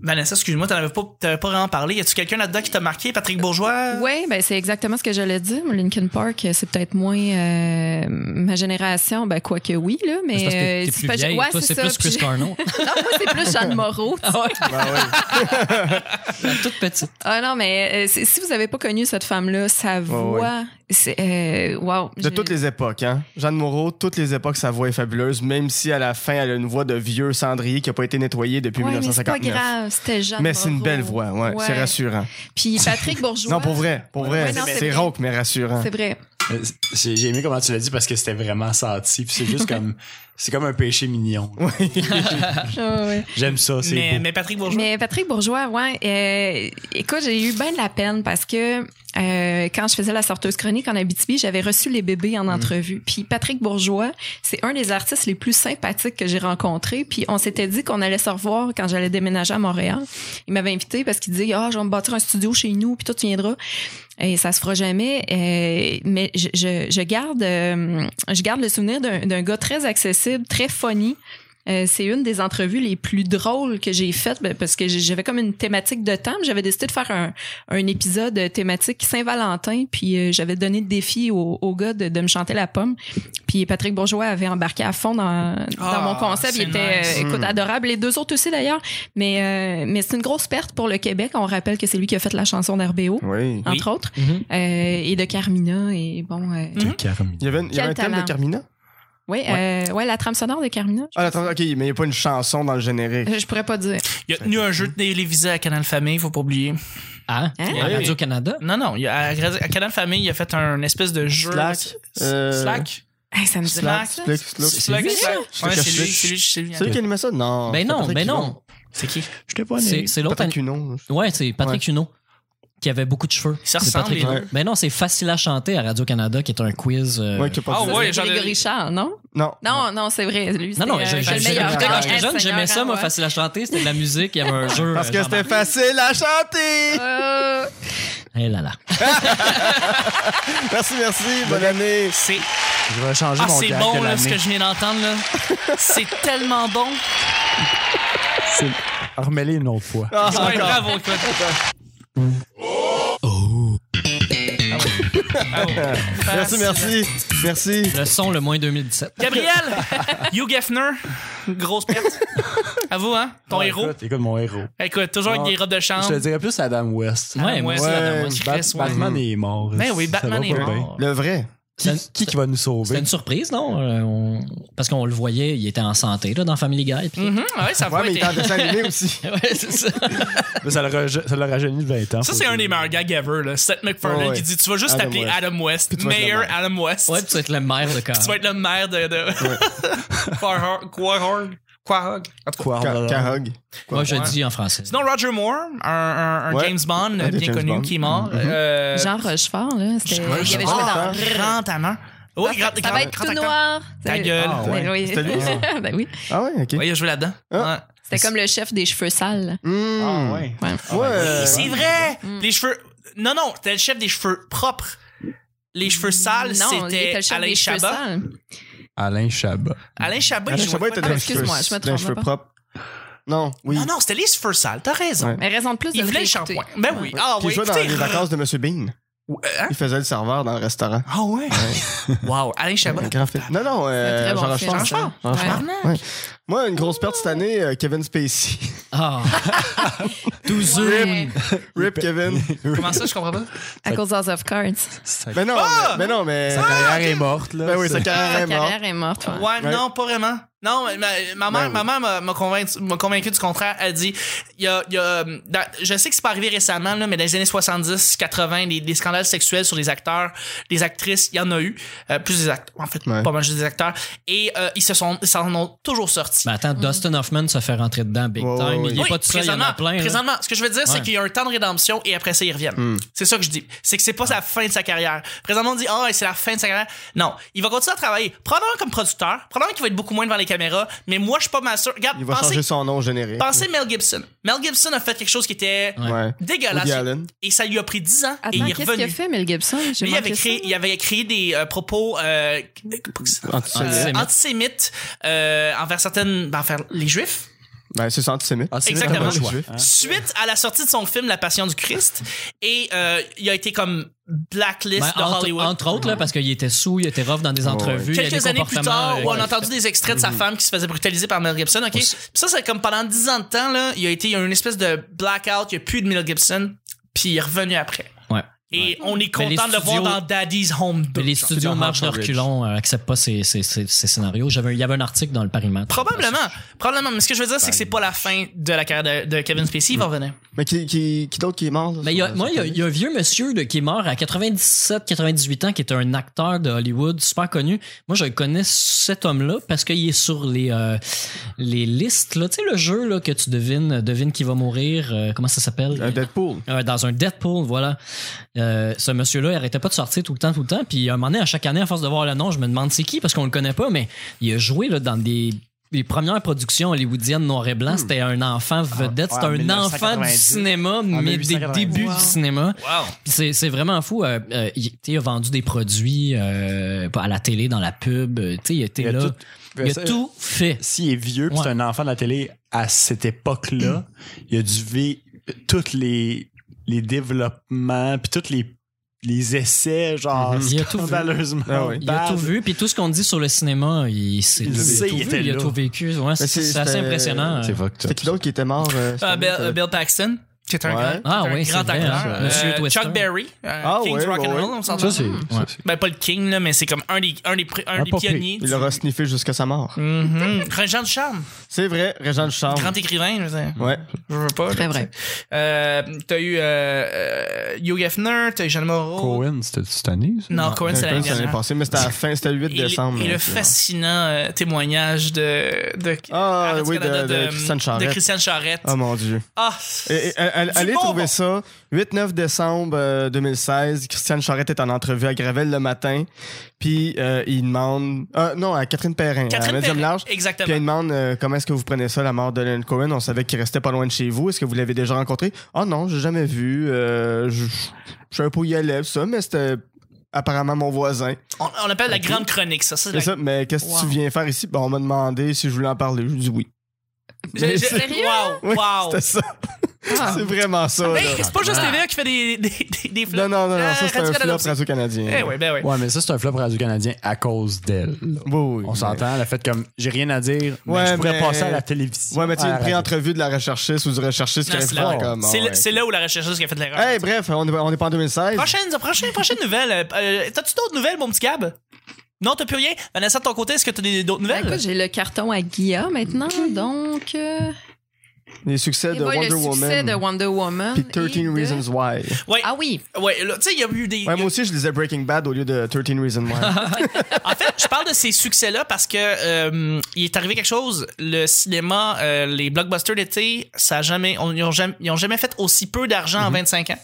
S2: Vanessa, excuse-moi, t'en avais pas, t'avais pas vraiment parlé. Y a-tu quelqu'un là-dedans qui t'a marqué, Patrick
S3: Euh,
S2: Bourgeois?
S7: Oui, ben c'est exactement ce que j'allais dire. Linkin Park, euh, c'est peut-être moins euh, ma génération, ben quoi que oui là,
S5: c'est
S7: mais
S5: parce que t'es
S7: euh,
S5: plus
S7: pas-
S5: vieille,
S7: ouais,
S5: toi, c'est
S7: ça,
S5: plus Ah
S7: puis
S5: Chris
S7: j'ai-
S5: Cornell.
S7: Non, moi c'est plus Jeanne Moreau. tu sais.
S3: Ben oui.
S5: La toute petite.
S7: Ah non, mais euh, c'est- si vous avez pas connu cette femme là, sa voix, c'est euh, wow.
S3: De
S7: je-
S3: toutes les époques, hein. Jeanne Moreau, toutes les époques, sa voix est fabuleuse, même si à la fin, elle a une voix de vieux cendrier qui a pas été nettoyée depuis
S7: Ouais, mais c'est pas
S3: 1959.
S7: grave, c'était Jeanne
S3: Mais c'est une
S7: Moreau.
S3: belle voix, ouais, c'est rassurant.
S7: Puis Patrick Bourgeois.
S3: Non, pour vrai, pour vrai,
S7: Ouais, non, c'est
S3: c'est
S7: vrai.
S3: rauque mais rassurant.
S7: C'est vrai.
S4: Euh, J'ai j'ai aimé comment tu l'as dit parce que c'était vraiment senti. Puis c'est juste comme. C'est comme un péché mignon.
S7: Ah ouais.
S4: J'aime ça, c'est
S2: Mais,
S4: beau.
S2: mais Patrick Bourgeois.
S7: Mais Patrick Bourgeois, ouais. euh, écoute, j'ai eu bien de la peine parce que euh, quand je faisais la sorteuse chronique en Abitibi, j'avais reçu les bébés en entrevue. Puis Patrick Bourgeois, c'est un des artistes les plus sympathiques que j'ai rencontrés. Puis on s'était dit qu'on allait se revoir quand j'allais déménager à Montréal. Il m'avait invité parce qu'il dit ah je vais me bâtir un studio chez nous puis toi tu viendras. Et ça se fera jamais. euh, mais je, je, je garde euh, je garde le souvenir d'un d'un gars très accessible, très funny. Euh, c'est une des entrevues les plus drôles que j'ai faites ben, parce que j'ai- j'avais comme une thématique de temps. mais J'avais décidé de faire un, un épisode thématique Saint-Valentin, puis euh, j'avais donné le défi au, au gars de, de me chanter la pomme. Puis Patrick Bourgeois avait embarqué à fond dans, dans
S2: Ah,
S7: mon concept. Il
S2: c'est
S7: était,
S2: nice.
S7: euh, écoute, adorable. Les deux autres aussi d'ailleurs. Mais, euh, mais c'est une grosse perte pour le Québec. On rappelle que c'est lui qui a fait la chanson d'RBO,
S3: Oui.
S2: Oui.
S7: entre autres,
S5: Mhm.
S7: euh, et de Carmina. Et bon, euh,
S2: Mhm.
S3: Il y avait, une- il y avait
S7: Quel
S3: un thème de
S7: talent.
S3: Carmina?
S7: ouais, euh, ouais, la trame sonore de Carmina. euh,
S3: Ah, attends, ok, mais il n'y a pas une chanson dans le générique.
S7: Je pourrais pas dire.
S2: Il a tenu un jeu télévisé à Canal Famille, faut pas oublier.
S5: Ah,
S7: Hein?
S5: à Radio-Canada.
S2: Non, non, il a- à, à Canal Famille, il a fait un espèce de jeu.
S3: Slack, euh,
S2: Slack?
S7: Hey, ça me dit rien,
S3: Slack,
S7: ça.
S3: Slack, Slack.
S5: C'est-
S2: Slack,
S5: lui,
S2: Slack.
S3: ça?
S2: Ouais,
S3: Je
S2: c'est lui,
S3: sais.
S2: c'est lui, c'est lui.
S3: C'est lui qui animait ça? Non.
S5: Ben non,
S3: Patrick
S5: ben
S3: Hugon.
S5: non.
S2: C'est qui?
S4: J'étais pas
S5: C'est c'est l'autre.
S3: Patrick Hugon.
S5: an- Ouais, c'est Patrick Huneau qui avait beaucoup de cheveux.
S2: Ça
S5: C'est
S2: ressemble,
S5: Patrick
S2: les
S5: Huneau.
S2: deux.
S5: Ben non, c'est facile à chanter à Radio-Canada qui est un quiz. euh,
S3: Ouais, qui a pas
S2: Ah
S3: dit-
S7: Ça,
S2: ouais,
S7: c'est
S2: j'en ai-
S7: Grégory Charles, non?
S3: Non.
S7: Non, non, c'est vrai. Lui,
S5: Non, non,
S7: c'est,
S5: je-
S7: euh,
S5: je-
S7: c'est le
S5: je-
S7: meilleur.
S5: j'étais- quand
S7: Ah,
S5: j'étais jeune, j'aimais ça, moi, facile à chanter, c'était de la musique, il y avait un jeu.
S3: Parce
S5: euh,
S3: que
S5: genre-
S3: c'était facile à chanter!
S7: Euh,
S5: Eh là là.
S3: Merci, merci, bonne année!
S2: C'est
S4: Je vais changer
S2: ah,
S4: mon
S2: c'est
S4: gag
S2: bon,
S4: de
S2: là, ce
S4: l'année.
S2: que je viens d'entendre, là. c'est tellement bon.
S4: C'est- Ah, Remets-les une autre fois.
S3: Ah,
S2: Ouais,
S3: encore.
S2: bravo, écoute. Ah ouais. Ah ouais.
S3: Merci,
S2: Facile.
S3: merci, merci.
S5: Le son le moins 2017.
S2: Gabriel, Hugh Geffner, grosse perte. À vous, hein, ton
S4: Ouais,
S2: héros.
S4: Écoute, écoute, mon héros.
S2: Écoute, toujours avec
S4: Non,
S2: des robes de chambre. Ah,
S4: Je te dirais plus Adam West.
S5: Ah, Ouais, moi
S2: ouais,
S5: aussi,
S2: ouais.
S5: Adam West.
S2: Chris,
S4: Bat-
S2: ouais.
S4: Batman est mort.
S2: Ben oui,
S4: Ça
S2: Batman
S4: va
S2: est
S4: pas
S2: mort.
S4: bien.
S3: Le vrai.
S4: Qui, qui qui va nous
S5: C'était
S4: sauver?
S5: une surprise, non? Euh, on- Parce qu'on le voyait, il était en santé là, dans Family Guy. puis-
S2: Mhm, ouais, ça va
S3: Ouais, mais il est en dessin animé aussi.
S5: Mm-hmm. Ouais, c'est ça.
S4: Ça l'a raje- ça l'a rajeuni de 20 ans.
S2: Ça,
S4: faut
S2: c'est
S4: le
S2: un des
S4: dire.
S2: meilleurs gags ever, là. Seth MacFarlane
S3: Ouais, ouais.
S2: qui dit Tu vas juste
S3: Adam
S2: t'appeler
S3: West.
S2: Adam West,
S3: tu vas être le
S2: Mayor
S3: maire.
S2: Adam West.
S5: Ouais, puis tu vas être le maire de
S2: Tu vas
S5: Carl.
S2: être le maire de. de... Quahog. Quahog. Quahog. En tout cas.
S4: Quoi,
S3: Ca-
S4: voilà.
S3: Cahog.
S5: Moi, je
S2: Ouais.
S5: dis en français.
S2: Sinon, Roger Moore, un, un- un
S3: Ouais.
S2: James Bond euh,
S3: des
S2: bien
S3: James
S2: connu
S3: Bond.
S2: qui est mort.
S3: Mhm.
S2: Euh,
S7: Jean Rochefort, là, c'était, il y avait joué
S3: Rochefort.
S7: dans... Ah,
S2: Grand amant. Oui, grand,
S7: Ça
S2: grand-
S7: va être
S2: grand
S7: tout
S2: acteur.
S7: noir.
S2: Ta
S7: C'est-
S2: gueule.
S7: Ah,
S3: ouais.
S7: ben oui.
S3: C'était lui, ça?
S7: Ben oui.
S3: Ah ouais, ok.
S2: Oui, il a joué là-dedans.
S3: Ah.
S2: Ouais.
S7: C'était comme le chef des cheveux sales.
S3: Hmm.
S4: Ah, ouais.
S7: Ouais.
S3: Euh, Ouais.
S2: Et C'est vrai!
S7: Mm.
S2: Les cheveux. Non, non, c'était le chef des cheveux propres. Les cheveux sales,
S7: Mm, Non, il était
S2: c'était
S7: le chef
S2: Alain
S7: des cheveux
S2: Chabat.
S7: sales.
S4: Alain Chabat.
S2: Alain Chabat, il
S3: Alain
S2: jouait-
S3: Chabat était dans les
S7: excuse-moi, je me
S3: cheveux- dans les
S7: trompe
S3: cheveux
S7: pas.
S3: propres. Non, oui.
S2: Non, non, c'était les cheveux sales, t'as raison.
S3: Ouais.
S7: Mais raison de plus de
S2: Il voulait le
S7: réécouter.
S2: shampoing. Ben oui. Ah
S3: Puis
S2: oui.
S3: il jouait dans
S2: écoutez,
S3: les vacances de Monsieur Bean.
S2: Ouais, hein?
S3: Il faisait le serveur dans le restaurant.
S2: Ah ouais. Wow, Alain Chabat.
S3: Un grand film. Non, non,
S7: C'est un
S3: euh,
S7: très bon
S3: Jean
S7: film,
S3: Rochefort.
S7: ça.
S3: Jean Rochefort.
S7: Ouais.
S3: Ouais. Moi, une grosse perte cette année, euh, Kevin Spacey.
S5: Ah,
S7: Ouais.
S3: Rip Kevin.
S2: Comment ça, je comprends pas?
S7: À cause d'House of Cards.
S3: Mais non,
S2: Ah!
S3: mais, mais non, mais.
S4: Sa carrière est morte, là.
S3: Ben oui, sa
S4: C'est-
S3: carrière
S7: Sa
S3: est morte.
S7: carrière est morte. ouais.
S2: Ouais,
S3: Ouais.
S2: non, pas vraiment. Non, mais ma, ma mère,
S3: Ben oui.
S2: ma mère m'a- m'a convaincu, m'a convaincu du contraire. Elle dit, il y a, il y a, euh, dans- je sais que c'est pas arrivé récemment, là, mais dans les années 70, 80, les, les scandales sexuels sur les acteurs, les actrices, il y en a eu. Euh, plus des acteurs, en fait,
S3: Ouais.
S2: pas mal juste des acteurs. Et euh, ils se sont, ils s'en ont toujours sortis.
S5: ben attends, Dustin Hoffman se fait rentrer dedans big
S3: Ouais,
S5: time.
S3: ouais,
S5: Il est
S3: ouais.
S2: Oui,
S5: pas tout seul, il y en a
S2: présentement,
S5: plein. là.
S2: présentement, ce que je veux dire, c'est
S5: Ouais. Hmm.
S2: qu'il y a un temps de rédemption et après ça, ils reviennent. C'est ça que je dis. C'est que c'est pas la fin de sa carrière. ah, Présentement, on dit, ah, c'est la fin de sa carrière. Non. Il va continuer à travailler. Probablement comme producteur. Probablement qu'il va être beaucoup moins devant les caméra, mais moi, je suis pas mal sûr. Regarde,
S3: Il va
S2: pensez,
S3: changer son nom générique.
S2: pensez Mel Gibson. Mel Gibson a fait quelque chose qui était
S3: Ouais.
S2: dégueulasse
S3: Woody Allen.
S2: et ça lui a pris 10 ans et
S7: Attends,
S2: il est
S7: qu'est-ce qu'il a
S2: revenu.
S7: fait, Mel Gibson? J'ai
S2: Lui, il avait,
S7: manqué ça.
S2: créé, il avait créé des euh, propos euh, euh,
S5: Antisémite.
S2: antisémites euh, envers certaines, ben, envers les Juifs.
S3: Ben, c'est ça, antisémite.
S6: Ah, c'est
S2: Exactement.
S6: vraiment le choix.
S2: Suite à la sortie de son film La Passion du Christ, et euh, il a été comme blacklist
S5: Ben,
S2: de
S5: entre,
S2: Hollywood.
S5: entre autres, là, parce qu'il était sous, il était rough dans des
S3: Ouais.
S5: entrevues. il y a
S2: Quelques
S5: des
S2: années plus
S5: comportements,
S2: tard,
S5: euh,
S2: où on a entendu des extraits de sa femme qui se faisait brutaliser par Mel Gibson. ok? Puis Ça, c'est comme pendant 10 ans de temps, là, il y a été il y a eu une espèce de blackout, il n'y a plus de Mel Gibson, puis il est revenu après.
S5: Ouais.
S2: Et on est
S5: Mais les
S2: content de le voir
S5: studios-
S2: dans Daddy's Home 2.
S5: Mais les
S2: genre.
S5: studios
S3: dans
S5: marchent de
S3: Hampton Ridge.
S5: reculons, euh, acceptent pas ces, ces- ces- ces scénarios. J'avais, il y avait un article dans le Paris Match.
S2: Probablement, probablement. Mais ce que je veux dire, c'est
S5: Ben,
S2: que c'est pas la fin de la carrière de, de Kevin Spacey, il
S5: Mm.
S2: va revenir.
S3: Mais qui, qui, qui d'autre qui est mort? là,
S5: Mais il y a,
S3: sur-
S5: moi, il y, a-
S3: sur-
S5: il y a un vieux monsieur de, qui est mort à 97-98 ans, qui est un acteur de Hollywood super connu. Moi, je connais cet homme-là parce qu'il est sur les, euh, les listes. Là. Tu sais, le jeu là, que tu devines, devine qui va mourir, euh, comment ça s'appelle?
S3: Un Deadpool.
S5: Euh, dans un Deadpool, voilà. Euh, ce monsieur-là, il arrêtait pas de sortir tout le temps, tout le temps. Puis à un moment donné, à chaque année, à force de voir le nom, je me demande c'est qui parce qu'on le connaît pas, mais il a joué là, dans des. Les premières productions hollywoodiennes noir et blanc, c'était un enfant vedette,
S4: Hmm. Ah, en
S5: c'était un enfant du
S4: 1990.
S5: cinéma, mais des
S4: 1890.
S5: débuts
S7: Wow.
S5: du cinéma.
S2: Wow.
S5: Puis c'est, c'est vraiment fou. euh, euh, il, tu sais, il a vendu des produits euh, à la télé, dans la pub. euh, tu sais, Il était
S4: Il a
S5: là.
S4: tout-
S5: il a tout fait.
S4: S'il est vieux, puis
S5: Ouais.
S4: c'est un enfant de la télé à cette époque-là, il a dû vivre tous les, les développements, puis tous les, les essais, genre,
S5: Mhm. Il a tout vu.
S4: scandaleusement.
S3: Ah oui.
S5: Il a
S4: bad.
S5: tout vu, puis tout ce qu'on dit sur le cinéma, il, c'est-
S4: Il
S5: il,
S4: le
S5: a
S4: sait,
S5: tout
S4: il
S5: vu,
S4: était
S5: il a
S4: là.
S5: tout vécu. Ouais, c'est,
S3: c'est-
S5: c'est assez
S3: c'était-
S5: impressionnant. euh.
S4: C'est fucked up.
S3: C'était qui d'autre qui était mort? euh, cette
S2: Ah,
S3: année,
S2: Bill,
S3: euh,
S2: Bill Paxton, qui est un
S3: Ouais.
S2: grand,
S5: Ah
S2: qui est un
S5: oui, c'est
S2: grand
S5: vrai,
S2: acteur.
S5: hein, Monsieur
S2: Euh,
S5: Twister.
S2: Chuck Berry, euh,
S3: Ah
S2: King's
S3: ouais,
S2: Rock'n'Roll,
S3: ouais.
S2: on s'entend.
S4: Ça, c'est. ça, c'est-
S2: Ben, pas le king, là, mais c'est comme un des, un des, pr- un
S4: Un
S2: des
S4: pas pire.
S2: pionniers.
S3: Il l'aura sniffé jusqu'à sa mort.
S2: Mhm. Jean de Charme,
S3: C'est vrai, Régent de Charme.
S2: grand écrivain, je veux dire.
S3: Ouais.
S2: Je veux pas.
S7: Très
S2: là,
S7: vrai.
S2: tu sais. Euh, t'as eu euh, euh, Hugh Hefner, t'as eu Jean Moreau.
S4: Cohen, c'était cette année, ça?
S2: Non, Cohen, c'est l'année
S3: l'année
S2: dernière.
S3: passée, mais c'était à la fin, c'était le 8
S2: Et, le-
S3: décembre.
S2: et le
S3: donc,
S2: fascinant euh, témoignage de, de,
S3: Ah
S2: à
S3: oui, de,
S2: Radio-Canada
S3: de Christiane
S2: de
S3: Charrette.
S2: Christiane Charrette.
S3: Oh mon dieu.
S2: Ah,
S3: Et- et- elle-
S2: Du
S3: allez
S2: bon
S3: trouver
S2: bon.
S3: ça. 8-9 décembre euh, 2016, Christiane Charrette est en entrevue à Gravel le matin. Puis euh, il demande. ah, non, à Catherine Perrin, à
S2: Catherine
S3: Medium
S2: Perrin.
S3: Large. Puis elle
S2: Exactement.
S3: demande euh, comment est-ce que vous prenez ça, la mort de Leonard Cohen. On savait qu'il restait pas loin de chez vous. Est-ce que vous l'avez déjà rencontré? Ah non, j'ai jamais vu. Euh, je je savais pas où il allait, tout ça, mais c'était apparemment mon voisin.
S2: On, on appelle la grande chronique, ça. ça, c'est
S3: C'est
S2: la-
S3: ça, mais qu'est-ce que
S7: Wow.
S3: tu viens faire ici? Ben, on m'a demandé si je voulais en parler. Je dis oui.
S2: Je- je-
S7: Sérieux?
S2: Wow,
S3: Oui,
S2: wow.
S3: C'était ça.
S7: Ah.
S3: C'est vraiment ça.
S2: Oh. Mais
S3: là.
S2: c'est pas juste TVA qui fait des, des, des, des flops.
S3: Non, non, non, non,
S2: Euh,
S3: ça c'est un
S2: Radio-Canada
S3: flop
S2: aussi.
S3: radio-canadien.
S2: Eh oui, ben oui.
S4: Ouais, mais ça, c'est un flop radio-canadien à cause d'elle.
S3: Oui, oui,
S4: On
S3: mais-
S4: s'entend, le fait comme j'ai rien à dire, mais
S3: Ouais,
S4: je pourrais
S3: mais-
S4: passer à la télévision. Ah,
S3: Ouais, mais tu sais,
S4: à
S3: une
S4: la radio.
S3: pré-entrevue de la recherchiste ou du recherchiste qui
S2: Non,
S3: arrive
S2: c'est
S3: fort
S2: là,
S3: comme.
S2: c'est
S3: ah,
S2: là-
S3: ouais.
S2: c'est là où la rechercheuse qui a fait l'erreur.
S3: Hey, bref, on est, on est pas en 2016.
S2: Prochaine, prochaine, prochaine nouvelle. Euh, euh, T'as-tu d'autres nouvelles, mon petit Gab? Non, t'as plus rien? Vanessa, de ton côté, est-ce que t'as des- d'autres
S7: Ben,
S2: nouvelles?
S7: écoute, j'ai le carton à Guilla maintenant, donc euh,
S3: Les succès
S7: et
S3: de
S7: voilà
S3: Wonder
S7: le succès
S3: Woman.
S7: de Wonder Woman.
S3: Puis
S7: et
S3: 13
S7: de-
S3: Reasons Why.
S2: ouais,
S7: Ah oui,
S2: ouais, là, tu sais, il y a eu des.
S3: Ouais, moi aussi, je lisais Breaking Bad au lieu de 13 Reasons Why.
S2: En fait, je parle de ces succès-là parce que euh, il est arrivé quelque chose. Le cinéma, euh, les blockbusters d'été, ça a jamais, on- ils ont jamais, ils ont jamais fait aussi peu d'argent
S3: Mhm.
S2: en 25 ans.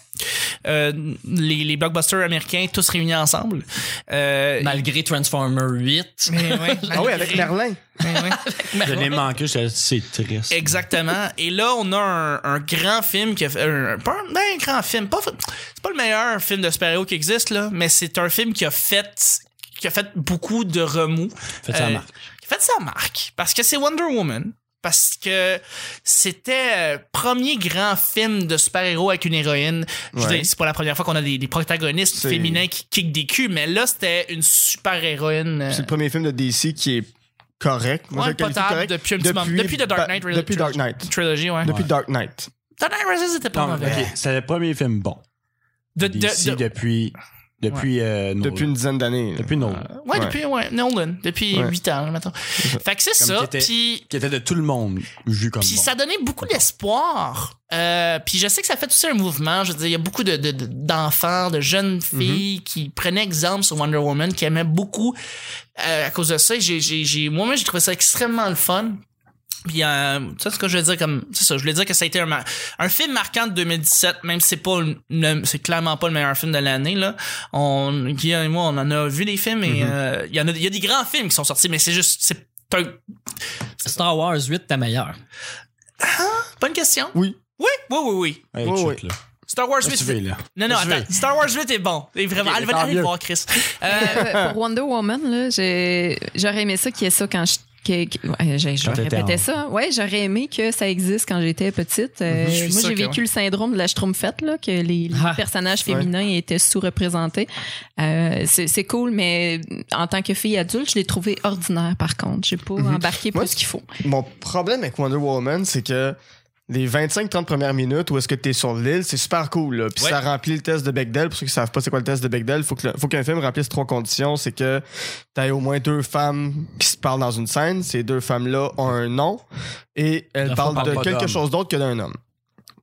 S2: Euh, les, les blockbusters américains tous réunis ensemble. Euh,
S5: Malgré Transformer 8.
S2: mais ouais,
S3: ah oui, avec Merlin.
S2: mais ouais.
S4: Je l'ai manqué, j'étais là, c'est triste.
S2: Exactement. Et là, on a un, un grand film qui a fait. Un, un- pas un, ben, un grand film. Pas, fa- c'est pas le meilleur film de super-héros qui existe, là, mais c'est un film qui a fait qui a fait beaucoup de remous. Euh,
S4: Faites sa marque.
S2: Qui a fait sa marque. Parce que c'est Wonder Woman. Parce que c'était euh, premier grand film de super-héros avec une héroïne. Je veux
S3: Ouais.
S2: dire, c'est pas la première fois qu'on a des, des protagonistes
S3: C'est-
S2: féminins qui kickent des culs, mais là, c'était une super-héroïne. euh,
S3: C'est le premier film de DC qui est correct. Moi,
S2: Ouais,
S3: je le qualifie
S2: potable
S3: correct.
S2: depuis un petit moment. Depuis The Dark
S3: Ba-
S2: Knight Re-
S3: Depuis Dark Knight.
S2: Trilogy, ouais.
S3: Depuis Dark Knight.
S2: Dark Knight Rises était pas
S4: Non,
S2: mauvais.
S4: ok, c'est le premier film bon.
S2: De- de-
S4: D'ici,
S2: de-
S4: depuis. Depuis. euh, Nolan.
S3: Depuis une dizaine d'années. là.
S4: Depuis Nolan.
S2: Ouais,
S3: Ouais.
S2: depuis ouais, Nolan, depuis
S3: Ouais.
S2: 8 ans maintenant. Fait que c'est
S4: Comme
S2: ça,
S4: qui était-
S2: puis
S4: Qui était de tout le monde vu comme
S2: puis
S4: bon.
S2: ça donnait beaucoup d'espoir. Euh, puis je sais que ça fait aussi un mouvement. Je veux dire, il y a beaucoup de, de- de- d'enfants, de
S4: Mhm.
S2: jeunes filles qui prenaient exemple sur Wonder Woman, qui aimaient beaucoup euh, à cause de ça. J'ai, j'ai, j'ai, moi-même, j'ai trouvé ça extrêmement le fun. Puis, euh, tu sais ce que je veux dire comme c'est ça je voulais dire que ça a été un, mar- un film marquant de 2017 même si c'est pas le- le- c'est clairement pas le meilleur film de l'année là on
S4: Mhm.
S2: Guillaume et moi on en a vu des films et euh, il y en a il y a des grands films qui sont sortis mais c'est juste c'est un
S5: Star Wars 8, ta meilleure.
S2: Bonne question.
S3: Oui.
S2: Oui, oui, oui, oui.
S4: Hey,
S3: Oui,
S4: check, là.
S2: Star Wars
S4: Là, tu
S2: 8.
S4: veux, là.
S2: Non, non,
S4: Là, tu
S2: attends. Star Wars 8 est bon. Est vraiment.
S4: Ok,
S2: allez
S4: tant
S2: allez le
S4: mieux.
S2: voir, Chris. Euh,
S7: Euh, pour Wonder Woman, là, j'ai- j'aurais aimé ça qu'il y ait ça quand je. que- que- ouais, j'ai- je
S4: Quand
S7: vais
S4: t'étais
S7: répéter
S4: en-
S7: ça. Ouais, j'aurais aimé que ça existe quand j'étais petite. Euh,
S2: Je suis
S7: moi,
S2: sûr
S7: j'ai
S2: que
S7: vécu le syndrome de la Schtroumpfette, là, que les, les
S5: Ah,
S7: personnages féminins étaient sous-représentés. Euh, c'est c'est cool, mais en tant que fille adulte, je l'ai trouvé ordinaire, par contre. J'ai pas
S3: Mhm.
S7: embarqué
S3: Moi,
S7: plus qu'il faut.
S3: Mon problème avec Wonder Woman, c'est que les 25-30 premières minutes où est-ce que tu es sur l'île, c'est super cool. là. Puis
S2: Ouais.
S3: ça remplit le test de Bechdel. Pour ceux qui savent pas c'est quoi le test de Bechdel, faut que le- faut qu'un film remplisse trois conditions. C'est que tu au moins deux femmes qui se parlent dans une scène. Ces deux femmes-là ont un nom et elles
S5: La
S3: parlent
S5: femme
S3: de
S4: parle pas
S3: quelque
S4: d'homme.
S3: chose d'autre que d'un homme.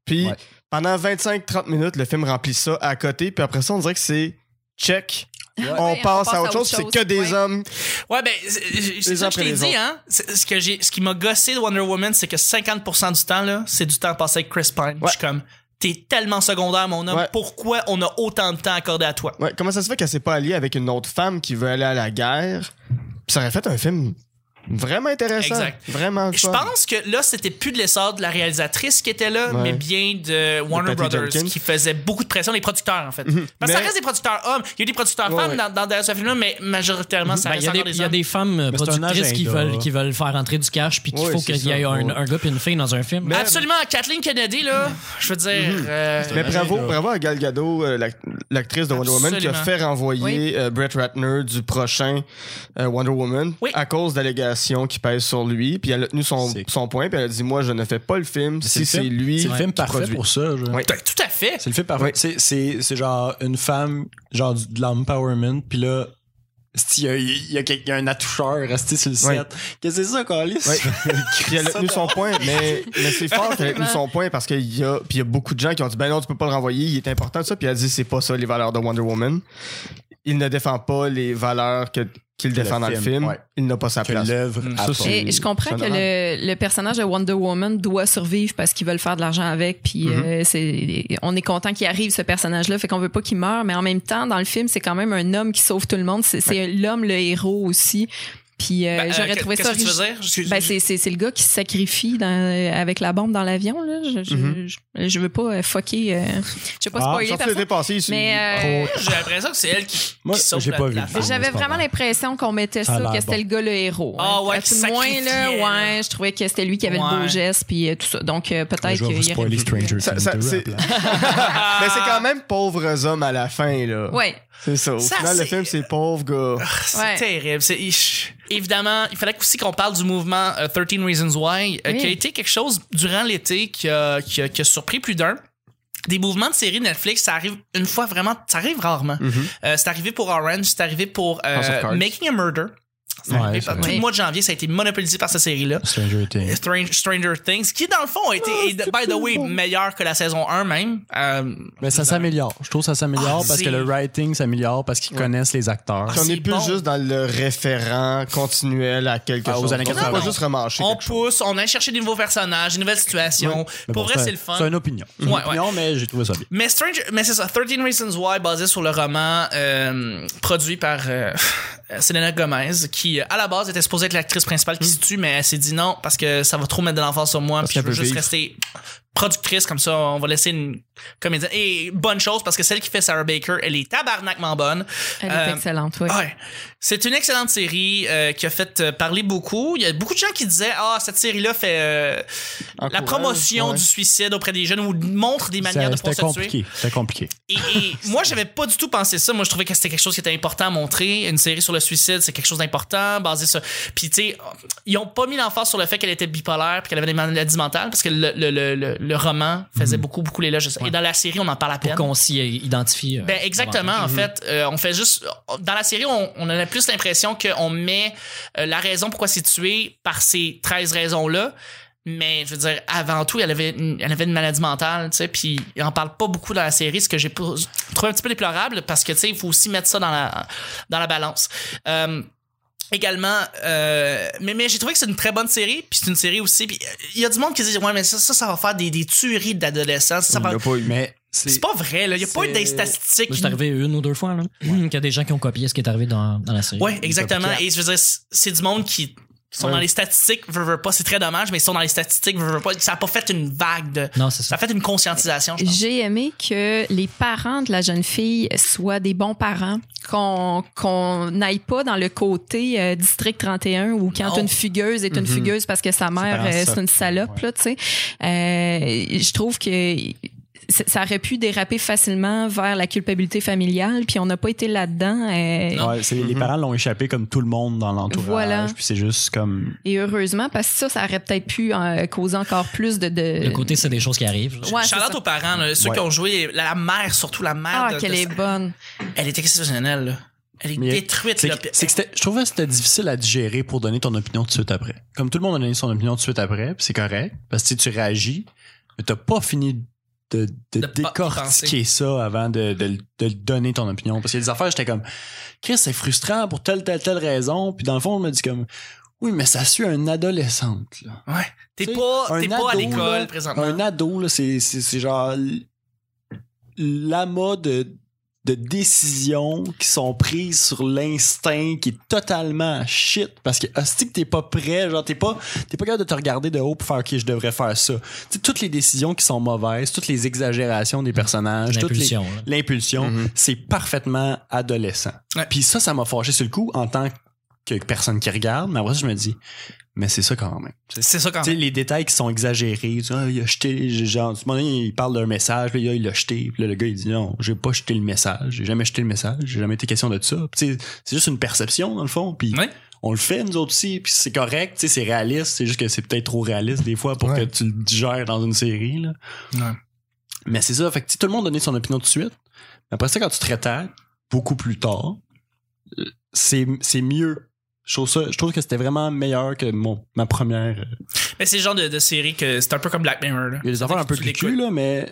S3: Puis
S4: Ouais.
S3: pendant 25-30 minutes, le film remplit ça à côté. Puis après ça, on dirait que c'est check. on,
S7: on
S3: passe à autre chose. C'est que des
S7: ouais.
S3: hommes.
S2: Ouais, ben, c'est- c'est c'est
S3: Les
S2: ça
S3: uns
S2: que je t'ai
S3: après les
S2: dit,
S3: autres.
S2: hein. C'est- Ce, que j'ai, ce qui m'a gossé de Wonder Woman, c'est que 50% du temps, là, c'est du temps passé avec Chris Pine. Je suis comme, t'es tellement secondaire, mon homme.
S3: Ouais.
S2: Pourquoi on a autant de temps accordé à toi?
S3: Ouais, comment ça se fait qu'elle s'est pas alliée avec une autre femme qui veut aller à la guerre? Puis ça aurait fait un film vraiment intéressant.
S2: Exact.
S3: Vraiment
S2: Je
S3: fun.
S2: pense que là, c'était plus de l'essor de la réalisatrice qui était là,
S3: Ouais.
S2: mais bien de Warner
S3: Patty
S2: Brothers
S3: Jenkins.
S2: qui faisait beaucoup de pression, les producteurs, en fait.
S3: Mhm.
S2: Parce que ça
S3: Mais-
S2: reste des producteurs hommes. Il y a eu des producteurs
S3: Ouais,
S2: femmes
S3: ouais.
S2: dans, dans, dans ce film-là, mais majoritairement, ça
S5: Ben, Il
S2: reste
S5: y a des-
S2: encore
S5: il
S2: des
S5: y, a
S2: hommes.
S5: des femmes euh,
S4: Mais c'est un
S5: productrices qui
S4: agenda.
S5: veulent, qui veulent faire entrer du cash puis qu'il
S3: Oui,
S5: faut
S3: c'est
S5: qu'il y
S3: ça.
S5: ait un,
S3: Oui.
S5: un gars puis une fille dans un film.
S3: Mais-
S2: Absolument, Kathleen Kennedy, là, je veux dire.
S4: Mhm.
S2: euh,
S3: Mais
S4: Ouais,
S3: bravo,
S4: là.
S3: bravo à Gal Gadot, euh, l'ac- l'actrice de Wonder Woman, qui a
S2: Absolument.
S3: fait renvoyer
S7: Oui.
S3: euh, Brett Ratner du prochain euh, Wonder Woman
S2: Oui.
S3: à cause d'allégations qui pèsent sur lui. Puis elle a tenu son,
S4: C'est-
S3: son point, puis elle a dit Moi, je ne fais pas le film
S4: c'est
S3: si
S4: le
S3: c'est
S4: film.
S3: lui.
S4: C'est le film
S3: qui
S4: parfait
S3: produit.
S4: pour ça. genre.
S3: Ouais.
S2: tout à fait.
S4: C'est le film parfait.
S3: Ouais.
S4: C'est, c'est, c'est genre une femme, genre du- de l'empowerment, puis là, c'ti, il y a, il y a quelqu'un- il y a un attoucheur resté sur le set.
S3: Ouais.
S4: Qu'est-ce que c'est ça, Calis?
S3: Ouais. Puis elle a tenu son point, mais, mais c'est fort qu'elle a tenu son point parce qu'il y a, puis il y a beaucoup de gens qui ont dit ben non, tu peux pas le renvoyer, il est important ça, puis elle a dit c'est pas ça les valeurs de Wonder Woman. Il ne défend pas les valeurs que- qu'il
S4: le
S3: défend dans le
S4: film,
S3: film,
S4: ouais.
S3: il n'a pas sa
S4: Que
S3: place.
S4: l'œuvre
S2: Mm.
S4: apporte.
S3: c'est-
S7: Et je comprends que
S3: c'est
S7: le, le personnage de Wonder Woman doit survivre parce qu'ils veulent faire de l'argent avec. Puis
S3: Mhm.
S7: euh, c'est- on est content qu'il arrive ce personnage-là, fait qu'on veut pas qu'il meure. Mais en même temps, dans le film, c'est quand même un homme qui sauve tout le monde. C'est c'est l'homme le héros aussi. Puis euh,
S2: Ben, euh,
S7: j'aurais
S2: qu'est-
S7: trouvé
S2: qu'est-ce
S7: ça
S2: que tu
S7: origi-
S2: veux dire? Excuse-
S7: ben, c'est, c'est, c'est le gars qui se sacrifie dans- euh, avec la bombe dans l'avion. Là. Je, je,
S3: Mhm.
S7: je, je veux pas euh, fucker. euh, je veux pas
S4: Ah,
S7: spoiler
S3: Sorti
S7: personne.
S3: l'été passé, il-
S7: Mais, euh,
S4: Oh,
S2: J'ai l'impression que c'est elle qui.
S4: Moi,
S2: qui saute
S4: j'ai
S2: la-
S4: pas vu.
S2: la-
S4: Ah,
S7: J'avais
S4: c'est pas
S7: vraiment
S4: mal.
S7: l'impression qu'on mettait
S4: Ça a
S7: ça,
S4: l'air
S7: que c'était
S4: bon.
S7: le gars le héros.
S2: Ah ouais,
S7: À
S2: qui
S7: tout le moins, là,
S2: sacrifiait, là.
S7: ouais, je trouvais que c'était lui qui avait le beau
S2: Ouais.
S7: geste puis euh, tout ça. Donc euh, peut-être
S4: Je vais vous
S7: qu'il aurait
S4: spoiler
S7: pu-
S4: Stranger
S3: Ça-
S4: Things
S3: ça-
S4: deux,
S3: c'est-
S4: à la place.
S3: mais c'est quand même pauvres hommes à la fin, là.
S7: Ouais, Ah,
S3: C'est ça. Au
S2: Ça,
S3: final, le
S2: c'est-
S3: film, c'est pauvres gars.
S2: C'est
S7: Ouais.
S2: terrible. C'est- ich. Évidemment, il fallait aussi qu'on parle du mouvement euh, 13 Reasons Why, euh,
S7: Oui.
S2: qui a été quelque chose durant l'été qui a, qui a- qui a surpris plus d'un. Des mouvements de séries Netflix, ça arrive une fois vraiment, ça arrive rarement.
S4: Mhm.
S2: Euh, c'est arrivé pour Orange, c'est arrivé pour euh,
S3: House of Cards.
S2: Making a Murder. C'est
S4: Ouais,
S2: arrivé
S4: c'est
S2: par-
S4: vrai.
S2: tout le mois de janvier, ça a été monopolisé par cette série-là.
S4: Stranger Things.
S2: Strange- Stranger Things, qui dans le fond a été, et by the way, meilleur que la saison 1 même. Euh,
S4: Mais ça s'améliore. Je trouve que ça s'améliore
S2: Ah,
S4: parce que
S2: c'est- Ah,
S4: le writing s'améliore parce qu'ils connaissent les acteurs.
S3: on
S2: c'est
S3: n'est plus
S2: bon.
S3: juste dans le référent continuel à quelque
S4: Ah, aux
S3: chose.
S4: années
S3: on peut
S4: 80.
S3: pas juste remarcher.
S2: on
S3: quelque chose.
S2: pousse, on a cherché des nouveaux personnages, des nouvelles situations.
S4: Mais
S2: Pour
S4: bon,
S2: vrai, c'est le fun.
S4: C'est une opinion. C'est une
S2: Ouais,
S4: opinion, mais j'ai trouvé ça bien.
S2: Mais Stranger, mais c'est ça, 13 Reasons Why, basé sur le roman euh, produit par euh, Selena Gomez, qui euh, à la base était supposée être l'actrice principale qui se tue, mais elle s'est dit non parce que ça va trop mettre de l'enfance sur moi,
S3: Hmm. Parce
S2: puis je
S3: qu'elle
S2: veux
S3: veut
S2: juste
S3: vivre.
S2: rester productrice comme ça. On va laisser une comédienne. Et bonne chose parce que celle qui fait Sarah Baker, elle est tabarnakement bonne.
S7: elle est
S2: Euh,
S7: excellente. Ouais.
S2: Ouais. C'est une excellente série euh, qui a fait euh, parler beaucoup. Il y a beaucoup de gens qui disaient Ah, cette série-là fait euh, la
S3: Encourage,
S2: promotion
S3: ouais.
S2: du suicide auprès des jeunes ou montre des manières
S4: Ça-
S2: de
S4: C'était
S2: pouvoir se tuer.
S4: compliqué. C'était compliqué.
S2: Et, et moi, j'avais pas du tout pensé ça. Moi, je trouvais que c'était quelque chose qui était important à montrer. Une série sur le suicide, c'est quelque chose d'important, basé sur. Puis, tu sais, ils ont pas mis l'emphase sur le fait qu'elle était bipolaire puis qu'elle avait des maladies mentales parce que le, le, le, le, le roman faisait
S4: Mhm.
S2: beaucoup, beaucoup l'éloge. de ça. Et dans la série, on en parle à
S5: Pour
S2: peine.
S5: qu'on s'y identifie. euh,
S2: Ben exactement. En fait, euh, on fait juste dans la série, on, on a plus l'impression qu'on met euh, la raison pourquoi c'est tué par ces 13 raisons là. Mais je veux dire, avant tout, elle avait une, elle avait une maladie mentale, tu sais, puis on en parle pas beaucoup dans la série, ce que j'ai pas- trouvé un petit peu déplorable parce que tu sais, il faut aussi mettre ça dans la dans la balance. Euh, Également, euh, mais, mais j'ai trouvé que c'est une très bonne série, puis c'est une série aussi. puis, euh, Il y a du monde qui dit Ouais, mais ça, ça, ça va faire des, des tueries d'adolescents. Ça, ça va-
S3: Il l'a pas eu.
S4: Mais c'est.
S2: C'est pas vrai, là. Il y a pas eu
S4: c'est-
S2: des statistiques.
S5: Moi, C'est arrivé une ou deux fois, là, qu'il y a des gens qui ont copié ce qui est arrivé dans, dans la série.
S2: Ouais, exactement. Et je veux dire, c'est du monde qui qui sont
S3: Ouais.
S2: dans les statistiques, veux, veux pas, c'est très dommage, mais ils sont dans les statistiques, veux, veux pas. Ça a pas fait une vague de.
S5: Non, c'est
S2: Ça
S5: ça.
S2: a fait une conscientisation, je pense.
S7: J'ai aimé que les parents de la jeune fille soient des bons parents, qu'on qu'on n'aille pas dans le côté euh, district 31 où quand
S2: Non. Mm-hmm.
S7: une fugueuse est une
S3: Mhm.
S7: fugueuse parce que sa mère
S4: parents
S7: euh,
S4: soft.
S7: c'est une salope
S4: Ouais.
S7: là, tu sais. Euh, je trouve que c- ça aurait pu déraper facilement vers la culpabilité familiale, puis on n'a pas été là-dedans. euh,
S2: Non.
S4: Ouais, c'est- Les
S3: Mhm.
S4: parents l'ont échappé comme tout le monde dans l'entourage.
S7: Voilà.
S4: Puis c'est juste comme.
S7: et heureusement, parce que ça, ça aurait peut-être pu euh, causer encore plus de... de-
S5: Le côté, c'est des choses qui arrivent.
S7: Ouais, c'est
S2: Charlotte
S7: ça.
S2: aux parents, là, ceux
S4: Ouais.
S2: qui ont joué, la, la mère, surtout la mère.
S7: Ah,
S2: de- de
S7: qu'elle
S2: ça.
S7: est bonne.
S2: Elle est exceptionnelle, là. Elle est
S4: Mais-
S2: détruite,
S4: C'est
S2: là.
S4: que- c'est que c'était- je trouvais que c'était difficile à digérer pour donner ton opinion tout de suite après. Comme tout le monde a donné son opinion tout de suite après, puis c'est correct, parce que tu sais, tu réagis, mais t'as pas fini de, de
S2: De pas y
S4: décortiquer
S2: penser.
S4: ça avant de, de, de donner ton opinion. Parce qu'il y a des affaires, j'étais comme, Chris, c'est frustrant pour telle, telle, telle raison, puis dans le fond, je me dis comme, oui, mais ça suit un adolescente, là.
S2: Ouais. T'es
S4: T'sais,
S2: pas,
S4: un
S2: t'es pas à
S4: ado,
S2: l'école
S4: là,
S2: présentement.
S4: Un ado, là, c'est, c'est, c'est genre l- l'amas de, de décisions qui sont prises sur l'instinct qui est totalement shit parce que hostie que t'es pas prêt, genre t'es pas, t'es pas capable de te regarder de haut pour faire ok je devrais faire ça. Tu sais, toutes les décisions qui sont mauvaises, toutes les exagérations des personnages, toutes les,
S5: L'impulsion. là.
S4: l'impulsion,
S3: Mhm.
S4: c'est parfaitement adolescent.
S2: Ouais.
S4: Puis ça, ça m'a fâché sur le coup en tant que personne qui regarde, mais après ça je me dis mais c'est ça quand même. Tu sais,
S2: C'est ça quand
S4: tu sais,
S2: même.
S4: les détails qui sont exagérés. Tu sais, Ah, il a jeté, genre, tu moment il parle d'un message, puis là, il l'a jeté, puis là, le gars, il dit non, j'ai pas jeté le message, j'ai jamais jeté le message, j'ai jamais été question de ça. Puis, tu sais, c'est juste une perception, dans le fond, puis
S2: Ouais.
S4: on le fait, nous autres aussi, puis c'est correct, tu sais, c'est réaliste, c'est juste que c'est peut-être trop réaliste des fois pour
S6: Ouais.
S4: que tu le digères dans une série, là.
S2: Ouais.
S4: Mais c'est ça, fait que tu sais, tout le monde donnait son opinion tout de suite. Mais Après ça, quand tu te rétractes, beaucoup plus tard, euh, c'est c'est mieux. Je trouve, ça, je trouve que c'était vraiment meilleur que mon, ma première euh,
S2: Mais c'est le genre de, de série que c'est un peu comme Black Mirror, là.
S4: Il y a des affaires un peu
S2: Tu l'écoutes.
S4: cucu, là, mais.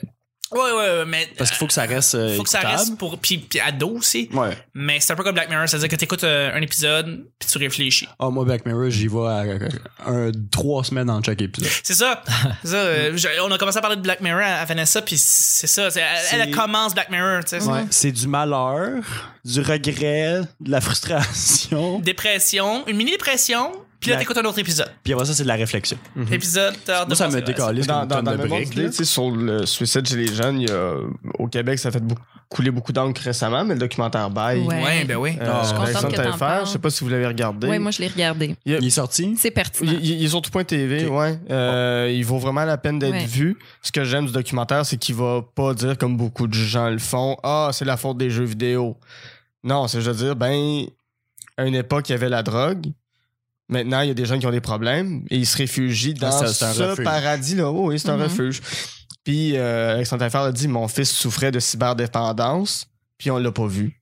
S2: Ouais, ouais, ouais, mais.
S4: Parce qu'il faut que ça reste. euh,
S2: faut que ça
S4: écoutable.
S2: reste pour. Puis, puis ado aussi.
S4: Ouais.
S2: Mais c'est un peu comme Black Mirror, c'est-à-dire que t'écoutes euh, un épisode, puis tu réfléchis.
S4: Ah, moi, Black Mirror, j'y vais à, euh, un, trois semaines dans chaque épisode.
S2: C'est ça. C'est ça euh, je- on a commencé à parler de Black Mirror à, à Vanessa, puis c'est ça. c'est- elle- Elle,
S4: C'est-
S2: commence Black Mirror, tu sais.
S4: C'est du malheur, du regret, de la frustration.
S2: Dépression, une mini-dépression, puis là,
S4: La-
S2: t'écoutes un autre épisode.
S4: Puis après ça, c'est de la réflexion.
S5: Mhm.
S2: Épisode, t'as hâte de
S4: Moi, ça
S2: penser
S4: me
S2: à la-
S4: décalise
S3: Dans,
S4: comme
S3: dans,
S4: une
S3: dans
S4: tonne
S3: le
S4: de
S3: même ordre
S4: briques.
S3: d'idée,
S4: là.
S3: tu sais, sur le suicide chez les jeunes, il y a- au Québec, ça a fait beaucoup, couler beaucoup d'encre récemment, mais le documentaire Bail.
S7: Ouais.
S2: Ouais, ben oui.
S3: euh,
S4: Je suis
S3: Alexandre
S7: contente que t'en
S3: Taillefer,
S7: parles.
S3: Je sais pas si vous l'avez regardé.
S7: Oui, moi, je l'ai regardé.
S4: Il est sorti.
S7: C'est pertinent.
S3: Il, il- il est sur tout.tv,
S4: Ok.
S3: ouais. Euh, Il vaut vraiment la peine d'être
S7: Ouais.
S3: vu. Ce que j'aime du documentaire, c'est qu'il va pas dire, comme beaucoup de gens le font, « Ah, c'est la faute des jeux vidéo. » Non, c'est juste dire, ben, à une époque, il y avait la drogue. Maintenant, il y a des gens qui ont des problèmes et ils se réfugient dans
S4: Ah, c'est- c'est un
S3: ce
S4: refuge.
S3: paradis-là. Oh, oui, c'est un
S7: Mhm.
S3: refuge. Puis, euh, Alexandre Taillefer a dit, « Mon fils souffrait de cyberdépendance, puis on l'a pas vu. »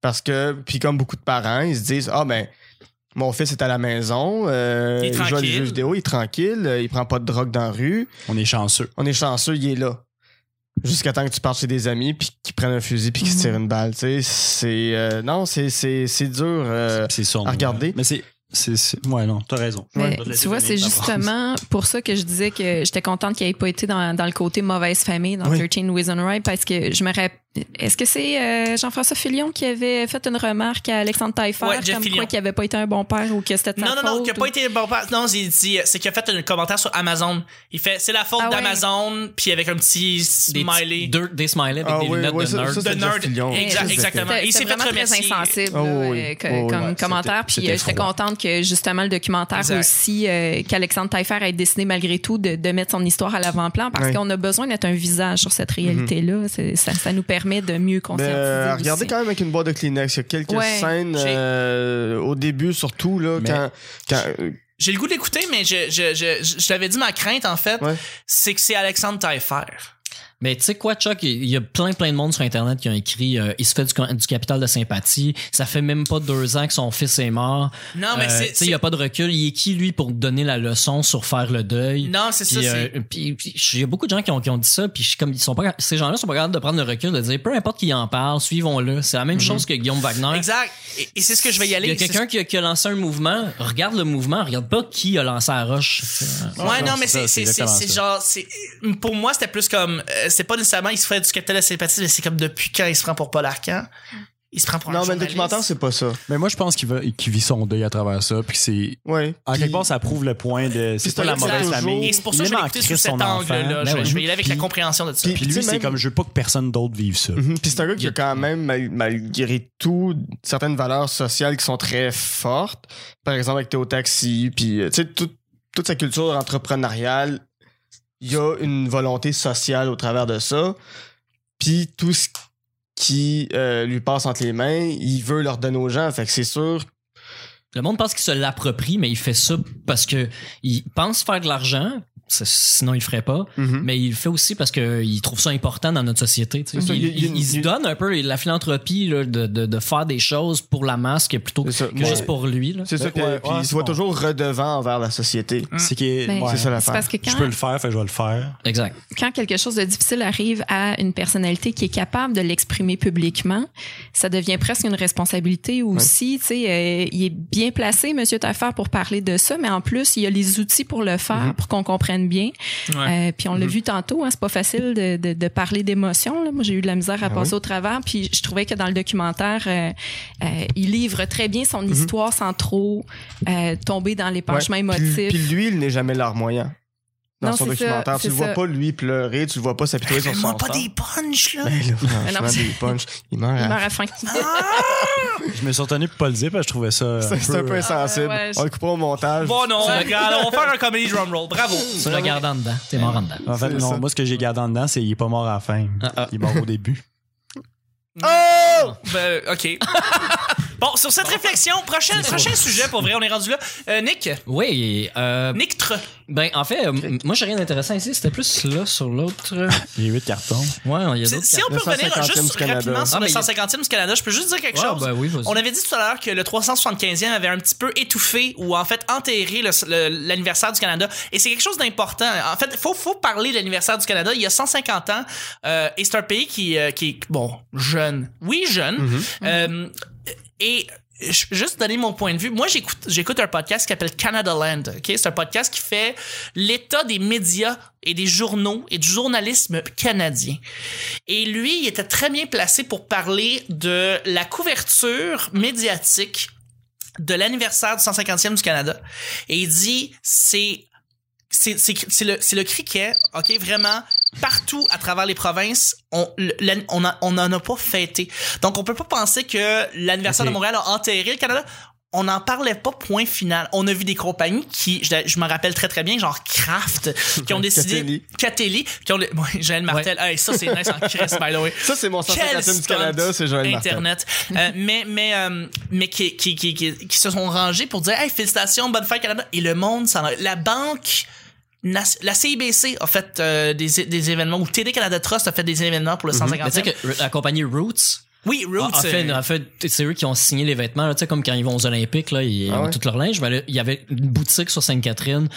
S3: Parce que, puis comme beaucoup de parents, ils se disent, « Ah, ben, mon fils est à la maison, euh,
S2: Il est
S3: il, joue à des
S2: tranquille.
S3: jeux vidéo, il est tranquille, euh, il prend pas de drogue dans la rue,
S4: On est chanceux.
S3: on est chanceux, il est là. Jusqu'à temps que tu partes chez des amis, puis qu'ils prennent un fusil, puis qu'ils
S4: Mhm.
S3: se tirent une balle. tu sais. C'est. euh, non, c'est- c'est c'est dur. euh,
S4: c'est sombre.
S3: à regarder.
S4: Mais c'est. c'est- c'est- Ouais, non, t'as raison.
S7: Mais
S4: Je vais te laisser
S7: tu vois,
S4: finir
S7: c'est
S4: ta
S7: justement pour ça que je disais que j'étais contente qu'il n'ait pas été dans, dans le côté mauvaise famille dans
S3: Oui.
S7: 13 Reasons Why parce que je me rappelle. Est-ce que c'est euh, Jean-François Fillon qui avait fait une remarque à Alexandre Taillefer
S2: Ouais, Jeff
S7: comme
S2: Fillion.
S7: quoi qu'il n'avait pas été un bon père ou que c'était de sa
S2: Non, non, non,
S7: faute hein.
S2: qui a
S7: ou-
S2: pas été bon pas- Non, j'ai dit, euh, c'est qu'il a fait un commentaire sur Amazon. Il fait, c'est la faute
S7: Ah ouais.
S2: d'Amazon, puis avec un petit
S5: Des
S2: smiley.
S5: petits- deux- des smileys avec
S3: Ah
S5: des
S3: oui,
S5: lunettes
S3: ouais,
S5: de
S3: ça-
S5: nerd.
S3: ça, c'est
S2: De
S3: Jeff
S2: nerd.
S3: Fillion.
S2: Exact-
S3: Ça, c'est-
S2: exactement.
S7: C'était-
S2: Il s'est
S7: c'était
S2: fait
S7: vraiment très
S2: remercier.
S7: insensible
S3: Oh,
S7: là,
S3: oui.
S7: euh, que-
S3: Oh, oui.
S7: comme
S4: Ouais,
S7: commentaire.
S4: c'était-
S7: Puis
S4: c'était
S7: euh, j'étais
S4: froid.
S7: contente que justement le documentaire
S2: Exact.
S7: aussi, euh, qu'Alexandre Taillefer ait décidé malgré tout de, de mettre son histoire à l'avant-plan parce
S3: Ouais. Mhm.
S7: qu'on a besoin d'être un visage sur cette réalité-là. C'est- ça, ça nous permet de mieux
S3: Mais,
S7: conscientiser.
S3: euh,
S7: aussi.
S3: regardez quand même avec une boîte de Kleenex. Il y a quelques
S7: Ouais,
S3: scènes
S2: j'ai-
S3: euh, au début, surtout, là,
S4: Mais-
S3: quand. quand euh,
S2: J'ai le goût d'écouter, mais je, je, je, je, je t'avais dit ma crainte, en fait,
S3: Ouais.
S2: c'est que c'est Alexandre Taillefer.
S5: Mais tu sais quoi, Chuck, il y a plein, plein de monde sur Internet qui ont écrit euh, Il se fait du, con- du capital de sympathie. Ça fait même pas deux ans que son fils est mort.
S2: Non, mais
S5: Euh,
S2: c'est-
S5: tu sais,
S2: c'est.
S5: il y a pas de recul. Il est qui, lui, pour donner la leçon sur faire le deuil?
S2: Non, c'est ça.
S5: Puis,
S2: c'est-
S5: euh, puis- puis, il y a beaucoup de gens qui ont, qui ont dit ça, puis je suis comme ils sont pas, ces gens-là sont pas capables de prendre le recul, de dire peu importe qui en parle, suivons-le. C'est la même chose que Guillaume Wagner.
S2: Mhm. Exact. Et, et c'est ce que je vais y aller.
S5: Hein? Il y a
S2: c'est ce
S5: quelqu'un qui, a- qui a lancé un mouvement, regarde le mouvement, regarde pas qui a lancé la roche.
S2: Ouais, non,
S4: non,
S2: mais
S4: c'est
S2: c'est c'est- c'est-
S4: ça, c'est exactement
S2: c'est
S4: ça.
S2: genre. c'est- Pour moi, c'était plus comme. euh, c'est pas nécessairement il se fait du capital de sympathie, mais c'est comme depuis quand il se prend pour Paul Arcand. Il se prend pour un
S3: Non, mais le
S2: journaliste.
S3: documentaire, c'est pas ça.
S4: Mais moi, je pense qu'il va- qu'il vit son deuil à travers ça. Puis que c'est.
S3: Ouais.
S4: En
S3: Puis-
S4: Ah, quelque part, ça prouve le point de. C'est
S3: c'est
S4: pas la
S3: un gars qui
S4: mauvaise
S3: toujours-
S4: famille.
S2: Et c'est pour ça
S4: Il
S2: que je
S4: aime
S2: l'ai
S4: en
S2: écouté sous
S4: crise
S2: cet
S4: son enfant.
S2: angle-là. Je,
S4: Ben oui.
S2: je vais y aller avec la
S4: Puis-
S2: compréhension de ça.
S4: Puis lui,
S3: Tu sais,
S4: c'est
S3: même-
S4: comme je veux pas que personne d'autre vive ça.
S3: Mhm. Puis c'est un gars
S5: Il
S3: qui
S5: y a-
S3: a quand même, mal- malgré tout, certaines valeurs sociales qui sont très fortes. Par exemple, avec Théo Taxi, puis euh, tu sais, tout- toute sa culture entrepreneuriale, il y a une volonté sociale au travers de ça. Puis tout ce qui euh, lui passe entre les mains, il veut leur donner aux gens. Fait que c'est sûr.
S5: Le monde pense qu'il se l'approprie, mais il fait ça parce que il pense faire de l'argent. c'est- Sinon, il le ferait pas.
S3: Hmm?
S5: Mais il le fait aussi parce qu'il trouve ça important dans notre société. tu sais.
S3: C'est ça,
S5: Il,
S3: il y a- il y a une-
S5: il se
S3: il y a-
S5: donne un peu la philanthropie là, de, de- de faire des choses pour la masse que plutôt que
S3: C'est ça.
S5: que
S3: Ouais.
S5: juste pour lui. là.
S3: C'est ça.
S4: Ouais,
S3: Puis
S4: ouais,
S3: puis
S4: ouais,
S3: il se voit
S4: bon.
S3: toujours redevant envers la société.
S4: C'est qu'il est.
S7: Ben,
S4: ouais.
S3: C'est ça
S7: C'est
S3: l'affaire.
S7: parce que
S4: Je peux
S7: quand,
S4: le faire, fait que je vais le faire.
S5: Exact.
S7: quand quelque chose de difficile arrive à une personnalité qui est capable de l'exprimer publiquement, ça devient presque une responsabilité aussi. Tu sais, euh, il est bien placé, Monsieur Taffer, pour parler de ça, mais en plus, il y a les outils pour le faire, pour qu'on comprenne bien. Euh, puis on l'a
S3: Mhm.
S7: vu tantôt, hein, c'est pas facile de, de- de parler d'émotions. là. Moi, j'ai eu de la
S3: Ah
S7: misère à passer au travers. Puis je trouvais que dans le documentaire, euh, euh, il livre très bien son histoire sans trop euh, tomber dans les penchements
S3: Mhm. Ouais. Puis-
S7: émotifs.
S3: Puis lui, il n'est jamais leur moyen. Dans
S7: Non,
S3: son
S7: c'est ça,
S3: documentaire,
S7: c'est
S3: tu le vois
S7: ça.
S3: pas lui pleurer, tu le vois pas s'apitoyer sur son
S2: Fais-moi pas
S3: sort.
S2: des punchs, là.
S3: Ben là,
S7: Mais
S3: franchement,
S7: non,
S3: des punchs. Il meurt
S7: Il
S3: à-
S7: meurt à faim.
S4: Je me suis retenu pour pas le dire parce que je trouvais ça.
S3: C'est c'est un peu insensible.
S7: Ah, ouais, je-
S3: On le coupera au montage.
S2: Bon, non, regarde, on va faire un comedy drumroll. Bravo.
S5: Tu le gardes en dedans. T'es mort en dedans.
S4: En fait,
S3: C'est
S4: non,
S3: ça.
S4: moi, ce que j'ai gardé en dedans, c'est qu'il est pas mort à la fin.
S2: Ah,
S4: Il est mort au début.
S2: Oh! Ben, OK. Bon, sur cette réflexion, prochain, prochain sujet, pour vrai, on est rendu là. Euh, Nick,
S5: Oui, euh,
S2: Nick Tre.
S5: ben en fait, euh, m- moi j'ai rien d'intéressant ici. C'était plus là sur l'autre. Ouais,
S4: Il y a huit cartons.
S5: il y a
S2: Si
S5: d'autres.
S2: si on
S5: cartes.
S2: peut revenir
S3: 150e
S2: juste
S3: du Canada.
S2: rapidement sur
S5: Ah,
S2: le
S5: mais il y a-
S2: 150e du Canada, je peux juste dire quelque
S5: Ah,
S2: chose.
S5: ben oui, vas-y.
S2: On avait dit tout à l'heure que le 375e avait un petit peu étouffé ou en fait enterré le- le- l'anniversaire du Canada. Et c'est quelque chose d'important. En fait, faut, faut parler de l'anniversaire du Canada. Il y a 150 ans, euh, et c'est un pays qui, euh, qui est, bon, jeune. Oui, jeune. Euh, et je- juste donner mon point de vue. Moi, j'écoute, j'écoute un podcast qui s'appelle Canada Land. ok? C'est un podcast qui fait l'état des médias et des journaux et du journalisme canadien. Et lui, il était très bien placé pour parler de la couverture médiatique de l'anniversaire du 150e du Canada. Et il dit, c'est, c'est, c'est, c'est le, c'est le criquet, OK, vraiment, partout à travers les provinces, on, le- l'an- on, a- on n'en a pas fêté. Donc, on peut pas penser que l'anniversaire
S4: Ok.
S2: de Montréal a enterré le Canada. On n'en parlait pas, point final. On a vu des compagnies qui, je, je me rappelle très très bien, genre Kraft, qui ont décidé...
S3: Catelli.
S2: Catelli. qui ont... le- Bon, Joël Martel. Hey, ça, c'est nice en Chris, by the way.
S3: Ça, c'est mon
S2: Quel
S3: 150e du
S2: stunt
S3: Canada, c'est Joël Martin.
S2: Internet. Euh, mais mais, euh, mais qui, qui, qui, qui, qui se sont rangés pour dire hey, félicitations, bonne fête Canada. Et le monde, s'en a- la banque. nas- La CIBC a fait euh, des, des événements, ou TD Canada Trust a fait des événements pour le 150e.
S5: Mhm. Mais tu sais que R- la compagnie Roots,
S2: oui, euh, Roots.
S5: Ah, En fait, en fait, c'est eux qui ont signé les vêtements, là, tu sais, comme quand ils vont aux Olympiques, là, ils
S3: Ah
S5: ont
S3: ouais?
S5: tout leur linge. Mais là, il y avait une boutique sur Sainte-Catherine.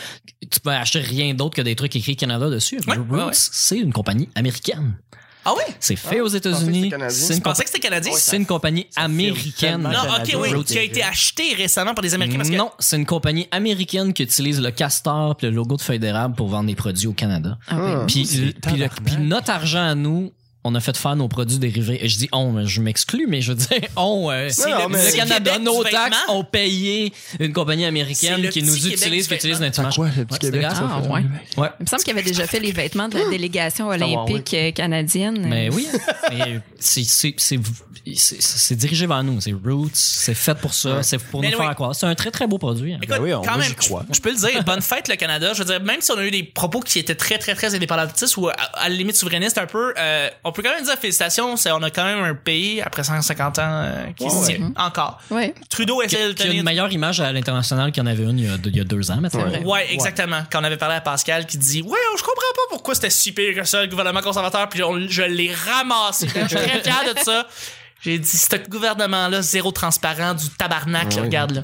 S5: Tu peux acheter rien d'autre que des trucs écrits Canada dessus. Mais
S2: Ouais,
S5: Roots,
S2: ouais, ouais.
S5: c'est une compagnie américaine.
S2: ah oui?
S5: C'est fait
S3: Ah,
S5: aux
S3: je pensais que
S5: États-Unis.
S3: c'était canadien.
S5: C'est
S2: Je
S5: une, compa-
S2: pensais que c'était canadien.
S5: c'est une compagnie américaine.
S4: tellement
S2: non, ok,
S4: Canadien,
S2: oui,
S4: Roots.
S2: qui a été acheté récemment par des Américains parce que.
S5: Non, c'est une compagnie américaine qui utilise le castor puis le logo de feuille d'érable pour vendre des produits au Canada.
S3: Ah.
S5: Puis,
S4: c'est
S5: le- puis, le-
S4: tabarnak.
S5: puis notre argent à nous, on a fait faire nos produits dérivés. Et je dis on, je m'exclus, mais je dis on. euh,
S2: Ah, C'est
S3: Non,
S2: le,
S3: mais-
S5: le
S2: petit
S5: Canada,
S2: Québec
S5: nos
S2: du
S5: taxes
S2: vêtement.
S5: ont payé une compagnie américaine
S2: C'est le
S5: qui
S2: petit
S5: nous
S2: Québec
S5: utilise,
S2: du
S5: qui utilise
S2: vêtement.
S5: notre marché.
S4: le petit
S5: Ouais,
S4: Québec,
S5: c'est
S7: Ah,
S5: grave.
S7: ouais.
S5: Ouais.
S7: Il me semble qu'il avait déjà fait les vêtements de la délégation
S3: Ah, ouais,
S7: olympique euh, canadienne.
S5: Mais oui, hein. mais c'est- c'est- c'est c'est- c'est dirigé vers nous. C'est Roots, c'est fait pour ça, c'est pour
S2: Mais
S5: nous
S2: oui.
S5: faire croire. C'est un très très beau produit. hein.
S2: Écoute,
S4: Ben oui, on-
S2: quand
S4: moi,
S2: même,
S4: j'y crois.
S2: Je, je peux le dire, bonne fête le Canada. Je veux dire, même si on a eu des propos qui étaient très, très, très indépendantistes ou à, à la limite souverainistes un peu, euh, on peut quand même dire félicitations, c'est- on a quand même un pays après 150 ans euh, qui se
S3: Ouais,
S2: tient encore.
S7: Ouais.
S2: Trudeau essaie de le
S5: Qui a une
S2: tenir.
S5: meilleure image à l'international qu'il y en avait une il y a deux, il y a deux ans maintenant.
S2: Ouais, exactement. Quand on avait parlé à Pascal qui dit Ouais, je comprends pas pourquoi c'était si pire que ça, le gouvernement conservateur, puis on- je l'ai ramassé. je suis très fier de ça. J'ai dit, ce gouvernement-là, zéro transparent, du tabarnak, là, regarde là.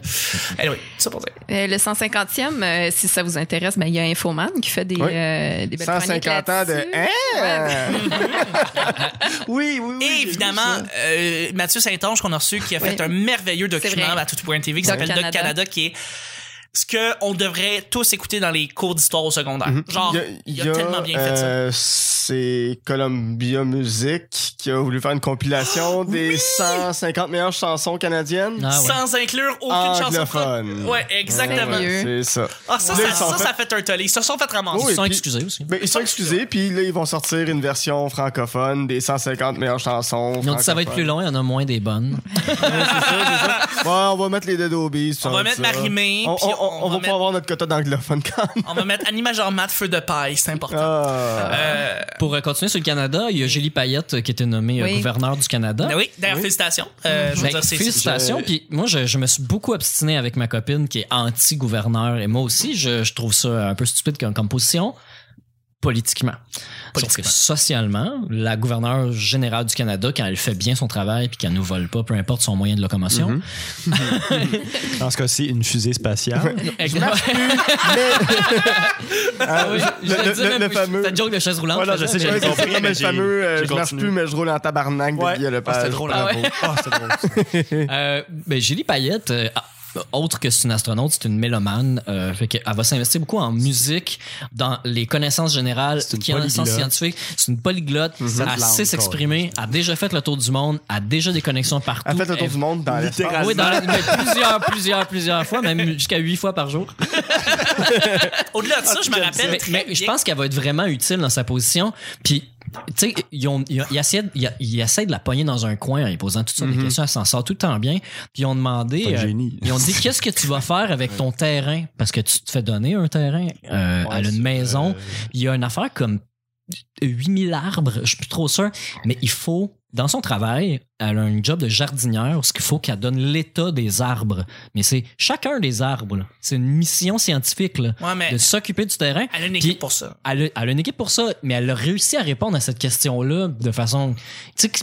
S2: Anyway, ça pour dire.
S7: Euh, le 150e, euh, si ça vous intéresse, ben, il y a Infoman qui fait des,
S3: Oui.
S7: euh, des belles chroniques
S3: 150 ans de.
S7: là-dessus.
S3: Hein? oui, oui, oui.
S2: Et
S3: j'ai vu
S2: évidemment,
S3: ça.
S2: euh, Mathieu Saint-Ange qu'on a reçu, qui a
S7: Oui.
S2: fait un merveilleux
S7: C'est
S2: document
S7: vrai.
S2: à tout.tv qui
S7: Doc
S2: s'appelle Doc
S7: Canada.
S2: Canada, qui est ce que on devrait tous écouter dans les cours d'histoire au secondaire.
S3: Mhm.
S2: Genre, il a tellement bien fait ça.
S3: euh, C'est Columbia Music qui a voulu faire une
S7: Ah,
S3: compilation des 150 meilleures chansons canadiennes
S5: Ah ouais.
S2: sans inclure aucune chanson. propre.
S3: anglophones.
S2: Ouais, exactement.
S7: Ouais.
S3: C'est ça.
S2: Ah, ça,
S3: Là,
S2: ça,
S3: ils sont
S2: ça, ça fait un tollé. Ils se sont fait ramasser.
S5: Ils se sont
S3: Oui, puis-
S5: excusés aussi.
S3: Ben, ils sont excusés, puis là, ils vont sortir une version francophone des 150 meilleures chansons.
S5: Ils ont dit ça va être plus long, il y en a moins des bonnes.
S3: francophones. Ouais, on va mettre les Dead Obies.
S2: On va mettre Marie-Mé,
S3: Oh, On,
S2: puis
S3: on- on va pas
S2: mettre,
S3: avoir notre quota d'anglophone quand même.
S2: on va mettre Annie Major Mat, Feu de paille, c'est important.
S3: Ah.
S2: Euh,
S5: Pour euh, continuer sur le Canada, il y a Julie Payette euh, qui était nommée euh,
S7: Oui.
S5: gouverneure du
S3: Ah.
S5: Canada.
S2: ben oui, d'ailleurs, félicitations. Euh, je veux
S5: Ben,
S2: dire, c'est-
S5: félicitations.
S4: je-
S5: Puis moi, je, je me suis beaucoup obstiné avec ma copine qui est anti-gouverneur. Et moi aussi, je, je trouve ça un peu stupide comme, comme position politiquement. Sauf que
S2: Politiquement.
S5: socialement, la gouverneure générale du Canada, quand elle fait bien son travail puis qu'elle nous vole pas, peu importe son moyen de locomotion,
S4: Dans ce cas-ci, une fusée spatiale.
S5: elle-
S3: Ah,
S5: Oui,
S3: je-
S5: je
S3: le-
S5: disais
S3: le-
S5: même
S3: le
S5: plus-
S3: fameux-
S5: C'est une joke de chaise roulante.
S4: Voilà,
S5: ça,
S4: je sais,
S5: mais-
S4: j'ai
S3: Ouais, c'est
S4: compris,
S3: ça, mais
S4: mais
S3: le
S4: j'ai-
S3: fameux euh,
S4: j'ai
S3: je marche
S4: continué.
S3: plus, mais je roule en tabarnak de Guy Lepage.
S4: Ah, c'était drôle,
S5: Ah
S4: bravo.
S5: ouais.
S4: Ah, c'était drôle.
S5: Euh, ben, Julie Payette, euh, ah, autre que c'est une astronaute, c'est une mélomane. Euh, fait qu'elle va s'investir beaucoup en musique, dans les connaissances générales,
S4: C'est une
S5: qui est en connaissances
S4: polyglotte.
S5: scientifiques. C'est une polyglotte.
S3: Mhm.
S4: Sept
S5: Elle
S4: langues,
S5: sait s'exprimer. Elle a déjà fait le tour du monde. Elle a déjà des connexions partout.
S3: Elle fait le tour du monde dans l'espace.
S4: Littéralement.
S5: Oui, dans la- mais plusieurs, plusieurs, plusieurs fois, même jusqu'à huit fois par jour.
S2: Au-delà de ça, je me
S3: Ah,
S2: rappelle.
S5: Mais,
S2: très
S5: mais je
S2: bien.
S5: pense qu'elle va être vraiment utile dans sa position. Puis, tu sais, ils, ont- ils, ont- ils essaient, de- ils, ils essaient de la pogner dans un coin en lui posant toutes sortes
S3: Mhm.
S5: de questions. Elle s'en sort tout le temps bien. Puis, ils ont demandé.
S4: C'est un
S5: euh,
S4: génie.
S5: Ils ont dit qu'est-ce que tu vas faire avec ton terrain parce que tu te fais donner un terrain euh,
S4: Ouais,
S5: à
S4: c'est,
S5: une maison.
S4: euh,
S5: Il y a une affaire comme 8000 arbres, je suis plus trop sûr, mais il faut dans son travail, elle a un job de jardinière, ce qu'il faut qu'elle donne l'état des arbres. Mais c'est chacun des arbres. là. C'est une mission scientifique là,
S2: Ouais, mais
S5: de s'occuper du terrain.
S2: elle a une équipe
S5: Puis-
S2: pour ça.
S5: Elle a, elle a une équipe pour ça, mais elle a réussi à répondre à cette question-là de façon. Tu sais, que-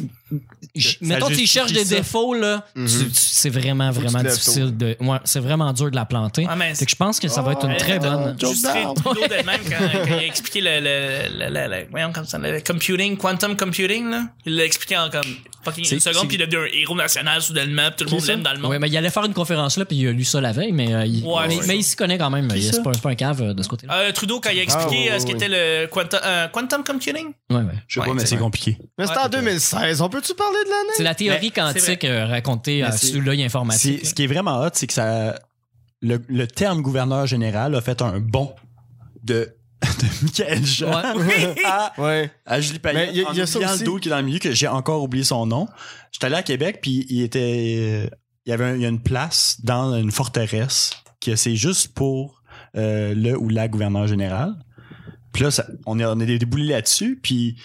S5: j-
S4: Ça
S5: mettons, tu
S4: justifie
S5: cherches des
S4: ça.
S5: défauts, là,
S3: Mhm.
S5: tu- tu- c'est vraiment,
S3: Faut que tu
S5: vraiment
S3: te lèves
S5: difficile de. Ouais, c'est vraiment dur de la planter.
S2: Ouais, Ah, mais
S5: Fait que je pense que ça va être une
S2: Oh,
S5: très bonne.
S3: Job
S2: Juste
S3: down.
S2: Trudeau de même quand, quand il a expliqué le, le, le, le- le- voyons comme ça, le computing, quantum computing, là. Il l'a expliqué en comme fucking
S4: C'est-
S2: une
S4: c'est-
S2: seconde, puis il est devenu un héros national soudainement, puis tout le
S3: Qui
S2: monde
S3: ça?
S2: l'aime dans le monde.
S5: Ouais, mais il allait faire une conférence là, puis il a lu ça la veille, mais, euh, il,
S2: Ouais,
S5: mais,
S2: ouais.
S5: mais il s'y connaît quand même. Il-
S4: ça?
S5: C'est pas, c'est pas un cave euh, de ce côté-là.
S2: Euh, Trudeau, quand il a expliqué
S3: Ah, ouais,
S2: euh, ce
S3: ouais,
S2: qu'était le quantum, euh, quantum computing,
S5: Ouais, ouais.
S4: Je sais
S2: Ouais,
S4: pas, mais
S2: c'est
S4: c'est
S2: vrai.
S4: compliqué.
S3: Mais c'est
S2: Ouais.
S3: en 2016. On peut-tu parler de l'année?
S5: C'est la théorie
S2: c'est vrai.
S5: quantique euh, racontée
S4: Mais
S5: à
S4: c'est-
S5: sous l'œil
S4: C'est-
S5: informatique.
S4: ce qui est vraiment hot, c'est que ça. Le, le terme gouverneur général a fait un bond de, de Michael Jean
S5: Ouais.
S4: à,
S3: Ouais.
S4: à Julie
S3: Mais
S4: Payette.
S3: il y a-
S4: en
S3: il y a ça
S4: oubliant
S3: aussi.
S4: le dude qui est dans le milieu, que j'ai encore oublié son nom. J'étais allé à Québec, puis il était. Il y avait un- il y a une place dans une forteresse que c'est juste pour euh, le ou la gouverneur général. Puis là, ça- on est, on est déboulé là-dessus, puis.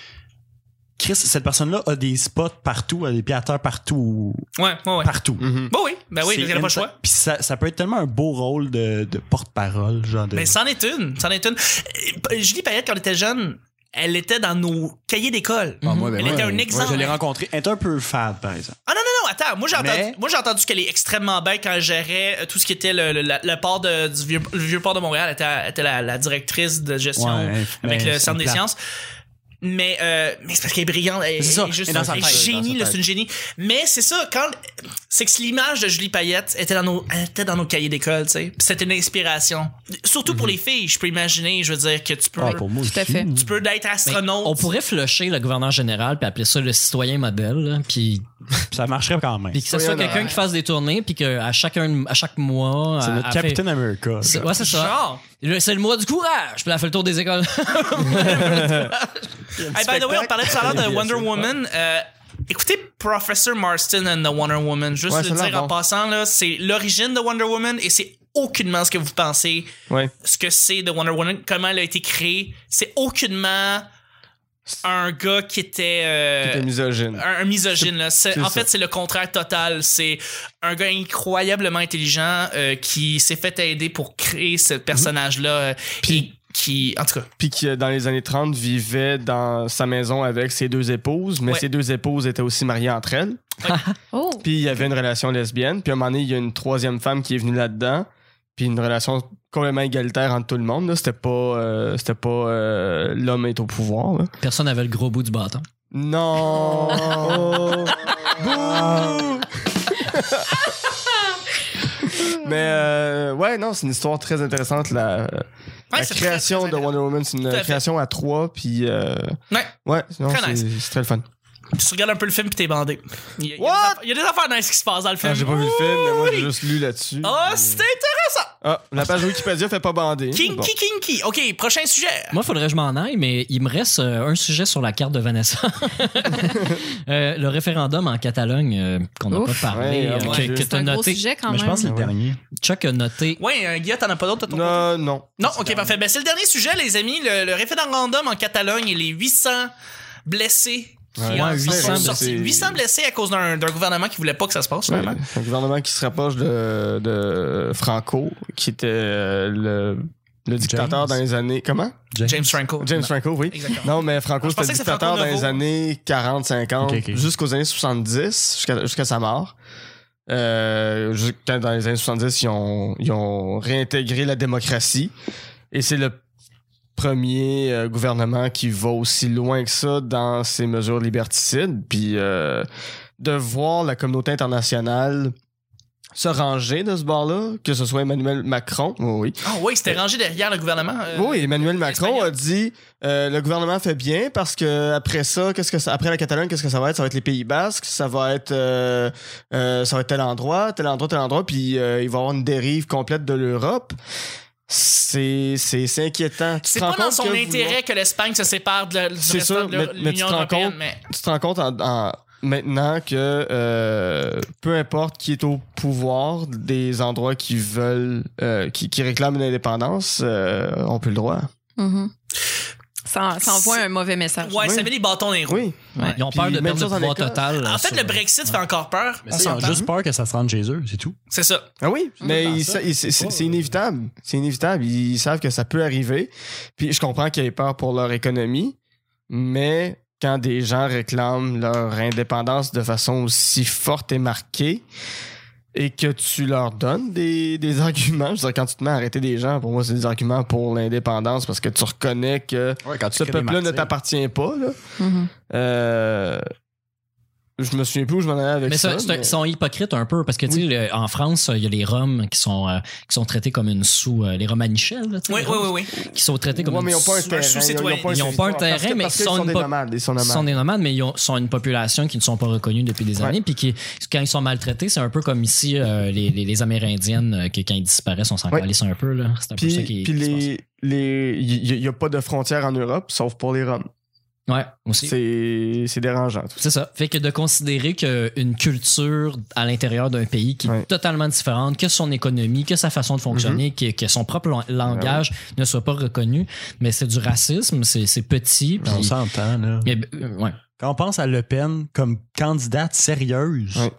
S4: Chris, cette personne-là a des spots partout, a des pieds à terre partout,
S2: ouais, ouais, ouais.
S4: partout.
S3: Mhm.
S2: Bon, oui, ben oui,
S4: C'est
S2: il a pas le
S4: insane.
S2: choix.
S4: Puis ça, ça peut être tellement un beau rôle de, de porte-parole, genre de.
S2: Mais c'en est une, c'en est une. Euh, Julie Payette, quand elle était jeune, elle était dans nos cahiers d'école.
S6: Ah, moi, ben,
S2: Elle
S6: moi,
S2: était un
S6: ouais.
S2: exemple. hein.
S4: Ouais, je l'ai rencontré. Elle est un peu fade, par exemple.
S2: Ah non, non, non, attends. Moi, j'ai entendu,
S4: Mais-
S2: moi, j'ai entendu qu'elle est extrêmement belle quand elle gérait euh, tout ce qui était le, le- la- le port de, du vieux, le vieux port de Montréal. Elle était, elle était la, la directrice de gestion
S4: Ouais,
S2: avec
S4: mais
S2: le Centre
S4: c'est
S2: des
S4: plate.
S2: sciences. Mais, euh, mais c'est parce qu'elle est brillante. Elle,
S4: C'est ça,
S2: elle est juste
S4: elle est dans sa
S2: elle est
S4: tête,
S2: génie,
S4: dans sa
S2: là, c'est une génie. Mais c'est ça, quand. C'est que l'image de Julie Payette était dans nos, elle était dans nos cahiers d'école, tu sais. Puis C'était une inspiration. Surtout pour les filles, je peux imaginer, je veux dire, que tu peux.
S4: Ah, Mhm. pour moi
S7: Tout à
S4: aussi.
S7: fait.
S2: Tu peux être astronaute.
S5: On pourrait flusher le gouverneur général puis appeler ça le citoyen modèle, là, puis
S4: Ça marcherait quand même.
S5: Puis que ce soit
S3: Citoyen
S5: quelqu'un
S3: d'honneur.
S5: qui fasse des tournées, puis qu'à chacun, à chaque mois.
S4: C'est
S5: elle-
S4: notre
S5: elle fait-
S4: Captain America.
S5: C'est- Ouais, c'est ça.
S2: Genre.
S5: Le- C'est le mois du courage. Puis elle fait le tour des écoles.
S2: Hey, by the way, on parlait tout à l'heure de Wonder Woman. Euh, écoutez Professor Marston and the Wonder Woman. Juste
S3: Ouais,
S2: le
S3: celle-là,
S2: dire en
S3: bon.
S2: passant, là, c'est l'origine de Wonder Woman et c'est aucunement ce que vous pensez,
S3: Ouais.
S2: ce que c'est de Wonder Woman, comment elle a été créée. C'est aucunement un gars qui était... euh,
S3: C'était misogyne.
S2: un, un misogyne. Là. C'est-
S3: c'est
S2: en
S3: ça.
S2: fait, c'est le contraire total. C'est un gars incroyablement intelligent euh, qui s'est fait aider pour créer
S3: Mhm.
S2: ce personnage-là. euh, et qui, en tout cas,
S3: Puis qui, euh, dans les années 30, vivait dans sa maison avec ses deux épouses, mais
S2: Ouais.
S3: ses deux épouses étaient aussi mariées entre elles.
S7: Oh!
S3: Puis il y avait une relation lesbienne. Puis à un moment donné, il y a une troisième femme qui est venue là-dedans. Puis une relation complètement égalitaire entre tout le monde. là. C'était pas, euh, c'était pas euh, l'homme est au pouvoir. là.
S5: Personne n'avait le gros bout du bâton.
S3: Non! Bouh! Mais euh, ouais, non, c'est une histoire très intéressante. La,
S2: Ouais,
S3: la
S2: c'est
S3: création
S2: très, très
S3: de Wonder Woman, c'est une
S2: Tout à fait.
S3: création à trois, puis euh,
S2: Ouais.
S3: ouais, sinon,
S2: Très
S3: c'est c'est très le fun.
S2: Tu regardes un peu le film puis t'es bandé. Il y a, il y a des
S3: What?
S2: affaires- il y a des affaires nice qui se passent dans le film.
S3: Ah, j'ai pas vu le film, mais moi j'ai
S2: Oui.
S3: juste lu là-dessus.
S2: Oh, c'était intéressant!
S3: Ah, la page Wikipédia fait pas bander.
S2: Kinky,
S3: Bon.
S2: kinky. OK, prochain sujet.
S5: Moi, faudrait que je m'en aille, mais il me reste euh, un sujet sur la carte de Vanessa. Euh, le référendum en Catalogne euh, qu'on n'a pas
S7: Ouf.
S5: parlé,
S3: Ouais,
S5: euh,
S3: ouais.
S5: que- que,
S3: C'est
S5: tu as
S7: un gros
S5: noté.
S7: sujet quand
S4: Mais
S7: même.
S4: Ben, je pense que c'est le
S3: Ouais.
S4: dernier.
S5: Chuck a noté.
S2: Ouais, euh, Guilla, t'en as pas d'autres de ton côté?
S3: Non, non.
S2: Non, ok, parfait. Ben, c'est le dernier sujet, les amis. Le, le référendum en Catalogne et les 800 blessés. qui
S3: Ouais,
S2: en sont
S5: 800
S2: sortis.
S3: blessés.
S2: 800 blessés à cause d'un d'un gouvernement qui voulait pas que ça se passe,
S3: Ouais,
S2: finalement.
S3: un gouvernement qui se rapproche de, de Franco, qui était euh, le, le
S4: James.
S3: dictateur dans les années. Comment
S2: James Franco.
S3: James Franco, oui.
S2: Exactement.
S3: Non, mais Franco,
S2: Je
S3: c'était
S2: pensais que c'était
S3: dictateur
S2: Franco
S3: dans les
S2: Novo.
S3: années 40, 50,
S4: Ok, ok.
S3: jusqu'aux années 70, jusqu'à jusqu'à sa mort. Euh, ju- quand dans les années 70, ils ont, ils ont réintégré la démocratie. Et c'est le premier euh, gouvernement qui va aussi loin que ça dans ses mesures liberticides. Puis euh, de voir la communauté internationale se ranger de ce bord-là, que ce soit Emmanuel Macron, oui, oui,
S2: Ah oui, c'était rangé derrière le gouvernement. euh,
S3: oui, Emmanuel Macron
S2: espagnol.
S3: a dit euh, le gouvernement fait bien parce que après ça, qu'est-ce que ça- après la Catalogne, qu'est-ce que ça va être Ça va être les Pays Basques, ça va être euh, euh, ça va être tel endroit, tel endroit, tel endroit, puis euh, il va y avoir une dérive complète de l'Europe. C'est c'est c'est inquiétant. Tu
S2: C'est
S3: te rends
S2: pas dans
S3: compte
S2: son
S3: que
S2: intérêt
S3: vouloir-
S2: que l'Espagne se sépare de, la- du
S3: C'est
S2: restant
S3: sûr,
S2: de
S3: mais-
S2: l'U-
S3: mais tu te
S2: l'Union
S3: rends
S2: européenne.
S3: compte-
S2: Mais
S3: tu te rends compte en- en- maintenant que euh, peu importe qui est au pouvoir, des endroits qui veulent euh, qui, qui réclament une indépendance euh, ont plus le droit.
S7: Mhm. Ça, ça envoie
S2: C'est-
S7: un mauvais message.
S2: ouais,
S3: Oui.
S2: ça met des bâtons dans les roues.
S3: Oui.
S5: Ouais, Ils ont
S3: Puis
S5: peur de
S3: même
S5: perdre le
S3: chose en
S5: pouvoir
S3: Écosse.
S5: total. euh,
S2: En fait,
S5: sur-
S2: le Brexit fait encore peur.
S4: Mais ça, ils ont
S2: s'entend.
S4: juste peur que ça se rende chez eux, c'est tout.
S2: C'est ça.
S3: Ah oui, mais ils sa- ils- c'est c'est- c'est inévitable. C'est inévitable. Ils savent que ça peut arriver. Puis je comprends qu'ils aient peur pour leur économie, mais quand des gens réclament leur indépendance de façon aussi forte et marquée, et que tu leur donnes des, des arguments, je veux dire, quand tu te mets à arrêter des gens, pour moi, c'est des arguments pour l'indépendance parce que tu reconnais que
S4: quand
S3: ce peuple-là ne t'appartient pas. Là.
S7: Mhm.
S3: Euh, je me souviens plus où je m'en allais avec
S5: Mais
S3: ça.
S5: ça, c'est-
S3: mais-
S5: ils sont hypocrites un peu parce que tu sais, le- en France, il y a les Roms qui sont euh, qui sont traités comme une sous euh, les Romanichels, là, tu sais,
S2: Oui,
S5: les
S2: oui,
S5: Roms
S2: oui, oui.
S5: qui sont traités comme
S3: Ouais,
S5: une
S3: mais ils ont pas un
S5: sous-
S3: terrain.
S2: sous-citoyen.
S5: Ils ont pas un
S3: territoire. Parce que-
S5: terrain, mais
S3: parce
S5: ils
S3: qu'ils
S5: sont
S3: des
S5: pas-
S3: nomades. Ils sont
S5: Ce
S3: nomades.
S5: sont des nomades, mais ils ont- sont une population qui ne sont pas reconnue depuis des
S3: Ouais.
S5: années, puis qui, quand ils sont maltraités, c'est un peu comme ici euh, les, les, les Amérindiennes, euh, que quand ils disparaissent, on s'en
S3: Ouais.
S5: calisse un peu. là. C'est un peu ça qui,
S3: Puis, puis
S5: qui se
S3: les, les, il n'y a pas de frontières en Europe, sauf pour les Roms.
S5: passe. Ouais, aussi.
S3: C'est, c'est dérangeant. tout ça.
S5: C'est ça. Fait que de considérer qu'une culture à l'intérieur d'un pays qui est
S3: Ouais.
S5: totalement différente, que son économie, que sa façon de fonctionner,
S3: Mm-hmm.
S5: que, que son propre lang-
S3: Ben
S5: langage ne soit pas reconnu, mais c'est du racisme, c'est c'est petit.
S3: Ben
S5: puis-
S4: On s'entend, là.
S5: mais, euh, ouais.
S4: Quand on pense à Le Pen comme candidate sérieuse,
S3: Ouais.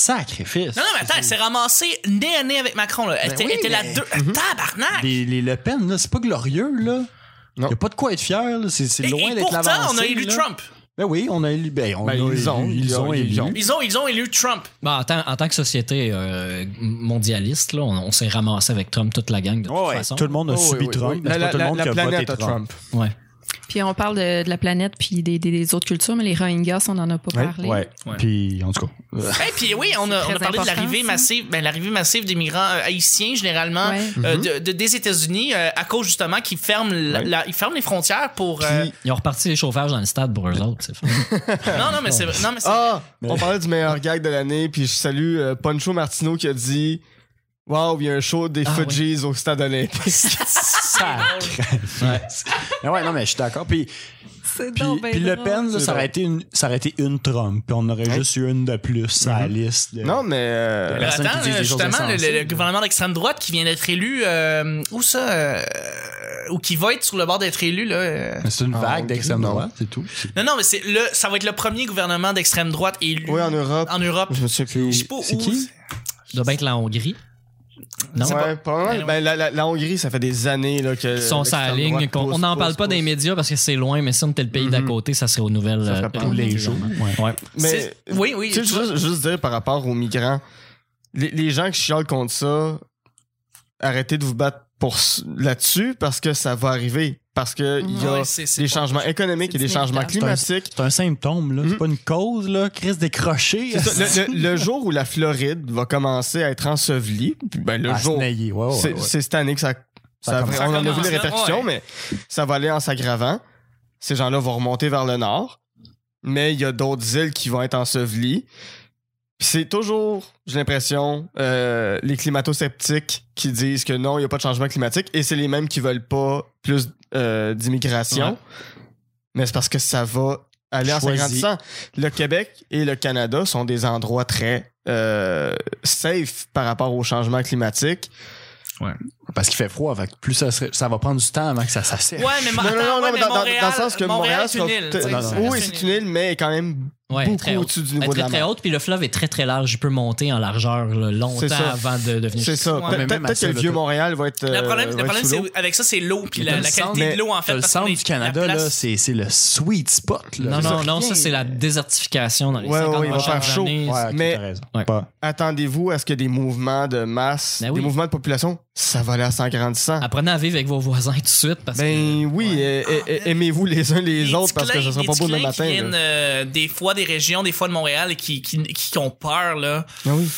S4: sacrifice.
S2: Non, non, mais attends, elle s'est ramassée nez à nez avec Macron. Là. Elle
S4: Ben
S2: était,
S4: oui,
S2: elle était la
S4: mais-
S2: deux. Tabarnak!
S4: Les, les Le Pen, là, c'est pas glorieux, là. Il
S3: Non.
S4: n'y a pas de quoi être fier, là. C'est, c'est
S2: Et,
S4: loin
S2: et
S4: d'être
S2: pourtant,
S4: l'avancée.
S2: on a élu
S4: là.
S2: Trump.
S4: Ben oui, on a élu. Ben, on
S3: Ben,
S4: a
S3: ils
S4: élu-
S3: ont, ils ont,
S4: élu.
S3: ils ont.
S2: Ils ont, ils ont élu Trump.
S5: Bon, Bah, en, tant, en tant que société euh, mondialiste, là, on, on s'est ramassé avec Trump toute la gang de toute
S4: Ouais,
S5: façon.
S4: tout le monde a
S3: Oh, oui,
S4: subi
S3: oui,
S4: Trump,
S3: oui.
S4: mais c'est
S3: La-
S4: pas tout le
S3: la-
S4: monde
S3: la
S4: qui a voté
S3: planète a
S4: Trump.
S3: Trump.
S5: Ouais.
S7: Puis on parle de, de la planète puis des, des- des autres cultures, mais les Rohingyas, on n'en a pas
S3: Ouais,
S7: parlé.
S4: Ouais.
S2: Ouais.
S4: Puis, en tout cas.
S2: Et puis oui, on a,
S7: C'est
S2: on a
S7: très
S2: parlé de
S7: important,
S2: l'arrivée
S7: ça.
S2: massive, ben, l'arrivée massive des migrants euh, haïtiens généralement
S7: Ouais.
S2: euh,
S4: Mhm.
S2: de- de- des États-Unis euh, à cause justement qu'ils ferment, la-
S3: Ouais.
S2: la- ils ferment les frontières pour. euh,
S3: Puis-
S5: Ils ont reparti les chauffages dans le stade pour eux autres. c'est fou.
S2: Non, non, mais c'est vrai. Non, mais c'est
S3: Ah,
S4: Mais-
S3: on parlait du meilleur gag de l'année, puis je salue euh, Poncho Martino qui a dit Waouh, il y a un show des
S5: Ah,
S3: Fudgies au stade olympique.
S4: Sacrifice.
S5: Ouais.
S4: Mais ouais, non, mais je suis d'accord. Puis,
S7: C'est
S4: puis,
S7: donc ben
S4: puis Le
S7: drôle.
S4: Pen, là,
S3: C'est
S4: ça, aurait
S3: drôle.
S4: été une, ça aurait été une Trump. Puis on aurait
S3: Ouais.
S4: juste eu une de plus à la liste. de-
S3: Hein? Mm-hmm. non, mais. euh,
S2: Mais
S4: personnes qui
S2: attends,
S4: disent
S2: là,
S4: des choses
S2: justement, le, le- le
S4: insensibles.
S2: gouvernement d'extrême droite qui vient d'être élu, euh, où ça, euh, ou qui va être sur le bord d'être élu, là. euh.
S4: Mais C'est une
S3: Ah,
S4: vague
S3: ok,
S4: d'extrême
S3: non.
S4: droite, c'est tout.
S2: Non, non, mais c'est le, ça va être le premier gouvernement d'extrême droite élu
S3: oui, en Europe.
S2: en Europe.
S3: Ah. Je me souviens
S2: Je
S3: plus.
S2: sais pas où.
S4: C'est qui?
S5: Ça doit bien être la Hongrie. Non?
S3: Ouais, pas mal. Ben, la, la- la Hongrie, ça fait des années là, que.
S5: Ils sont sur la ligne. qu'on- on n'en parle pas des
S3: médias.
S5: médias parce que c'est loin, mais si on était le pays d'à
S3: Mhm.
S5: côté, ça serait aux nouvelles.
S3: Ça ferait
S5: euh,
S3: pas
S5: tous les jours. Ouais.
S3: Mais
S2: C'est- oui, oui.
S3: Tu sais, juste, juste dire par rapport aux migrants, les, les gens qui chialent contre ça, arrêtez de vous battre pour s- là-dessus parce que ça va arriver. parce qu'il y a
S2: Ouais, c'est- c'est
S3: des
S2: pas-
S3: changements économiques
S7: c'est
S3: et des changements
S7: inévitable.
S3: climatiques.
S4: C'est un symptôme, là. C'est
S3: Mm.
S4: pas une cause, là. Chris décroché.
S3: C'est ça, le, le- le jour où la Floride va commencer à être ensevelie, puis ben, le
S4: Ah,
S3: jour,
S4: snaillé, ouais, ouais,
S3: c'est
S4: ouais.
S3: c'est cette année que ça, ça
S4: Bah, commence.
S3: on en
S2: Ça
S3: a vu les
S2: commence,
S3: répercussions, mais ça va aller en s'aggravant. Ces gens-là vont remonter vers le nord, mais il y a d'autres îles qui vont être ensevelies. Puis C'est toujours, j'ai l'impression, euh, les climato-sceptiques qui disent que non, il n'y a pas de changement climatique, et c'est les mêmes qui veulent pas plus euh, d'immigration.
S5: Ouais.
S3: Mais c'est parce que ça va aller en
S4: Choisi.
S3: s'agrandissant. Le Québec et le Canada sont des endroits très euh, safe par rapport au changement climatique.
S4: Parce qu'il fait froid, fait que plus ça, serait- ça va prendre du temps avant que ça s'assèche.
S2: Ouais, mais,
S3: Non,
S2: attends,
S3: non, non,
S2: ouais,
S3: non,
S2: mais
S3: dans, dans-
S2: Montréal,
S3: dans le sens que Montréal,
S2: c'est une île. tu sais,
S4: non,
S2: ça
S4: non,
S2: reste
S3: oui,
S2: une
S3: c'est
S2: île.
S3: une île, mais elle est quand même
S5: Ouais,
S3: beaucoup
S5: très haute.
S3: au-dessus du
S5: Elle est
S3: niveau de
S5: très,
S3: la
S5: très
S3: mer.
S5: haute, puis le fleuve est très très large. Il peut monter en largeur là,
S3: C'est
S5: longtemps
S3: ça.
S5: avant de devenir.
S3: C'est ça.
S2: Ouais,
S3: Peut-
S4: mais même à
S3: Peut-être que
S4: ça,
S3: le
S4: là,
S3: vieux
S4: t'as-
S3: Montréal va être.
S2: Le
S3: euh,
S2: problème,
S3: va
S2: le
S3: être
S2: problème
S3: sous l'eau.
S2: c'est avec ça, c'est l'eau puis
S4: Mais t'as
S2: la,
S4: le
S2: la
S4: centre-
S2: qualité
S3: mais
S2: de l'eau en fait.
S4: T'as le
S2: parce
S4: centre
S2: qu'on est-
S4: du Canada,
S2: la place-
S4: là, c'est c'est le sweet spot. Là.
S5: Non,
S4: C'est
S5: non,
S4: ça.
S5: non, ça c'est la désertification dans les
S3: Ouais,
S5: 50
S3: ouais, il va
S5: prochaines
S3: faire chaud.
S5: années.
S4: Ouais, ok,
S3: Mais-
S4: t'as raison.
S5: Ouais.
S4: Pas-
S3: Attendez-vous à ce que des mouvements de masse,
S5: Ben oui.
S3: des mouvements de population, ça va aller en s'agrandissant.
S5: Apprenez à vivre avec vos voisins tout de suite parce
S3: Ben oui, eh, eh, eh, aimez-vous les uns les
S2: Les
S3: autres parce que ça sera
S2: petits
S3: pas beau
S2: clins
S3: demain
S2: qui
S3: matin.
S2: viennent,
S3: là.
S2: euh, des fois des régions, des fois de Montréal, qui, qui, qui ont peur, là. Ah,
S3: Ben oui.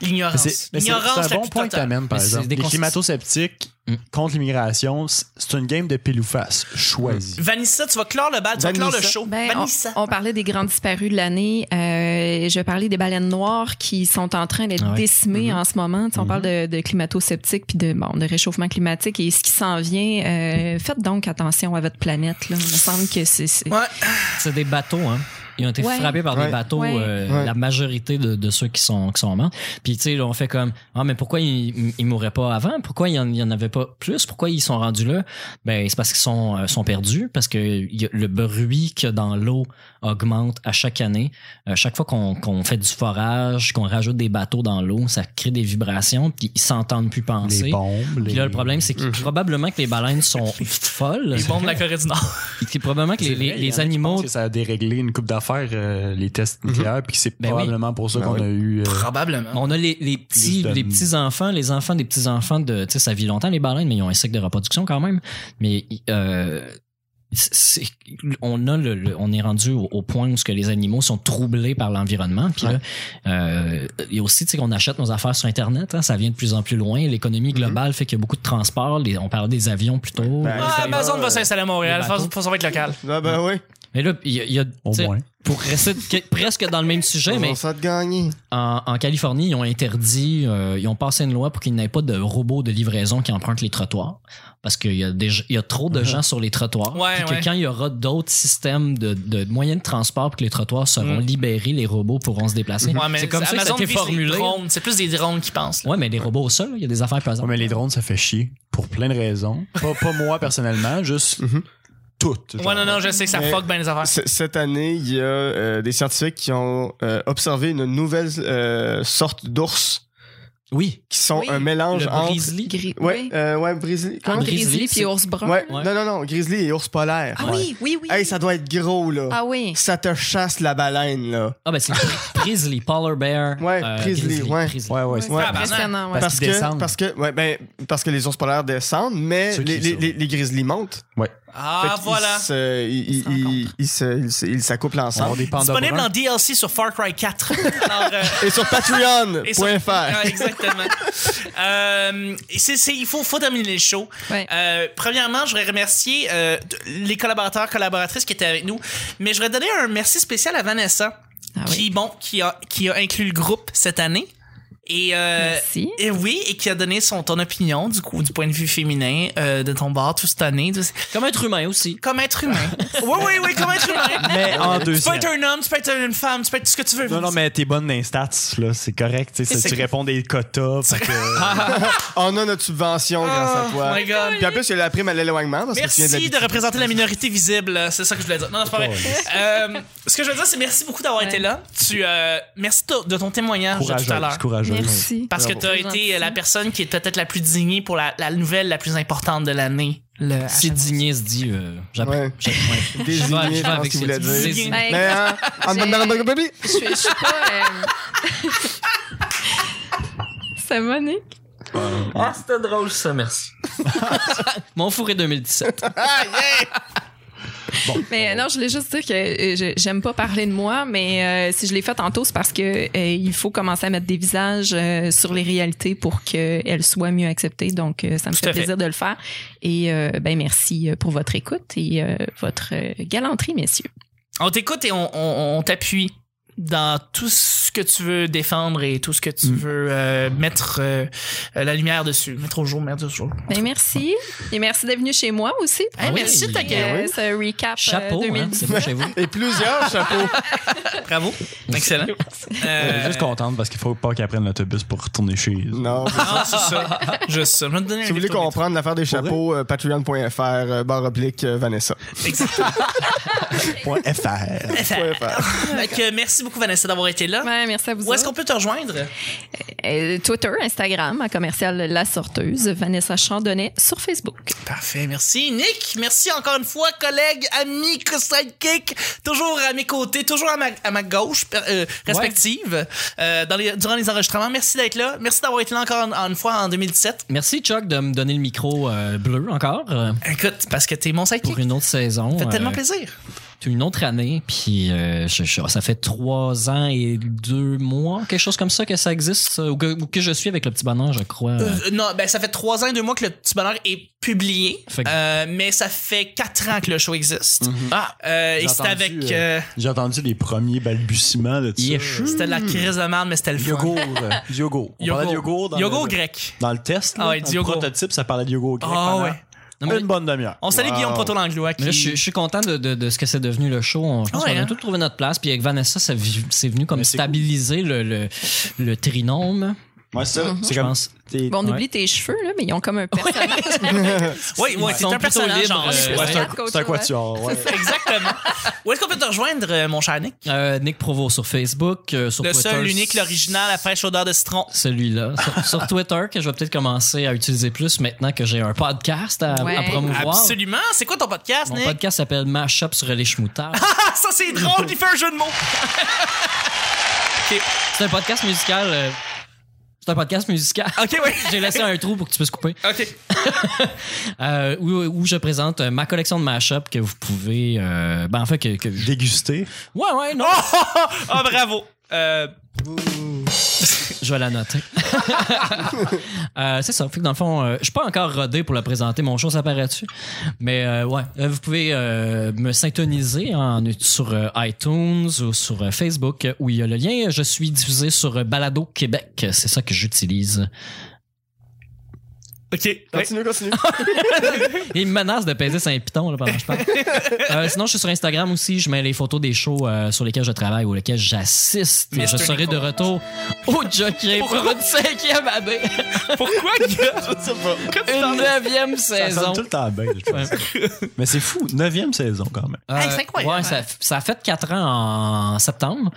S4: Mais
S2: L'ignorance.
S4: c'est- mais C'est
S2: L'ignorance,
S4: c'est
S2: la
S4: un bon
S2: plus
S4: point que
S2: totale.
S4: t'amènes, par
S5: Mais c'est
S4: exemple.
S5: des
S4: Les
S5: cons-
S4: climato-sceptiques
S5: Mm.
S4: contre l'immigration, c- c'est une game de pile ou face. Choisis.
S2: Vanessa, tu vas clore le bal, tu vas clore le
S3: Vanessa.
S2: show.
S7: Ben, on,
S2: Vanessa.
S7: on parlait des grandes disparues de l'année. Euh, je parlais des baleines noires qui sont en train d'être
S5: Ah ouais.
S7: décimées
S3: Mm-hmm.
S7: en ce moment. Tu sais, On
S5: Mhm.
S7: parle de, de climato-sceptique puis de, bon, de réchauffement climatique et ce qui s'en vient. euh, faites donc attention à votre planète. Là. Il me semble que c'est. c'est-
S2: Ouais.
S5: que c'est des bateaux, hein. Ils ont été
S7: Ouais.
S5: frappés par
S3: Ouais.
S5: des bateaux,
S7: Ouais.
S5: euh,
S3: Ouais.
S5: la majorité de, de ceux qui sont, qui sont morts. Puis, tu sais, là, on fait comme, ah, mais pourquoi ils, ils mouraient pas avant? Pourquoi il y, en- il y en avait pas plus? Pourquoi ils sont rendus là? Ben, c'est parce qu'ils sont, euh, sont perdus, parce que il y a- le bruit qu'il y a dans l'eau augmente à chaque année. Euh, chaque fois qu'on qu'on fait du forage, qu'on rajoute des bateaux dans l'eau, ça crée des vibrations, puis ils s'entendent plus penser.
S4: Les bombes.
S5: Puis là, le problème, c'est que
S3: Mhm.
S5: probablement que les baleines sont folles.
S2: Les bombes de la Corée du Nord.
S5: Puis que probablement que les, les- les animaux.
S4: que ça a déréglé une coupe d'affaires, euh, les tests nucléaires, puis c'est
S5: Ben oui.
S4: probablement pour ça
S3: Ben
S4: qu'on
S3: oui.
S4: a eu. euh,
S2: Probablement.
S5: On a les, les
S4: Plus
S5: petits,
S4: de-
S5: les petits enfants, les enfants des petits enfants de, tu sais, ça vit longtemps les baleines, mais ils ont un cycle de reproduction quand même. Mais euh, c'est- on a le, le- on est rendu au, au point où ce que les animaux sont troublés par l'environnement. Puis là, euh, il y a aussi, tu sais, qu'on achète nos affaires sur Internet. hein, ça vient de plus en plus loin.
S4: Mm-hmm.
S5: L'économie globale fait qu'il y a beaucoup de transport. Les- on parlait des avions plus tôt.
S3: Ben,
S2: Ah,
S3: les
S2: Amazon
S3: avions,
S2: va s'installer à Montréal.
S5: les
S2: Ça
S5: bateaux.
S2: ça va être local.
S3: Ah ben oui,
S5: Mais là, il y a, il y a, tu
S4: Au
S5: sais,
S4: moins.
S5: pour rester que- presque dans le même sujet, mais
S3: on ça de gagner.
S5: en, en Californie, ils ont interdit, euh, ils ont passé une loi pour qu'il n'y ait pas de robots de livraison qui empruntent les trottoirs. Parce qu'il y, a des- il y a trop de gens sur les trottoirs.
S2: Mhm. Ouais,
S5: puis que
S2: ouais.
S5: quand il y aura d'autres systèmes de, de moyens de transport, puis que les trottoirs seront
S2: Mm.
S5: libérés, les robots pourront se déplacer.
S2: Ouais, mais
S5: c'est comme ça que ça
S2: Amazon
S5: a été
S2: vise les
S5: formulé.
S2: drones. C'est plus des drones qui pensent. là.
S5: Ouais, mais les robots au sol, là, il y a des affaires
S4: Ouais,
S5: pesantes.
S4: mais les drones, ça fait chier. Pour plein de raisons. Pas, pas moi, personnellement, juste
S3: Mhm.
S4: toutes.
S2: Ouais,
S4: genre.
S2: non, non, je sais que ça
S3: Mais-
S2: fuck bien les affaires.
S3: C- Cette année, il y a euh, des scientifiques qui ont euh, observé une nouvelle euh, sorte d'ours
S5: Oui,
S3: qui sont
S7: Oui,
S3: un mélange
S5: le
S3: entre.
S5: grizzly.
S7: Gris-
S3: Ouais,
S7: oui.
S3: euh, ouais, grizzly.
S7: Ah,
S3: Comment?
S5: grizzly,
S7: grizzly puis
S5: c'est-
S7: ours brun.
S3: Ouais.
S5: Ouais.
S3: Non, non, non, grizzly et ours polaire.
S7: Ah oui, oui, oui.
S3: Hey, ça doit être gros, là.
S7: Ah oui.
S3: Ça te chasse la baleine, là.
S5: Ah, ben c'est grizzly, polar bear. euh,
S3: Ouais, grizzly, ouais.
S5: grizzly.
S4: Ouais, ouais.
S7: Ouais,
S4: c'est-
S7: c'est
S2: Ah,
S3: Ouais.
S7: impressionnant. ouais.
S4: Parce
S3: Parce
S4: qu'ils
S3: que,
S4: descendent.
S3: parce que, ouais, ben, parce que les ours polaires descendent, mais
S4: Ceux qui
S3: les, les,
S4: sont-
S3: les- les grizzlies montent.
S2: Ah,
S3: Fait qu'ils
S2: voilà.
S3: se- Ils
S7: se
S3: ils-
S7: rencontrent.
S3: ils se- ils se- ils s'accouplent
S4: On va avoir
S3: ensemble.
S4: des pandas
S2: Disponible
S4: bruns.
S2: en DLC sur Far Cry 4. Alors, euh,
S3: Et sur
S2: et sur-
S3: patreon.fr.
S2: Ouais, exactement. Euh, c'est- c'est- il faut, faut terminer le show.
S7: Ouais. Ah
S2: Euh, premièrement, je voudrais remercier euh, t- les collaborateurs, collaboratrices qui étaient avec nous, mais je voudrais donner un merci spécial à Vanessa,
S3: euh,
S7: Ah oui.
S2: qui, bon, qui, a, qui a inclus le groupe cette année. Et, euh,
S7: Merci.
S2: et oui, et qui a donné son, ton opinion du coup du point de vue féminin euh, de ton bord toute cette année. Tout-
S5: Comme être humain aussi.
S2: Comme être humain. oui, oui, oui, comme être humain.
S4: Mais en deux
S2: Tu peux
S4: semaines.
S2: être un homme, tu peux être une femme, tu peux être ce que tu veux.
S4: Non, non, mais t'es bonne dans les stats, là, c'est correct. tu sais,
S2: C'est-
S4: Tu réponds des quotas. fait que-
S3: On a notre subvention grâce à
S2: Oh
S3: toi.
S2: my God.
S3: Puis en plus, il y a la prime à l'éloignement parce que tu viens
S2: Merci
S3: de
S2: de
S3: la-
S2: représenter la minorité visible, euh, c'est ça que je voulais dire. Non, non, c'est pas vrai. Euh, ce que je veux dire, c'est merci beaucoup d'avoir
S7: Ouais.
S2: été là. Tu, euh, merci de, de ton témoignage de tout à
S4: Courageux,
S2: l'heure.
S4: courageux.
S7: Merci.
S2: Parce que tu as
S7: C'est
S2: été
S7: gentil.
S2: la personne qui est peut-être la plus dignée pour la, la nouvelle la plus importante de l'année. Le-
S5: C'est digné, se dit. Euh, j'apprends-
S3: Ouais.
S5: j'apprends-
S3: Désigné,
S5: Je vais- je
S3: je
S5: vais
S3: pense
S5: avec
S3: qu'il
S5: cette-
S3: voulait dire.
S5: désigné.
S7: Ben,
S3: Mais hein, en
S7: J'ai-
S3: dedans, dedans, dedans,
S7: Je, je suis pas. euh, C'est Monique.
S8: Ah, c'était drôle ça, merci.
S5: Mon fourré 2017.
S7: Mais non, je voulais juste dire que euh, je- j'aime pas parler de moi, mais euh, si je l'ai fait tantôt, c'est parce que euh, il faut commencer à mettre des visages euh, sur les réalités pour qu'elles soient mieux acceptées. Donc, euh, ça me
S2: Tout
S7: fait,
S2: à fait.
S7: plaisir de le faire. Et euh, ben merci euh, pour votre écoute et euh, votre euh, galanterie, messieurs.
S2: On t'écoute et on, on- on t'appuie dans tout ce que tu veux défendre et tout ce que tu
S3: Mm.
S2: veux euh, mettre euh, euh, la lumière dessus, mettre au jour, mettre au jour.
S7: Ben merci et merci d'être venu chez moi aussi.
S2: Hey,
S5: Ah oui.
S2: Merci de t'accueillir.
S7: Euh, ce recap euh,
S5: Chapeau, hein,
S7: 2019.
S5: c'est bon chez vous.
S3: Et plusieurs chapeaux.
S2: Bravo. Excellent.
S4: Je
S2: Euh,
S4: suis juste contente parce qu'il faut pas qu'ils prennent l'autobus pour retourner chez eux.
S3: Non.
S2: Ah, c'est ça. Juste ça. Je vais te donner un
S3: Si vous voulez
S2: livre tourné.
S3: comprendre l'affaire des chapeaux, euh, patreon.fr, euh, barre oblique, euh, Vanessa.
S2: Exactement.
S6: Point FR.
S3: Point fr.
S2: Fait que, euh, merci beaucoup, Vanessa, d'avoir été là.
S7: Ouais, merci à vous.
S2: Où est-ce
S7: autres.
S2: qu'on peut te rejoindre?
S7: Euh, Twitter, Instagram, à commercial La Sorteuse, Vanessa Chandonnet sur Facebook.
S2: Parfait, merci. Nick, merci encore une fois, collègue, ami, sidekick, toujours à mes côtés, toujours à ma, à ma gauche per- euh, respective euh, dans les, durant les enregistrements. Merci d'être là. Merci d'avoir été là encore en- en une fois en 2017.
S5: Merci, Chuck, de me donner le micro euh, bleu encore euh,
S2: Écoute, parce que t'es mon sidekick.
S5: pour une autre saison.
S2: Ça fait tellement
S5: euh,
S2: plaisir.
S5: une autre année, puis euh, je- je- ça fait trois ans et deux mois, quelque chose comme ça, que ça existe, euh, ou que, ou que je suis avec le petit bonheur, je crois.
S2: Euh, non, ben ça fait trois ans et deux mois que le petit bonheur est publié,
S5: Fait que- Mm-hmm.
S2: euh, mais ça fait quatre ans que le show existe. Ah, euh, et
S4: J'ai
S2: c'était
S4: entendu,
S2: avec,
S4: euh,
S2: euh,
S4: J'ai entendu les premiers balbutiements de tout ça.
S5: Yeshu.
S2: c'était de la crise de merde, mais c'était le fun.
S4: Yogourt. euh, Yogourt. On parlait de yogourt dans,
S2: Yogourt
S4: le,
S2: grec.
S4: dans le test.
S2: Ah
S4: là,
S2: ouais,
S4: dans
S2: du
S4: le
S2: yogourt.
S4: prototype, ça parlait de yogourt grec.
S2: Ah
S4: pendant
S2: ouais.
S5: Non, mais-
S4: Une bonne demi-heure.
S2: On salue
S3: Wow.
S2: Guillaume Proto l'anglois qui
S5: Mais là, je, je suis content de, de- de ce que c'est devenu le show. On- Je pense
S2: Ouais,
S5: qu'on
S2: hein.
S5: a tout trouvé notre place. Puis avec Vanessa, ça vi- c'est venu comme
S4: Mais c'est
S5: stabiliser le, le, le trinôme.
S4: Ouais, c'est
S2: Mm-hmm.
S4: ça. C'est
S5: Je
S4: comme.
S5: pense.
S4: t'es-
S7: Bon, on
S5: Ouais.
S7: oublie tes cheveux, là, mais ils ont comme un personnage.
S2: Oui, oui,
S5: Ils
S2: c'est
S5: sont
S2: un
S5: plutôt
S2: personnage
S5: libres,
S2: genre,
S5: euh,
S2: c'est
S4: Ouais, c'est un-
S7: Quatre coachs,
S4: c'est un
S7: ouais.
S4: quatuor. ouais.
S2: Exactement. Où est-ce qu'on peut te rejoindre, euh, mon cher Nick?
S5: Euh, Nick Provo sur Facebook, euh, sur
S2: Le
S5: Twitter.
S2: seul, l'unique, l'original, la fraîche odeur de citron.
S5: Celui-là. Sur, sur Twitter, que je vais peut-être commencer à utiliser plus maintenant que j'ai un podcast à, à
S7: Ouais.
S5: promouvoir.
S2: Absolument. C'est quoi ton podcast,
S5: Mon
S2: Nick?
S5: podcast s'appelle Mashup sur les schmoutards.
S2: Ah, ça, c'est drôle, il fait un jeu de mots.
S5: C'est un podcast musical. euh, C'est un podcast musical.
S2: OK, oui.
S5: J'ai laissé un trou pour que tu puisses couper.
S2: OK.
S5: Euh, où, où je présente euh, ma collection de mashup que vous pouvez. euh, ben, en fait, que. que-
S4: Dégusté.
S5: Ouais, ouais, non.
S2: Oh, oh, oh, oh, bravo. Euh,
S5: Je vais la noter. Euh, c'est ça. Fait que dans le fond, euh, je suis pas encore rodé pour la présenter. Mon show, ça paraît-tu? Mais euh, ouais, Euh, vous pouvez euh, me syntoniser en, sur euh, iTunes ou sur euh, Facebook euh, où il y a le lien. Je suis diffusé sur euh, Balado Québec. C'est ça que j'utilise.
S2: OK. Oui.
S3: Continue, continue.
S5: Il me menace de peser saint piton là, pendant que je parle. Euh, sinon, je suis sur Instagram aussi. Je mets les photos des shows euh, sur lesquels je travaille ou lesquels j'assiste.
S2: Mr.
S5: Je serai de retour au Jockey pour une cinquième année,
S2: Pourquoi, Guillaume?
S3: Je sais pas.
S5: une neuvième
S4: Ça
S5: saison.
S4: sonne tout le temps bien, je pense. Mais c'est fou. Neuvième saison, quand même.
S5: Euh,
S2: Hey, c'est incroyable. hein.
S5: ouais, ça, ça a fait 4 ans en septembre.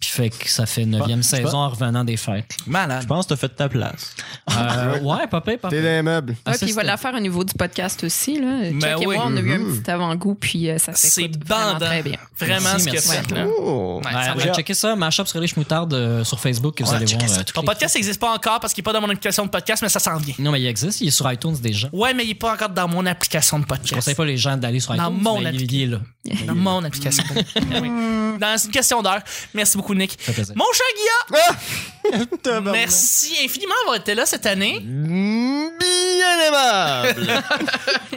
S5: Puis fait que ça fait neuvième
S4: c'est pas-
S5: saison en revenant des fêtes.
S4: Je
S2: Malade.
S4: pense que t'as fait ta place.
S5: Euh, ouais, papa, papa.
S3: T'es dans les meubles.
S5: Ah,
S7: Ouais,
S5: ça,
S7: puis il va
S5: c'était-
S7: la faire au niveau du podcast aussi. Là.
S2: Ben
S7: Chuck et
S2: oui.
S7: moi, on a eu un
S4: Mm-hmm.
S7: petit avant-goût, puis euh, ça
S2: C'est
S7: s'écoute vraiment
S2: bandant.
S7: très bien.
S2: Vraiment
S5: Merci,
S2: ce que
S5: merci.
S2: c'est. là.
S3: Oh.
S2: Ouais,
S5: Ouais,
S2: ça va.
S5: allez checker ça, Mashup sur les schmoutardes euh, sur Facebook que vous
S2: Ouais,
S5: allez
S2: checker
S5: voir.
S2: ça.
S5: euh, toutes
S2: Ton
S5: les-
S2: podcast n'existe pas encore parce qu'il n'est pas dans mon application de podcast, mais ça s'en vient.
S5: Non, mais il existe, il est sur iTunes déjà.
S2: Ouais, mais il n'est pas encore dans mon application de
S5: Je
S2: podcast.
S5: conseille pas les gens d'aller sur
S2: Dans
S5: iTunes,
S2: mon
S5: mais il-
S2: appli-
S5: il est là. Mmh.
S2: Dans mon application. Ah oui. Dans une question d'heure. Merci beaucoup, Nick.
S5: Ça fait plaisir.
S2: Mon cher Guillaume!
S3: Ah!
S2: Merci infiniment d'avoir été là cette année.
S5: Mmh.
S3: Mm, Bien aimable.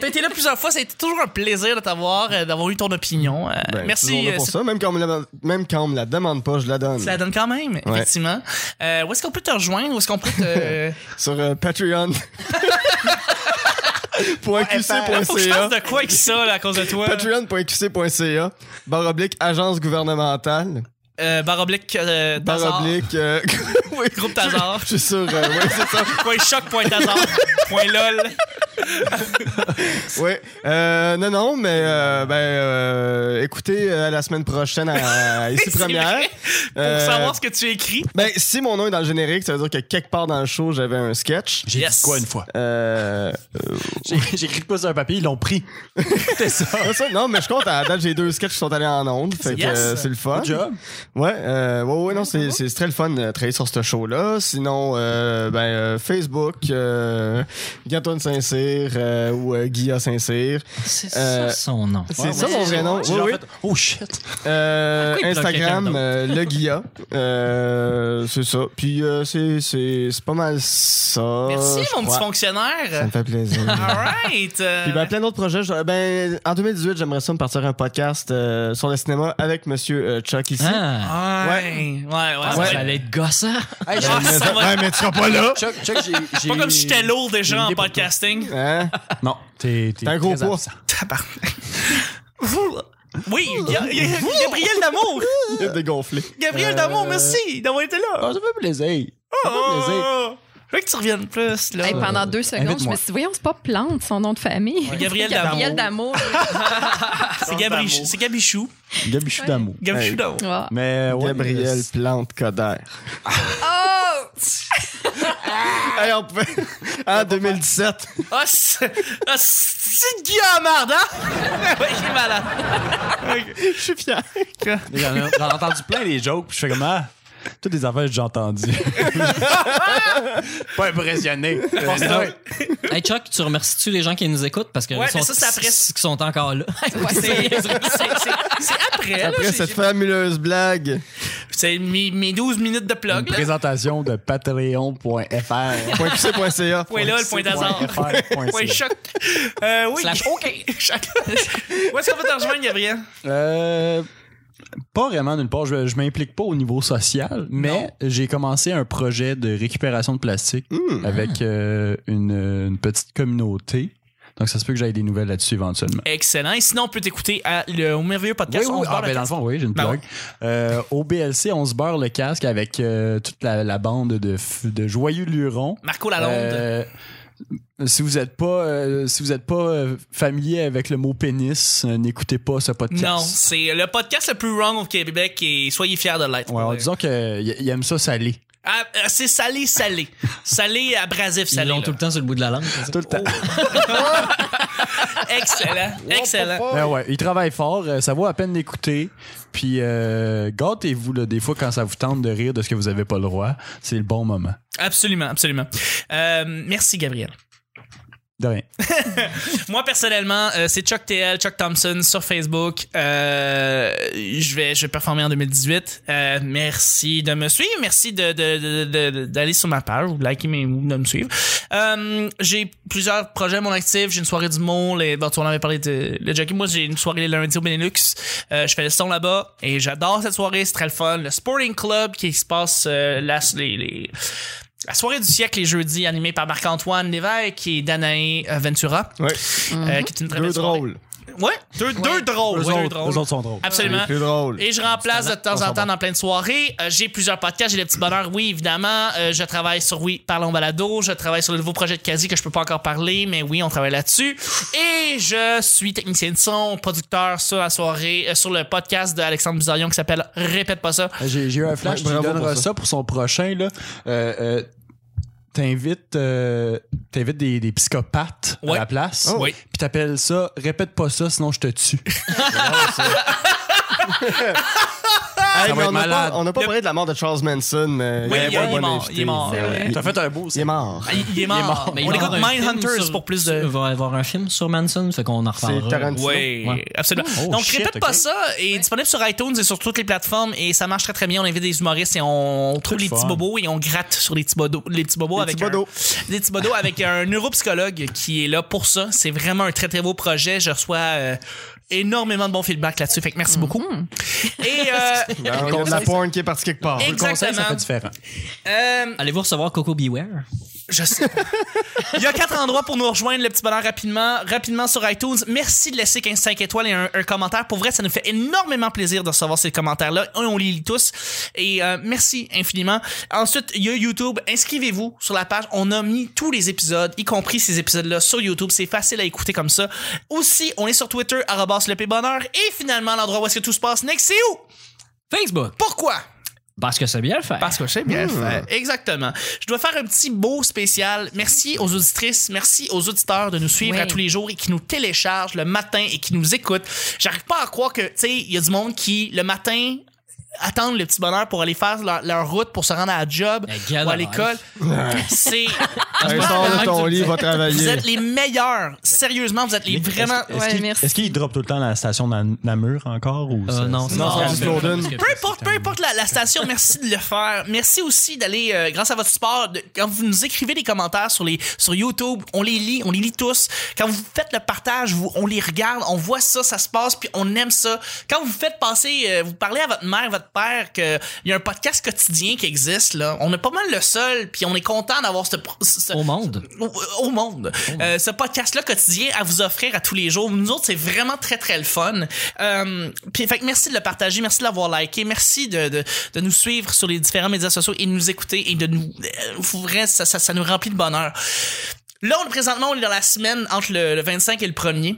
S2: T'as été là plusieurs fois, c'était toujours un plaisir de t'avoir, euh, d'avoir eu ton opinion. Euh,
S3: Ben, toujours
S2: merci.
S3: là
S2: euh,
S3: pour
S2: c'est-
S3: ça. Même quand, on me la, même quand on me la demande pas, je la donne.
S2: Tu la donnes quand même,
S3: Ouais.
S2: effectivement. Euh, où est-ce qu'on peut te rejoindre? Où est-ce qu'on peut te.
S3: Sur euh, Patreon. Pour
S2: Faut que je fasse
S3: qc.ca.
S2: de quoi avec ça là, à cause de toi?
S3: Patreon.qc.ca. Barre oblique, agence gouvernementale.
S2: Euh, barre oblique, euh,
S3: Barre
S2: Tazar.
S3: oblique. euh, oui,
S2: Groupe Tazar.
S3: Je suis sûr. euh, oui, c'est ça.
S2: Point choc, point Tazar. point lol.
S3: Oui. Euh, non, non, mais euh, ben, euh, écoutez euh, la semaine prochaine à Ici
S2: C'est
S3: Première.
S2: vrai. Pour
S3: Euh,
S2: savoir ce que tu écris.
S3: ben, si mon nom est dans le générique, ça veut dire que quelque part dans le show, j'avais un sketch.
S4: J'ai
S2: Yes.
S4: dit quoi une fois?
S3: Euh,
S4: J'ai j'ai écrit de quoi sur un papier, ils l'ont pris.
S3: ça, non, mais je compte, à la date, j'ai deux sketchs qui sont allés en onde. Fait que
S2: Yes.
S3: euh, c'est le fun.
S4: Job.
S3: Ouais, euh, ouais, ouais, non, c'est, c'est très le fun de travailler sur ce show-là. Sinon, euh, ben, euh, Facebook, euh, Antoine Saint-Cyr euh, ou euh, Guilla Saint-Cyr.
S5: C'est
S3: Euh,
S5: ça son nom.
S3: C'est ça mon vrai nom.
S4: J'ai
S3: Oui,
S4: en
S3: oui.
S4: fait, oh shit.
S3: Euh,
S5: Pourquoi il bloque quelqu'un
S3: Instagram,
S5: d'autre?
S3: euh, le Guilla. Euh, c'est ça. Puis euh, c'est, c'est, c'est pas mal ça.
S2: Merci,
S3: je
S2: mon petit Ah.
S3: crois. Ça
S2: fonctionnaire.
S3: me fait plaisir.
S2: Alright.
S3: Puis ben, plein d'autres projets. Je- ben, en 2018, j'aimerais ça me partir un podcast euh, sur le cinéma avec Monsieur euh, Chuck ici.
S5: Ah,
S2: Ouais, ouais, ouais.
S5: Ah,
S2: ouais.
S5: ça allait être gossant.
S4: Hey,
S2: Ah,
S4: j'ai-
S2: ça va-
S3: mais tu seras pas là.
S4: Chuck, Chuck, j'ai. j'ai-
S2: Pas comme si j'étais lourd
S4: j'ai
S2: déjà
S4: une
S2: en
S4: idée pour toi.
S2: podcasting.
S3: Hein?
S4: Non, t'es. t'es
S3: T'es un gros
S4: très
S3: poids.
S4: absent.
S2: Oui, Ga- Ga- Gabriel Damour.
S3: Il est dégonflé.
S2: Gabriel Damour, merci d'avoir été là.
S4: Euh, Ah, ça fait plaisir.
S2: Oh,
S4: fait plaisir.
S2: oh, oh. Je veux que tu reviennes plus, là. euh,
S7: Hey, pendant deux secondes, je me
S4: invite-moi.
S7: suis dit, voyons, c'est pas Plante, son nom de famille.
S2: Gabriel
S7: Gabriel Damour.
S4: Ah,
S2: C'est Gabri- c'est Gabichou.
S4: Gabichou
S7: Ouais.
S4: d'amour.
S2: Gabichou Damour.
S7: Ah.
S4: Mais ouais,
S3: Gabriel
S4: mais-
S3: Plante Coder.
S7: Oh!
S3: Hey, on pouvait... En 2017.
S2: Ah, c'est ah, c'est Guillaume Marde, hein? Ouais, il est malade.
S3: Je suis fier.
S4: mais J'en ai- j'en ai entendu plein des jokes, puis je fais comme ah, toutes les affaires que j'ai entendues. Pas impressionné.
S5: Hey Chuck, tu remercies-tu les gens qui nous écoutent parce que
S2: Ouais,
S5: sont,
S2: mais ça, c'est après.
S5: qui sont encore là.
S2: Ouais, c'est- c'est- c'est- C'est après. là,
S3: Après
S2: j'ai-
S3: cette
S2: j'ai-
S3: fabuleuse blague.
S2: C'est mes, mes 12 minutes de
S4: Une
S2: plug. là.
S4: présentation de patreon.fr.
S3: Point QC.ca.
S2: Point là, le point d'hasard. Point choc. Euh, oui.
S5: Slash OK.
S2: Choc. Où est-ce qu'on peut te rejoindre, Gabriel?
S4: Euh, pas vraiment d'une part, je, je m'implique pas au niveau social, mais j'ai commencé un projet de récupération de plastique avec euh, une, une petite communauté. Donc ça se peut que j'aille des nouvelles là-dessus éventuellement.
S2: Excellent. Et sinon, on peut t'écouter à le au merveilleux
S4: Oui,
S2: podcast.
S4: oui,
S2: On se
S4: ah,
S2: barre
S4: ben,
S2: le
S4: dans le
S2: casque.
S4: fond, oui, j'ai une
S2: Ben
S4: blague. Euh, au BLC, on se beurre le casque avec euh, toute la, la bande de, f- de joyeux lurons.
S2: Marco Lalonde.
S4: Euh, si vous n'êtes pas, euh, si vous êtes pas euh, familier avec le mot pénis, euh, n'écoutez pas ce podcast.
S2: non, c'est le podcast le plus wrong au Québec et soyez fiers de l'être.
S4: Ouais, alors, disons qu'il aime ça salé.
S2: Ah, euh, c'est salé, salé. salé, abrasif,
S5: Ils
S2: salé.
S5: l'ont
S2: là.
S5: tout le temps sur le bout de la langue.
S4: Tout le temps.
S2: Excellent, excellent.
S4: Ben ouais, il travaille fort, euh, ça vaut à peine l'écouter. Puis euh, gâtez-vous là, des fois quand ça vous tente de rire de ce que vous avez pas le droit, c'est le bon moment.
S2: Absolument, absolument. Euh, merci, Gabriel.
S4: De rien.
S2: Moi personnellement, euh, c'est Chuck TL, Chuck Thompson sur Facebook. Euh, je vais, je vais performer en 2018. Euh, merci de me suivre, merci de de- de- de- de- d'aller sur ma page ou de liker mes ou de me suivre. Euh, j'ai plusieurs projets à mon actif. J'ai une soirée du monde. Les, dont on avait parlé de le jockey. Moi, j'ai une soirée les lundis au Benelux. Euh, je fais le son là-bas et j'adore cette soirée. C'est très le fun. Le Sporting Club qui se passe euh, là, les, les la soirée du siècle les jeudis animée par Marc-Antoine Lévesque et Danae euh, Ventura.
S3: Ouais.
S2: Euh, qui est une très
S3: Deux
S2: belle soirée.
S3: drôles.
S2: Ouais, deux, deux drôles.
S4: Eux
S2: ouais, deux
S4: autres,
S2: drôles.
S4: eux autres sont drôles.
S2: Absolument.
S3: Plus drôle.
S2: Et je remplace de temps en temps dans plein de soirées. Euh, j'ai plusieurs podcasts. J'ai le petit bonheur, oui, évidemment. Euh, je travaille sur Oui, parlons balado. Je travaille sur le nouveau projet de Quasi que je peux pas encore parler, mais oui, on travaille là-dessus. Et je suis technicien de son, producteur sur la soirée, euh, sur le podcast d'Alexandre Bizarion qui s'appelle Répète pas ça.
S4: J'ai j'ai eu un flash,
S3: Ouais,
S4: tu lui
S3: bravo
S4: donneras
S3: pour
S4: ça.
S3: ça.
S4: pour son prochain. là. Euh, euh, T'invites euh, t'invites des, des psychopathes
S2: Ouais.
S4: à la place.
S2: Oui.
S4: Puis t'appelles ça, répète pas ça, sinon je te tue.
S3: Hey,
S4: ça
S3: mais
S4: va être
S3: on n'a
S4: malade.
S3: pas, on a pas parlé de la mort de Charles Manson, mais euh,
S2: Oui,
S3: avait
S2: il,
S3: pas
S2: est
S3: un bon
S2: mort. Il
S3: invité.
S2: est mort.
S4: T'as fait un beau.
S3: Il est mort.
S2: Ah, il- il est mort.
S5: Mais il
S2: On
S5: va y
S2: écoute
S5: avoir un film
S2: Mindhunters
S5: sur-
S2: pour plus
S5: Il
S2: de.
S5: va y avoir un film sur Manson, fait qu'on en reparlera.
S3: C'est Tarantino.
S2: Oui,
S5: Ouais.
S2: absolument.
S4: Oh,
S2: Donc,
S4: shit,
S2: répète
S4: ok.
S2: pas ça. Est disponible sur iTunes et sur toutes les plateformes et ça marche très très bien. On invite des humoristes et on trouve
S4: le
S2: les petits
S4: fun.
S2: bobos et on gratte sur les petits bobos, les petits bobos
S3: Les
S2: avec
S3: petits bodos.
S2: un des petits bobos avec un neuropsychologue qui est là pour ça. C'est vraiment un très très beau projet. Je reçois euh, énormément de bons feedbacks là-dessus. Fait que
S4: Hmm.
S2: merci beaucoup. Et euh,
S3: Ah, Il y a de la porn qui est partie quelque part.
S2: Et-
S4: Le conseil, ça
S2: Exactement.
S4: fait différent.
S2: euh,
S5: Allez-vous recevoir Coco Beware?
S2: Je sais. pas. Il y a quatre endroits pour nous rejoindre, le petit bonheur, rapidement. Rapidement sur iTunes. Merci de laisser 15 5 étoiles et un, un commentaire. Pour vrai, ça nous fait énormément plaisir de recevoir ces commentaires-là. Un, on les lit tous. Et euh, merci infiniment. Ensuite, il y a YouTube. Inscrivez-vous sur la page. On a mis tous les épisodes, y compris ces épisodes-là, sur YouTube. C'est facile à écouter comme ça. Aussi, on est sur Twitter, arrobas le P bonheur. Et finalement, l'endroit où est-ce que tout se passe next, c'est où?
S5: Facebook!
S2: Pourquoi?
S5: Parce que c'est bien le faire.
S2: Parce que je sais bien faire. euh, Exactement. Je dois faire un petit beau spécial. Merci aux auditrices, merci aux auditeurs de nous suivre
S7: Oui.
S2: à tous les jours et qui nous téléchargent le matin et qui nous écoutent. J'arrive pas à croire que, tu sais, il y a du monde qui, le matin, attendre le petit bonheur pour aller faire leur, leur route pour se rendre à la job
S5: La
S2: ou
S5: galère.
S2: à l'école. C'est Ah,
S5: Ouais,
S3: Un sort de ton lit, va
S2: vous
S3: travailler.
S2: êtes les meilleurs. Sérieusement, vous êtes les vraiment
S4: Est-ce
S7: Ouais,
S4: qu'il-
S7: merci.
S4: Est-ce qu'il drop tout le temps la station Nam- Namur encore ou ça-
S5: Euh, non,
S4: ça-
S5: non,
S3: c'est
S5: non,
S3: juste
S5: c'est-
S3: Snowden.
S5: parce que-
S2: peu importe, peu importe la, la station, merci de le faire. Merci aussi d'aller, euh, grâce à votre sport, de- quand vous nous écrivez des commentaires sur, les, sur YouTube, on les lit, on les lit tous. Quand vous faites le partage, vous- on les regarde, on voit ça, ça se passe, puis on aime ça. Quand vous faites passer, euh, vous parlez à votre mère, votre père, qu'il y a un podcast quotidien qui existe, là. On est pas mal le seul, puis on est content d'avoir ce, pro- ce-
S5: Au monde.
S2: au, au monde. Euh, ce podcast-là quotidien à vous offrir à tous les jours. Nous autres, c'est vraiment très, très le fun. Euh, puis, fait que merci de le partager, merci de l'avoir liké, merci de, de, de nous suivre sur les différents médias sociaux et de nous écouter et de nous... euh, vous verrez, ça, ça, ça nous remplit de bonheur. Là, on, présentement, on est dans la semaine entre le, le 25 et le 1er.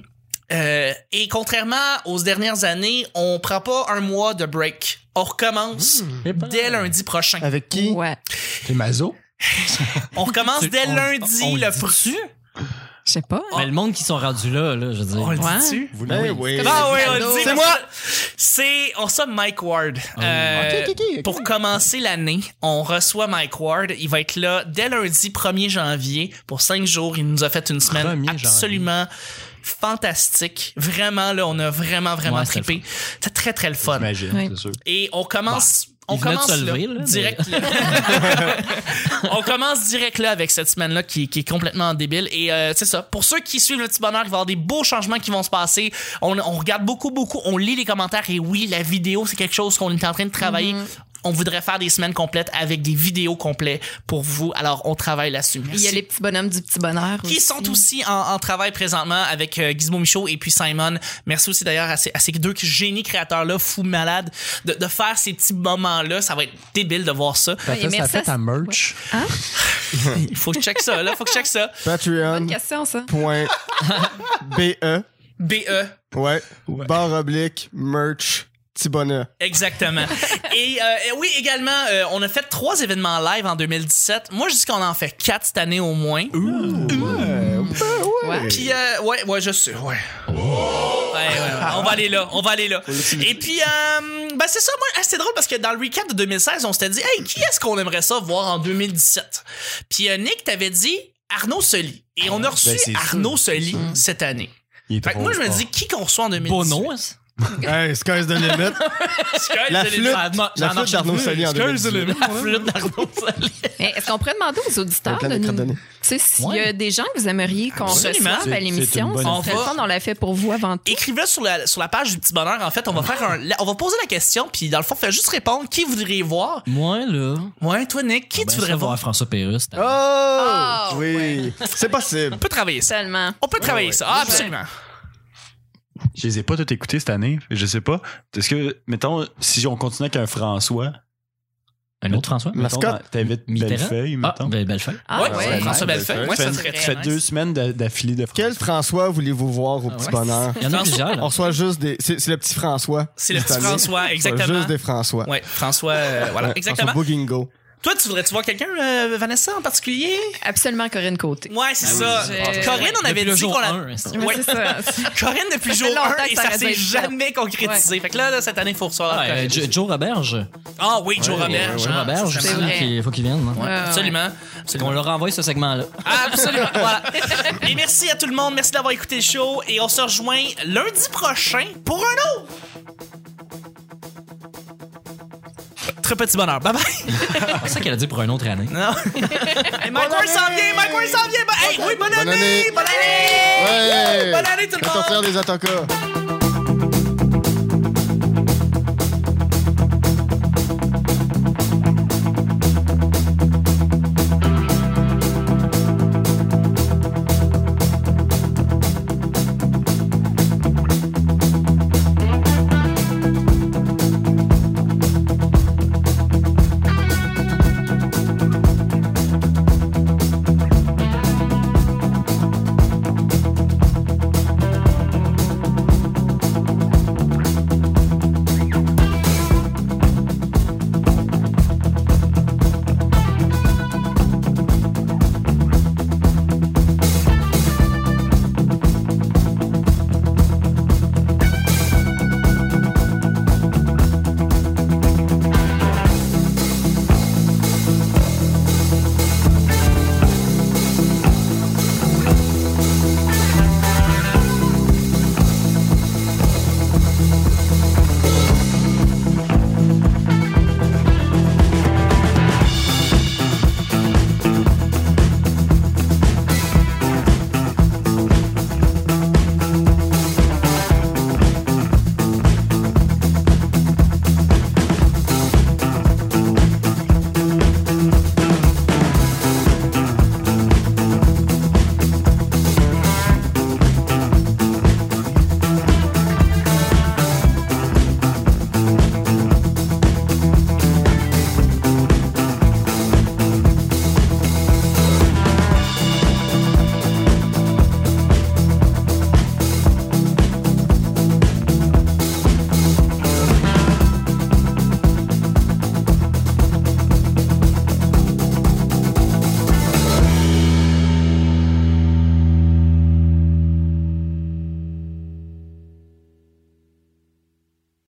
S2: Euh, et contrairement aux dernières années, on prend pas un mois de break. On recommence
S5: Hmm.
S2: dès lundi prochain.
S3: Avec qui?
S7: Ouais.
S4: Les Mazo?
S2: On recommence
S5: Tu-
S2: dès
S5: on-
S2: lundi
S5: on
S2: le
S5: le dit
S2: prochain.
S7: Je sais pas. hein.
S5: Mais le monde qui sont rendus là, là, je veux dire.
S2: On le
S7: Ouais.
S2: dit-tu?
S4: Vous
S3: Ben
S4: le-
S3: oui.
S7: Comme-
S2: Ah oui, on
S7: Cadeau.
S2: le dit.
S3: C'est
S2: parce
S3: moi.
S2: que C'est on reçoit Mike Ward.
S5: Ah oui.
S2: Euh, Pour commencer l'année, on reçoit Mike Ward. Il va être là dès lundi 1er janvier pour cinq jours. Il nous a fait une semaine
S4: 1er
S2: absolument fantastique. Vraiment là, on a vraiment vraiment
S5: Ouais, c'était
S2: trippé. C'était très très le fun.
S4: J'imagine,
S7: Oui.
S4: c'est sûr.
S2: Et on commence. on
S5: Bah, il venait de
S2: commence
S5: se lever,
S2: là,
S5: là, mais-
S2: direct. on commence direct là avec cette semaine là qui, qui est complètement débile et euh, c'est ça. Pour ceux qui suivent le petit bonheur, il va y avoir des beaux changements qui vont se passer. On, on regarde beaucoup beaucoup, on lit les commentaires et oui, la vidéo c'est quelque chose qu'on est en train de travailler.
S7: Mm-hmm.
S2: On voudrait faire des semaines complètes avec des vidéos complètes pour vous. Alors on travaille là-dessus.
S7: Il y a
S2: Merci
S7: les petits bonhommes du petit bonheur.
S2: qui sont aussi en, en travail présentement avec euh, Gizmo Michaud et puis Simon. Merci aussi d'ailleurs à ces, à ces deux génies créateurs-là, fous malades, de, de faire ces petits moments-là. Ça va être débile de voir ça.
S4: T'as
S7: Oui,
S4: fait,
S7: mais
S4: t'as
S7: ça,
S4: fait ta merch.
S2: Il faut que je check ça, là. Faut que je check ça.
S3: Patreon.
S7: Bonne question, ça.
S3: Point BE.
S2: BE.
S3: Ouais. Barre oblique, merch, petit bonheur.
S2: Exactement. Et, euh, et oui, également, euh, on a fait trois événements live en 2017. Moi, je dis qu'on en fait quatre cette année au moins.
S7: Ouais.
S2: Puis, euh, ouais, ouais, je sais, ouais.
S4: Oh.
S2: Ouais, ouais, ouais. on va aller là, on va aller là. Et puis, euh, ben c'est ça, moi, ah, c'est drôle parce que dans le recap de 2016, on s'était dit, hey, qui est-ce qu'on aimerait ça voir en 2017? Puis, euh, Nick, t'avais dit Arnaud Soli. Et on a reçu
S4: Ah, ben, c'est sûr.
S2: Arnaud Soli cette année.
S4: Il est
S2: Fait que
S4: trop
S2: moi, je me
S4: fort.
S2: dis, qui qu'on reçoit en 2017?
S5: Bono, hein,
S3: Hey, sky's the limit. La flûte. La flûte d'Arnaud Sali en 2018.
S5: La flûte d'Arnaud Sali.
S7: Mais est-ce qu'on pourrait demander aux auditeurs
S3: Plein
S7: de
S3: de crottes de
S7: nous...
S3: nez.
S7: Tu sais, s'il y
S5: Ouais.
S7: a des gens que vous aimeriez qu'on
S2: Absolument.
S7: reçoive
S4: C'est-
S7: à
S4: c'est une
S7: l'émission,
S4: bonne
S7: ça serait le
S2: idée.
S7: fun, on l'a fait pour vous avant tout.
S2: Écrivez-le sur la, sur la page du petit bonheur. En fait, on va faire un, on va poser la question, puis dans le fond, faire juste répondre qui voudriez voir.
S5: Moi, là.
S2: Ouais, toi, Nick, qui
S5: ben,
S2: tu
S5: ça,
S2: voudrais voir?
S5: voir François Pérusse.
S3: Oh!
S7: Oh,
S3: oui. C'est possible.
S2: On peut travailler ça.
S7: Seulement.
S2: On peut travailler ça. Ah,
S7: Ouais.
S2: absolument.
S4: Je les ai pas tout écoutés cette année. Je sais pas. Est-ce que, mettons, si on continue avec un François.
S5: Un autre François?
S4: mettons,
S3: Mascotte.
S4: T'invites
S5: Mitterrand?
S4: Bellefeuille,
S5: Ah,
S4: Mm, mettons.
S5: ben, belle fête.
S7: Ah,
S2: ouais,
S7: ouais.
S2: ouais, François
S3: ouais,
S2: Bellefeuille.
S3: ouais,
S2: Moi,
S4: Tu
S2: ça
S4: fais,
S2: serait
S4: tu fais
S2: très
S4: deux
S2: nice.
S4: semaines d'a- d'affilée de François.
S3: Quel François voulez-vous voir
S2: Ah
S3: au petit
S5: ouais.
S3: bonheur?
S5: Il y en a plusieurs,
S3: On
S5: là.
S3: reçoit juste des. C'est c'est le petit François.
S2: C'est le
S3: cette
S2: petit
S3: année.
S2: François,
S3: On reçoit
S2: exactement.
S3: Juste des François.
S2: Ouais, François, euh, voilà,
S3: Ouais,
S2: exactement.
S3: François Bougingo.
S2: Toi, tu voudrais-tu voir quelqu'un, euh, Vanessa, en particulier?
S7: Absolument Corinne Côté.
S2: Ouais, c'est ça.
S7: j'ai-
S2: Corinne, on avait
S5: Depuis le
S2: dit
S5: jour
S2: qu'on la...
S5: un, est-ce que-
S7: Mais
S2: Ouais.
S7: c'est ça.
S2: Corinne depuis
S7: Ça
S2: jour
S7: fait longtemps
S2: 1 et
S7: que ça
S2: ça
S7: aurait dû
S2: s'est
S7: être ça.
S2: jamais concrétisé. Fait que là, là, cette année, il faut recevoir
S5: Ah,
S2: Corinne.
S5: euh, Jo- Joe Roberge.
S2: Ah oui, Joe Robert.
S5: Joe Roberge
S7: c'est
S5: aussi,
S7: vrai.
S5: il faut qu'il vienne. hein.
S7: Ouais, ouais.
S2: Absolument.
S5: Qu'on leur renvoie ce segment-là.
S2: Absolument. voilà. Et merci à tout le monde. Merci d'avoir écouté le show. Et on se rejoint lundi prochain pour un autre. Très petit bonheur. Bye bye.
S5: C'est ça qu'elle a dit pour une autre année.
S2: Non. Hey, Mike Ward s'en vient. Mike Ward s'en vient. Hey, oui, bonne
S3: Bonne
S2: année.
S3: année.
S2: Bonne année.
S3: Ouais.
S2: Bonne année tout le
S3: Quand on
S2: monde.
S3: sort des attaquants.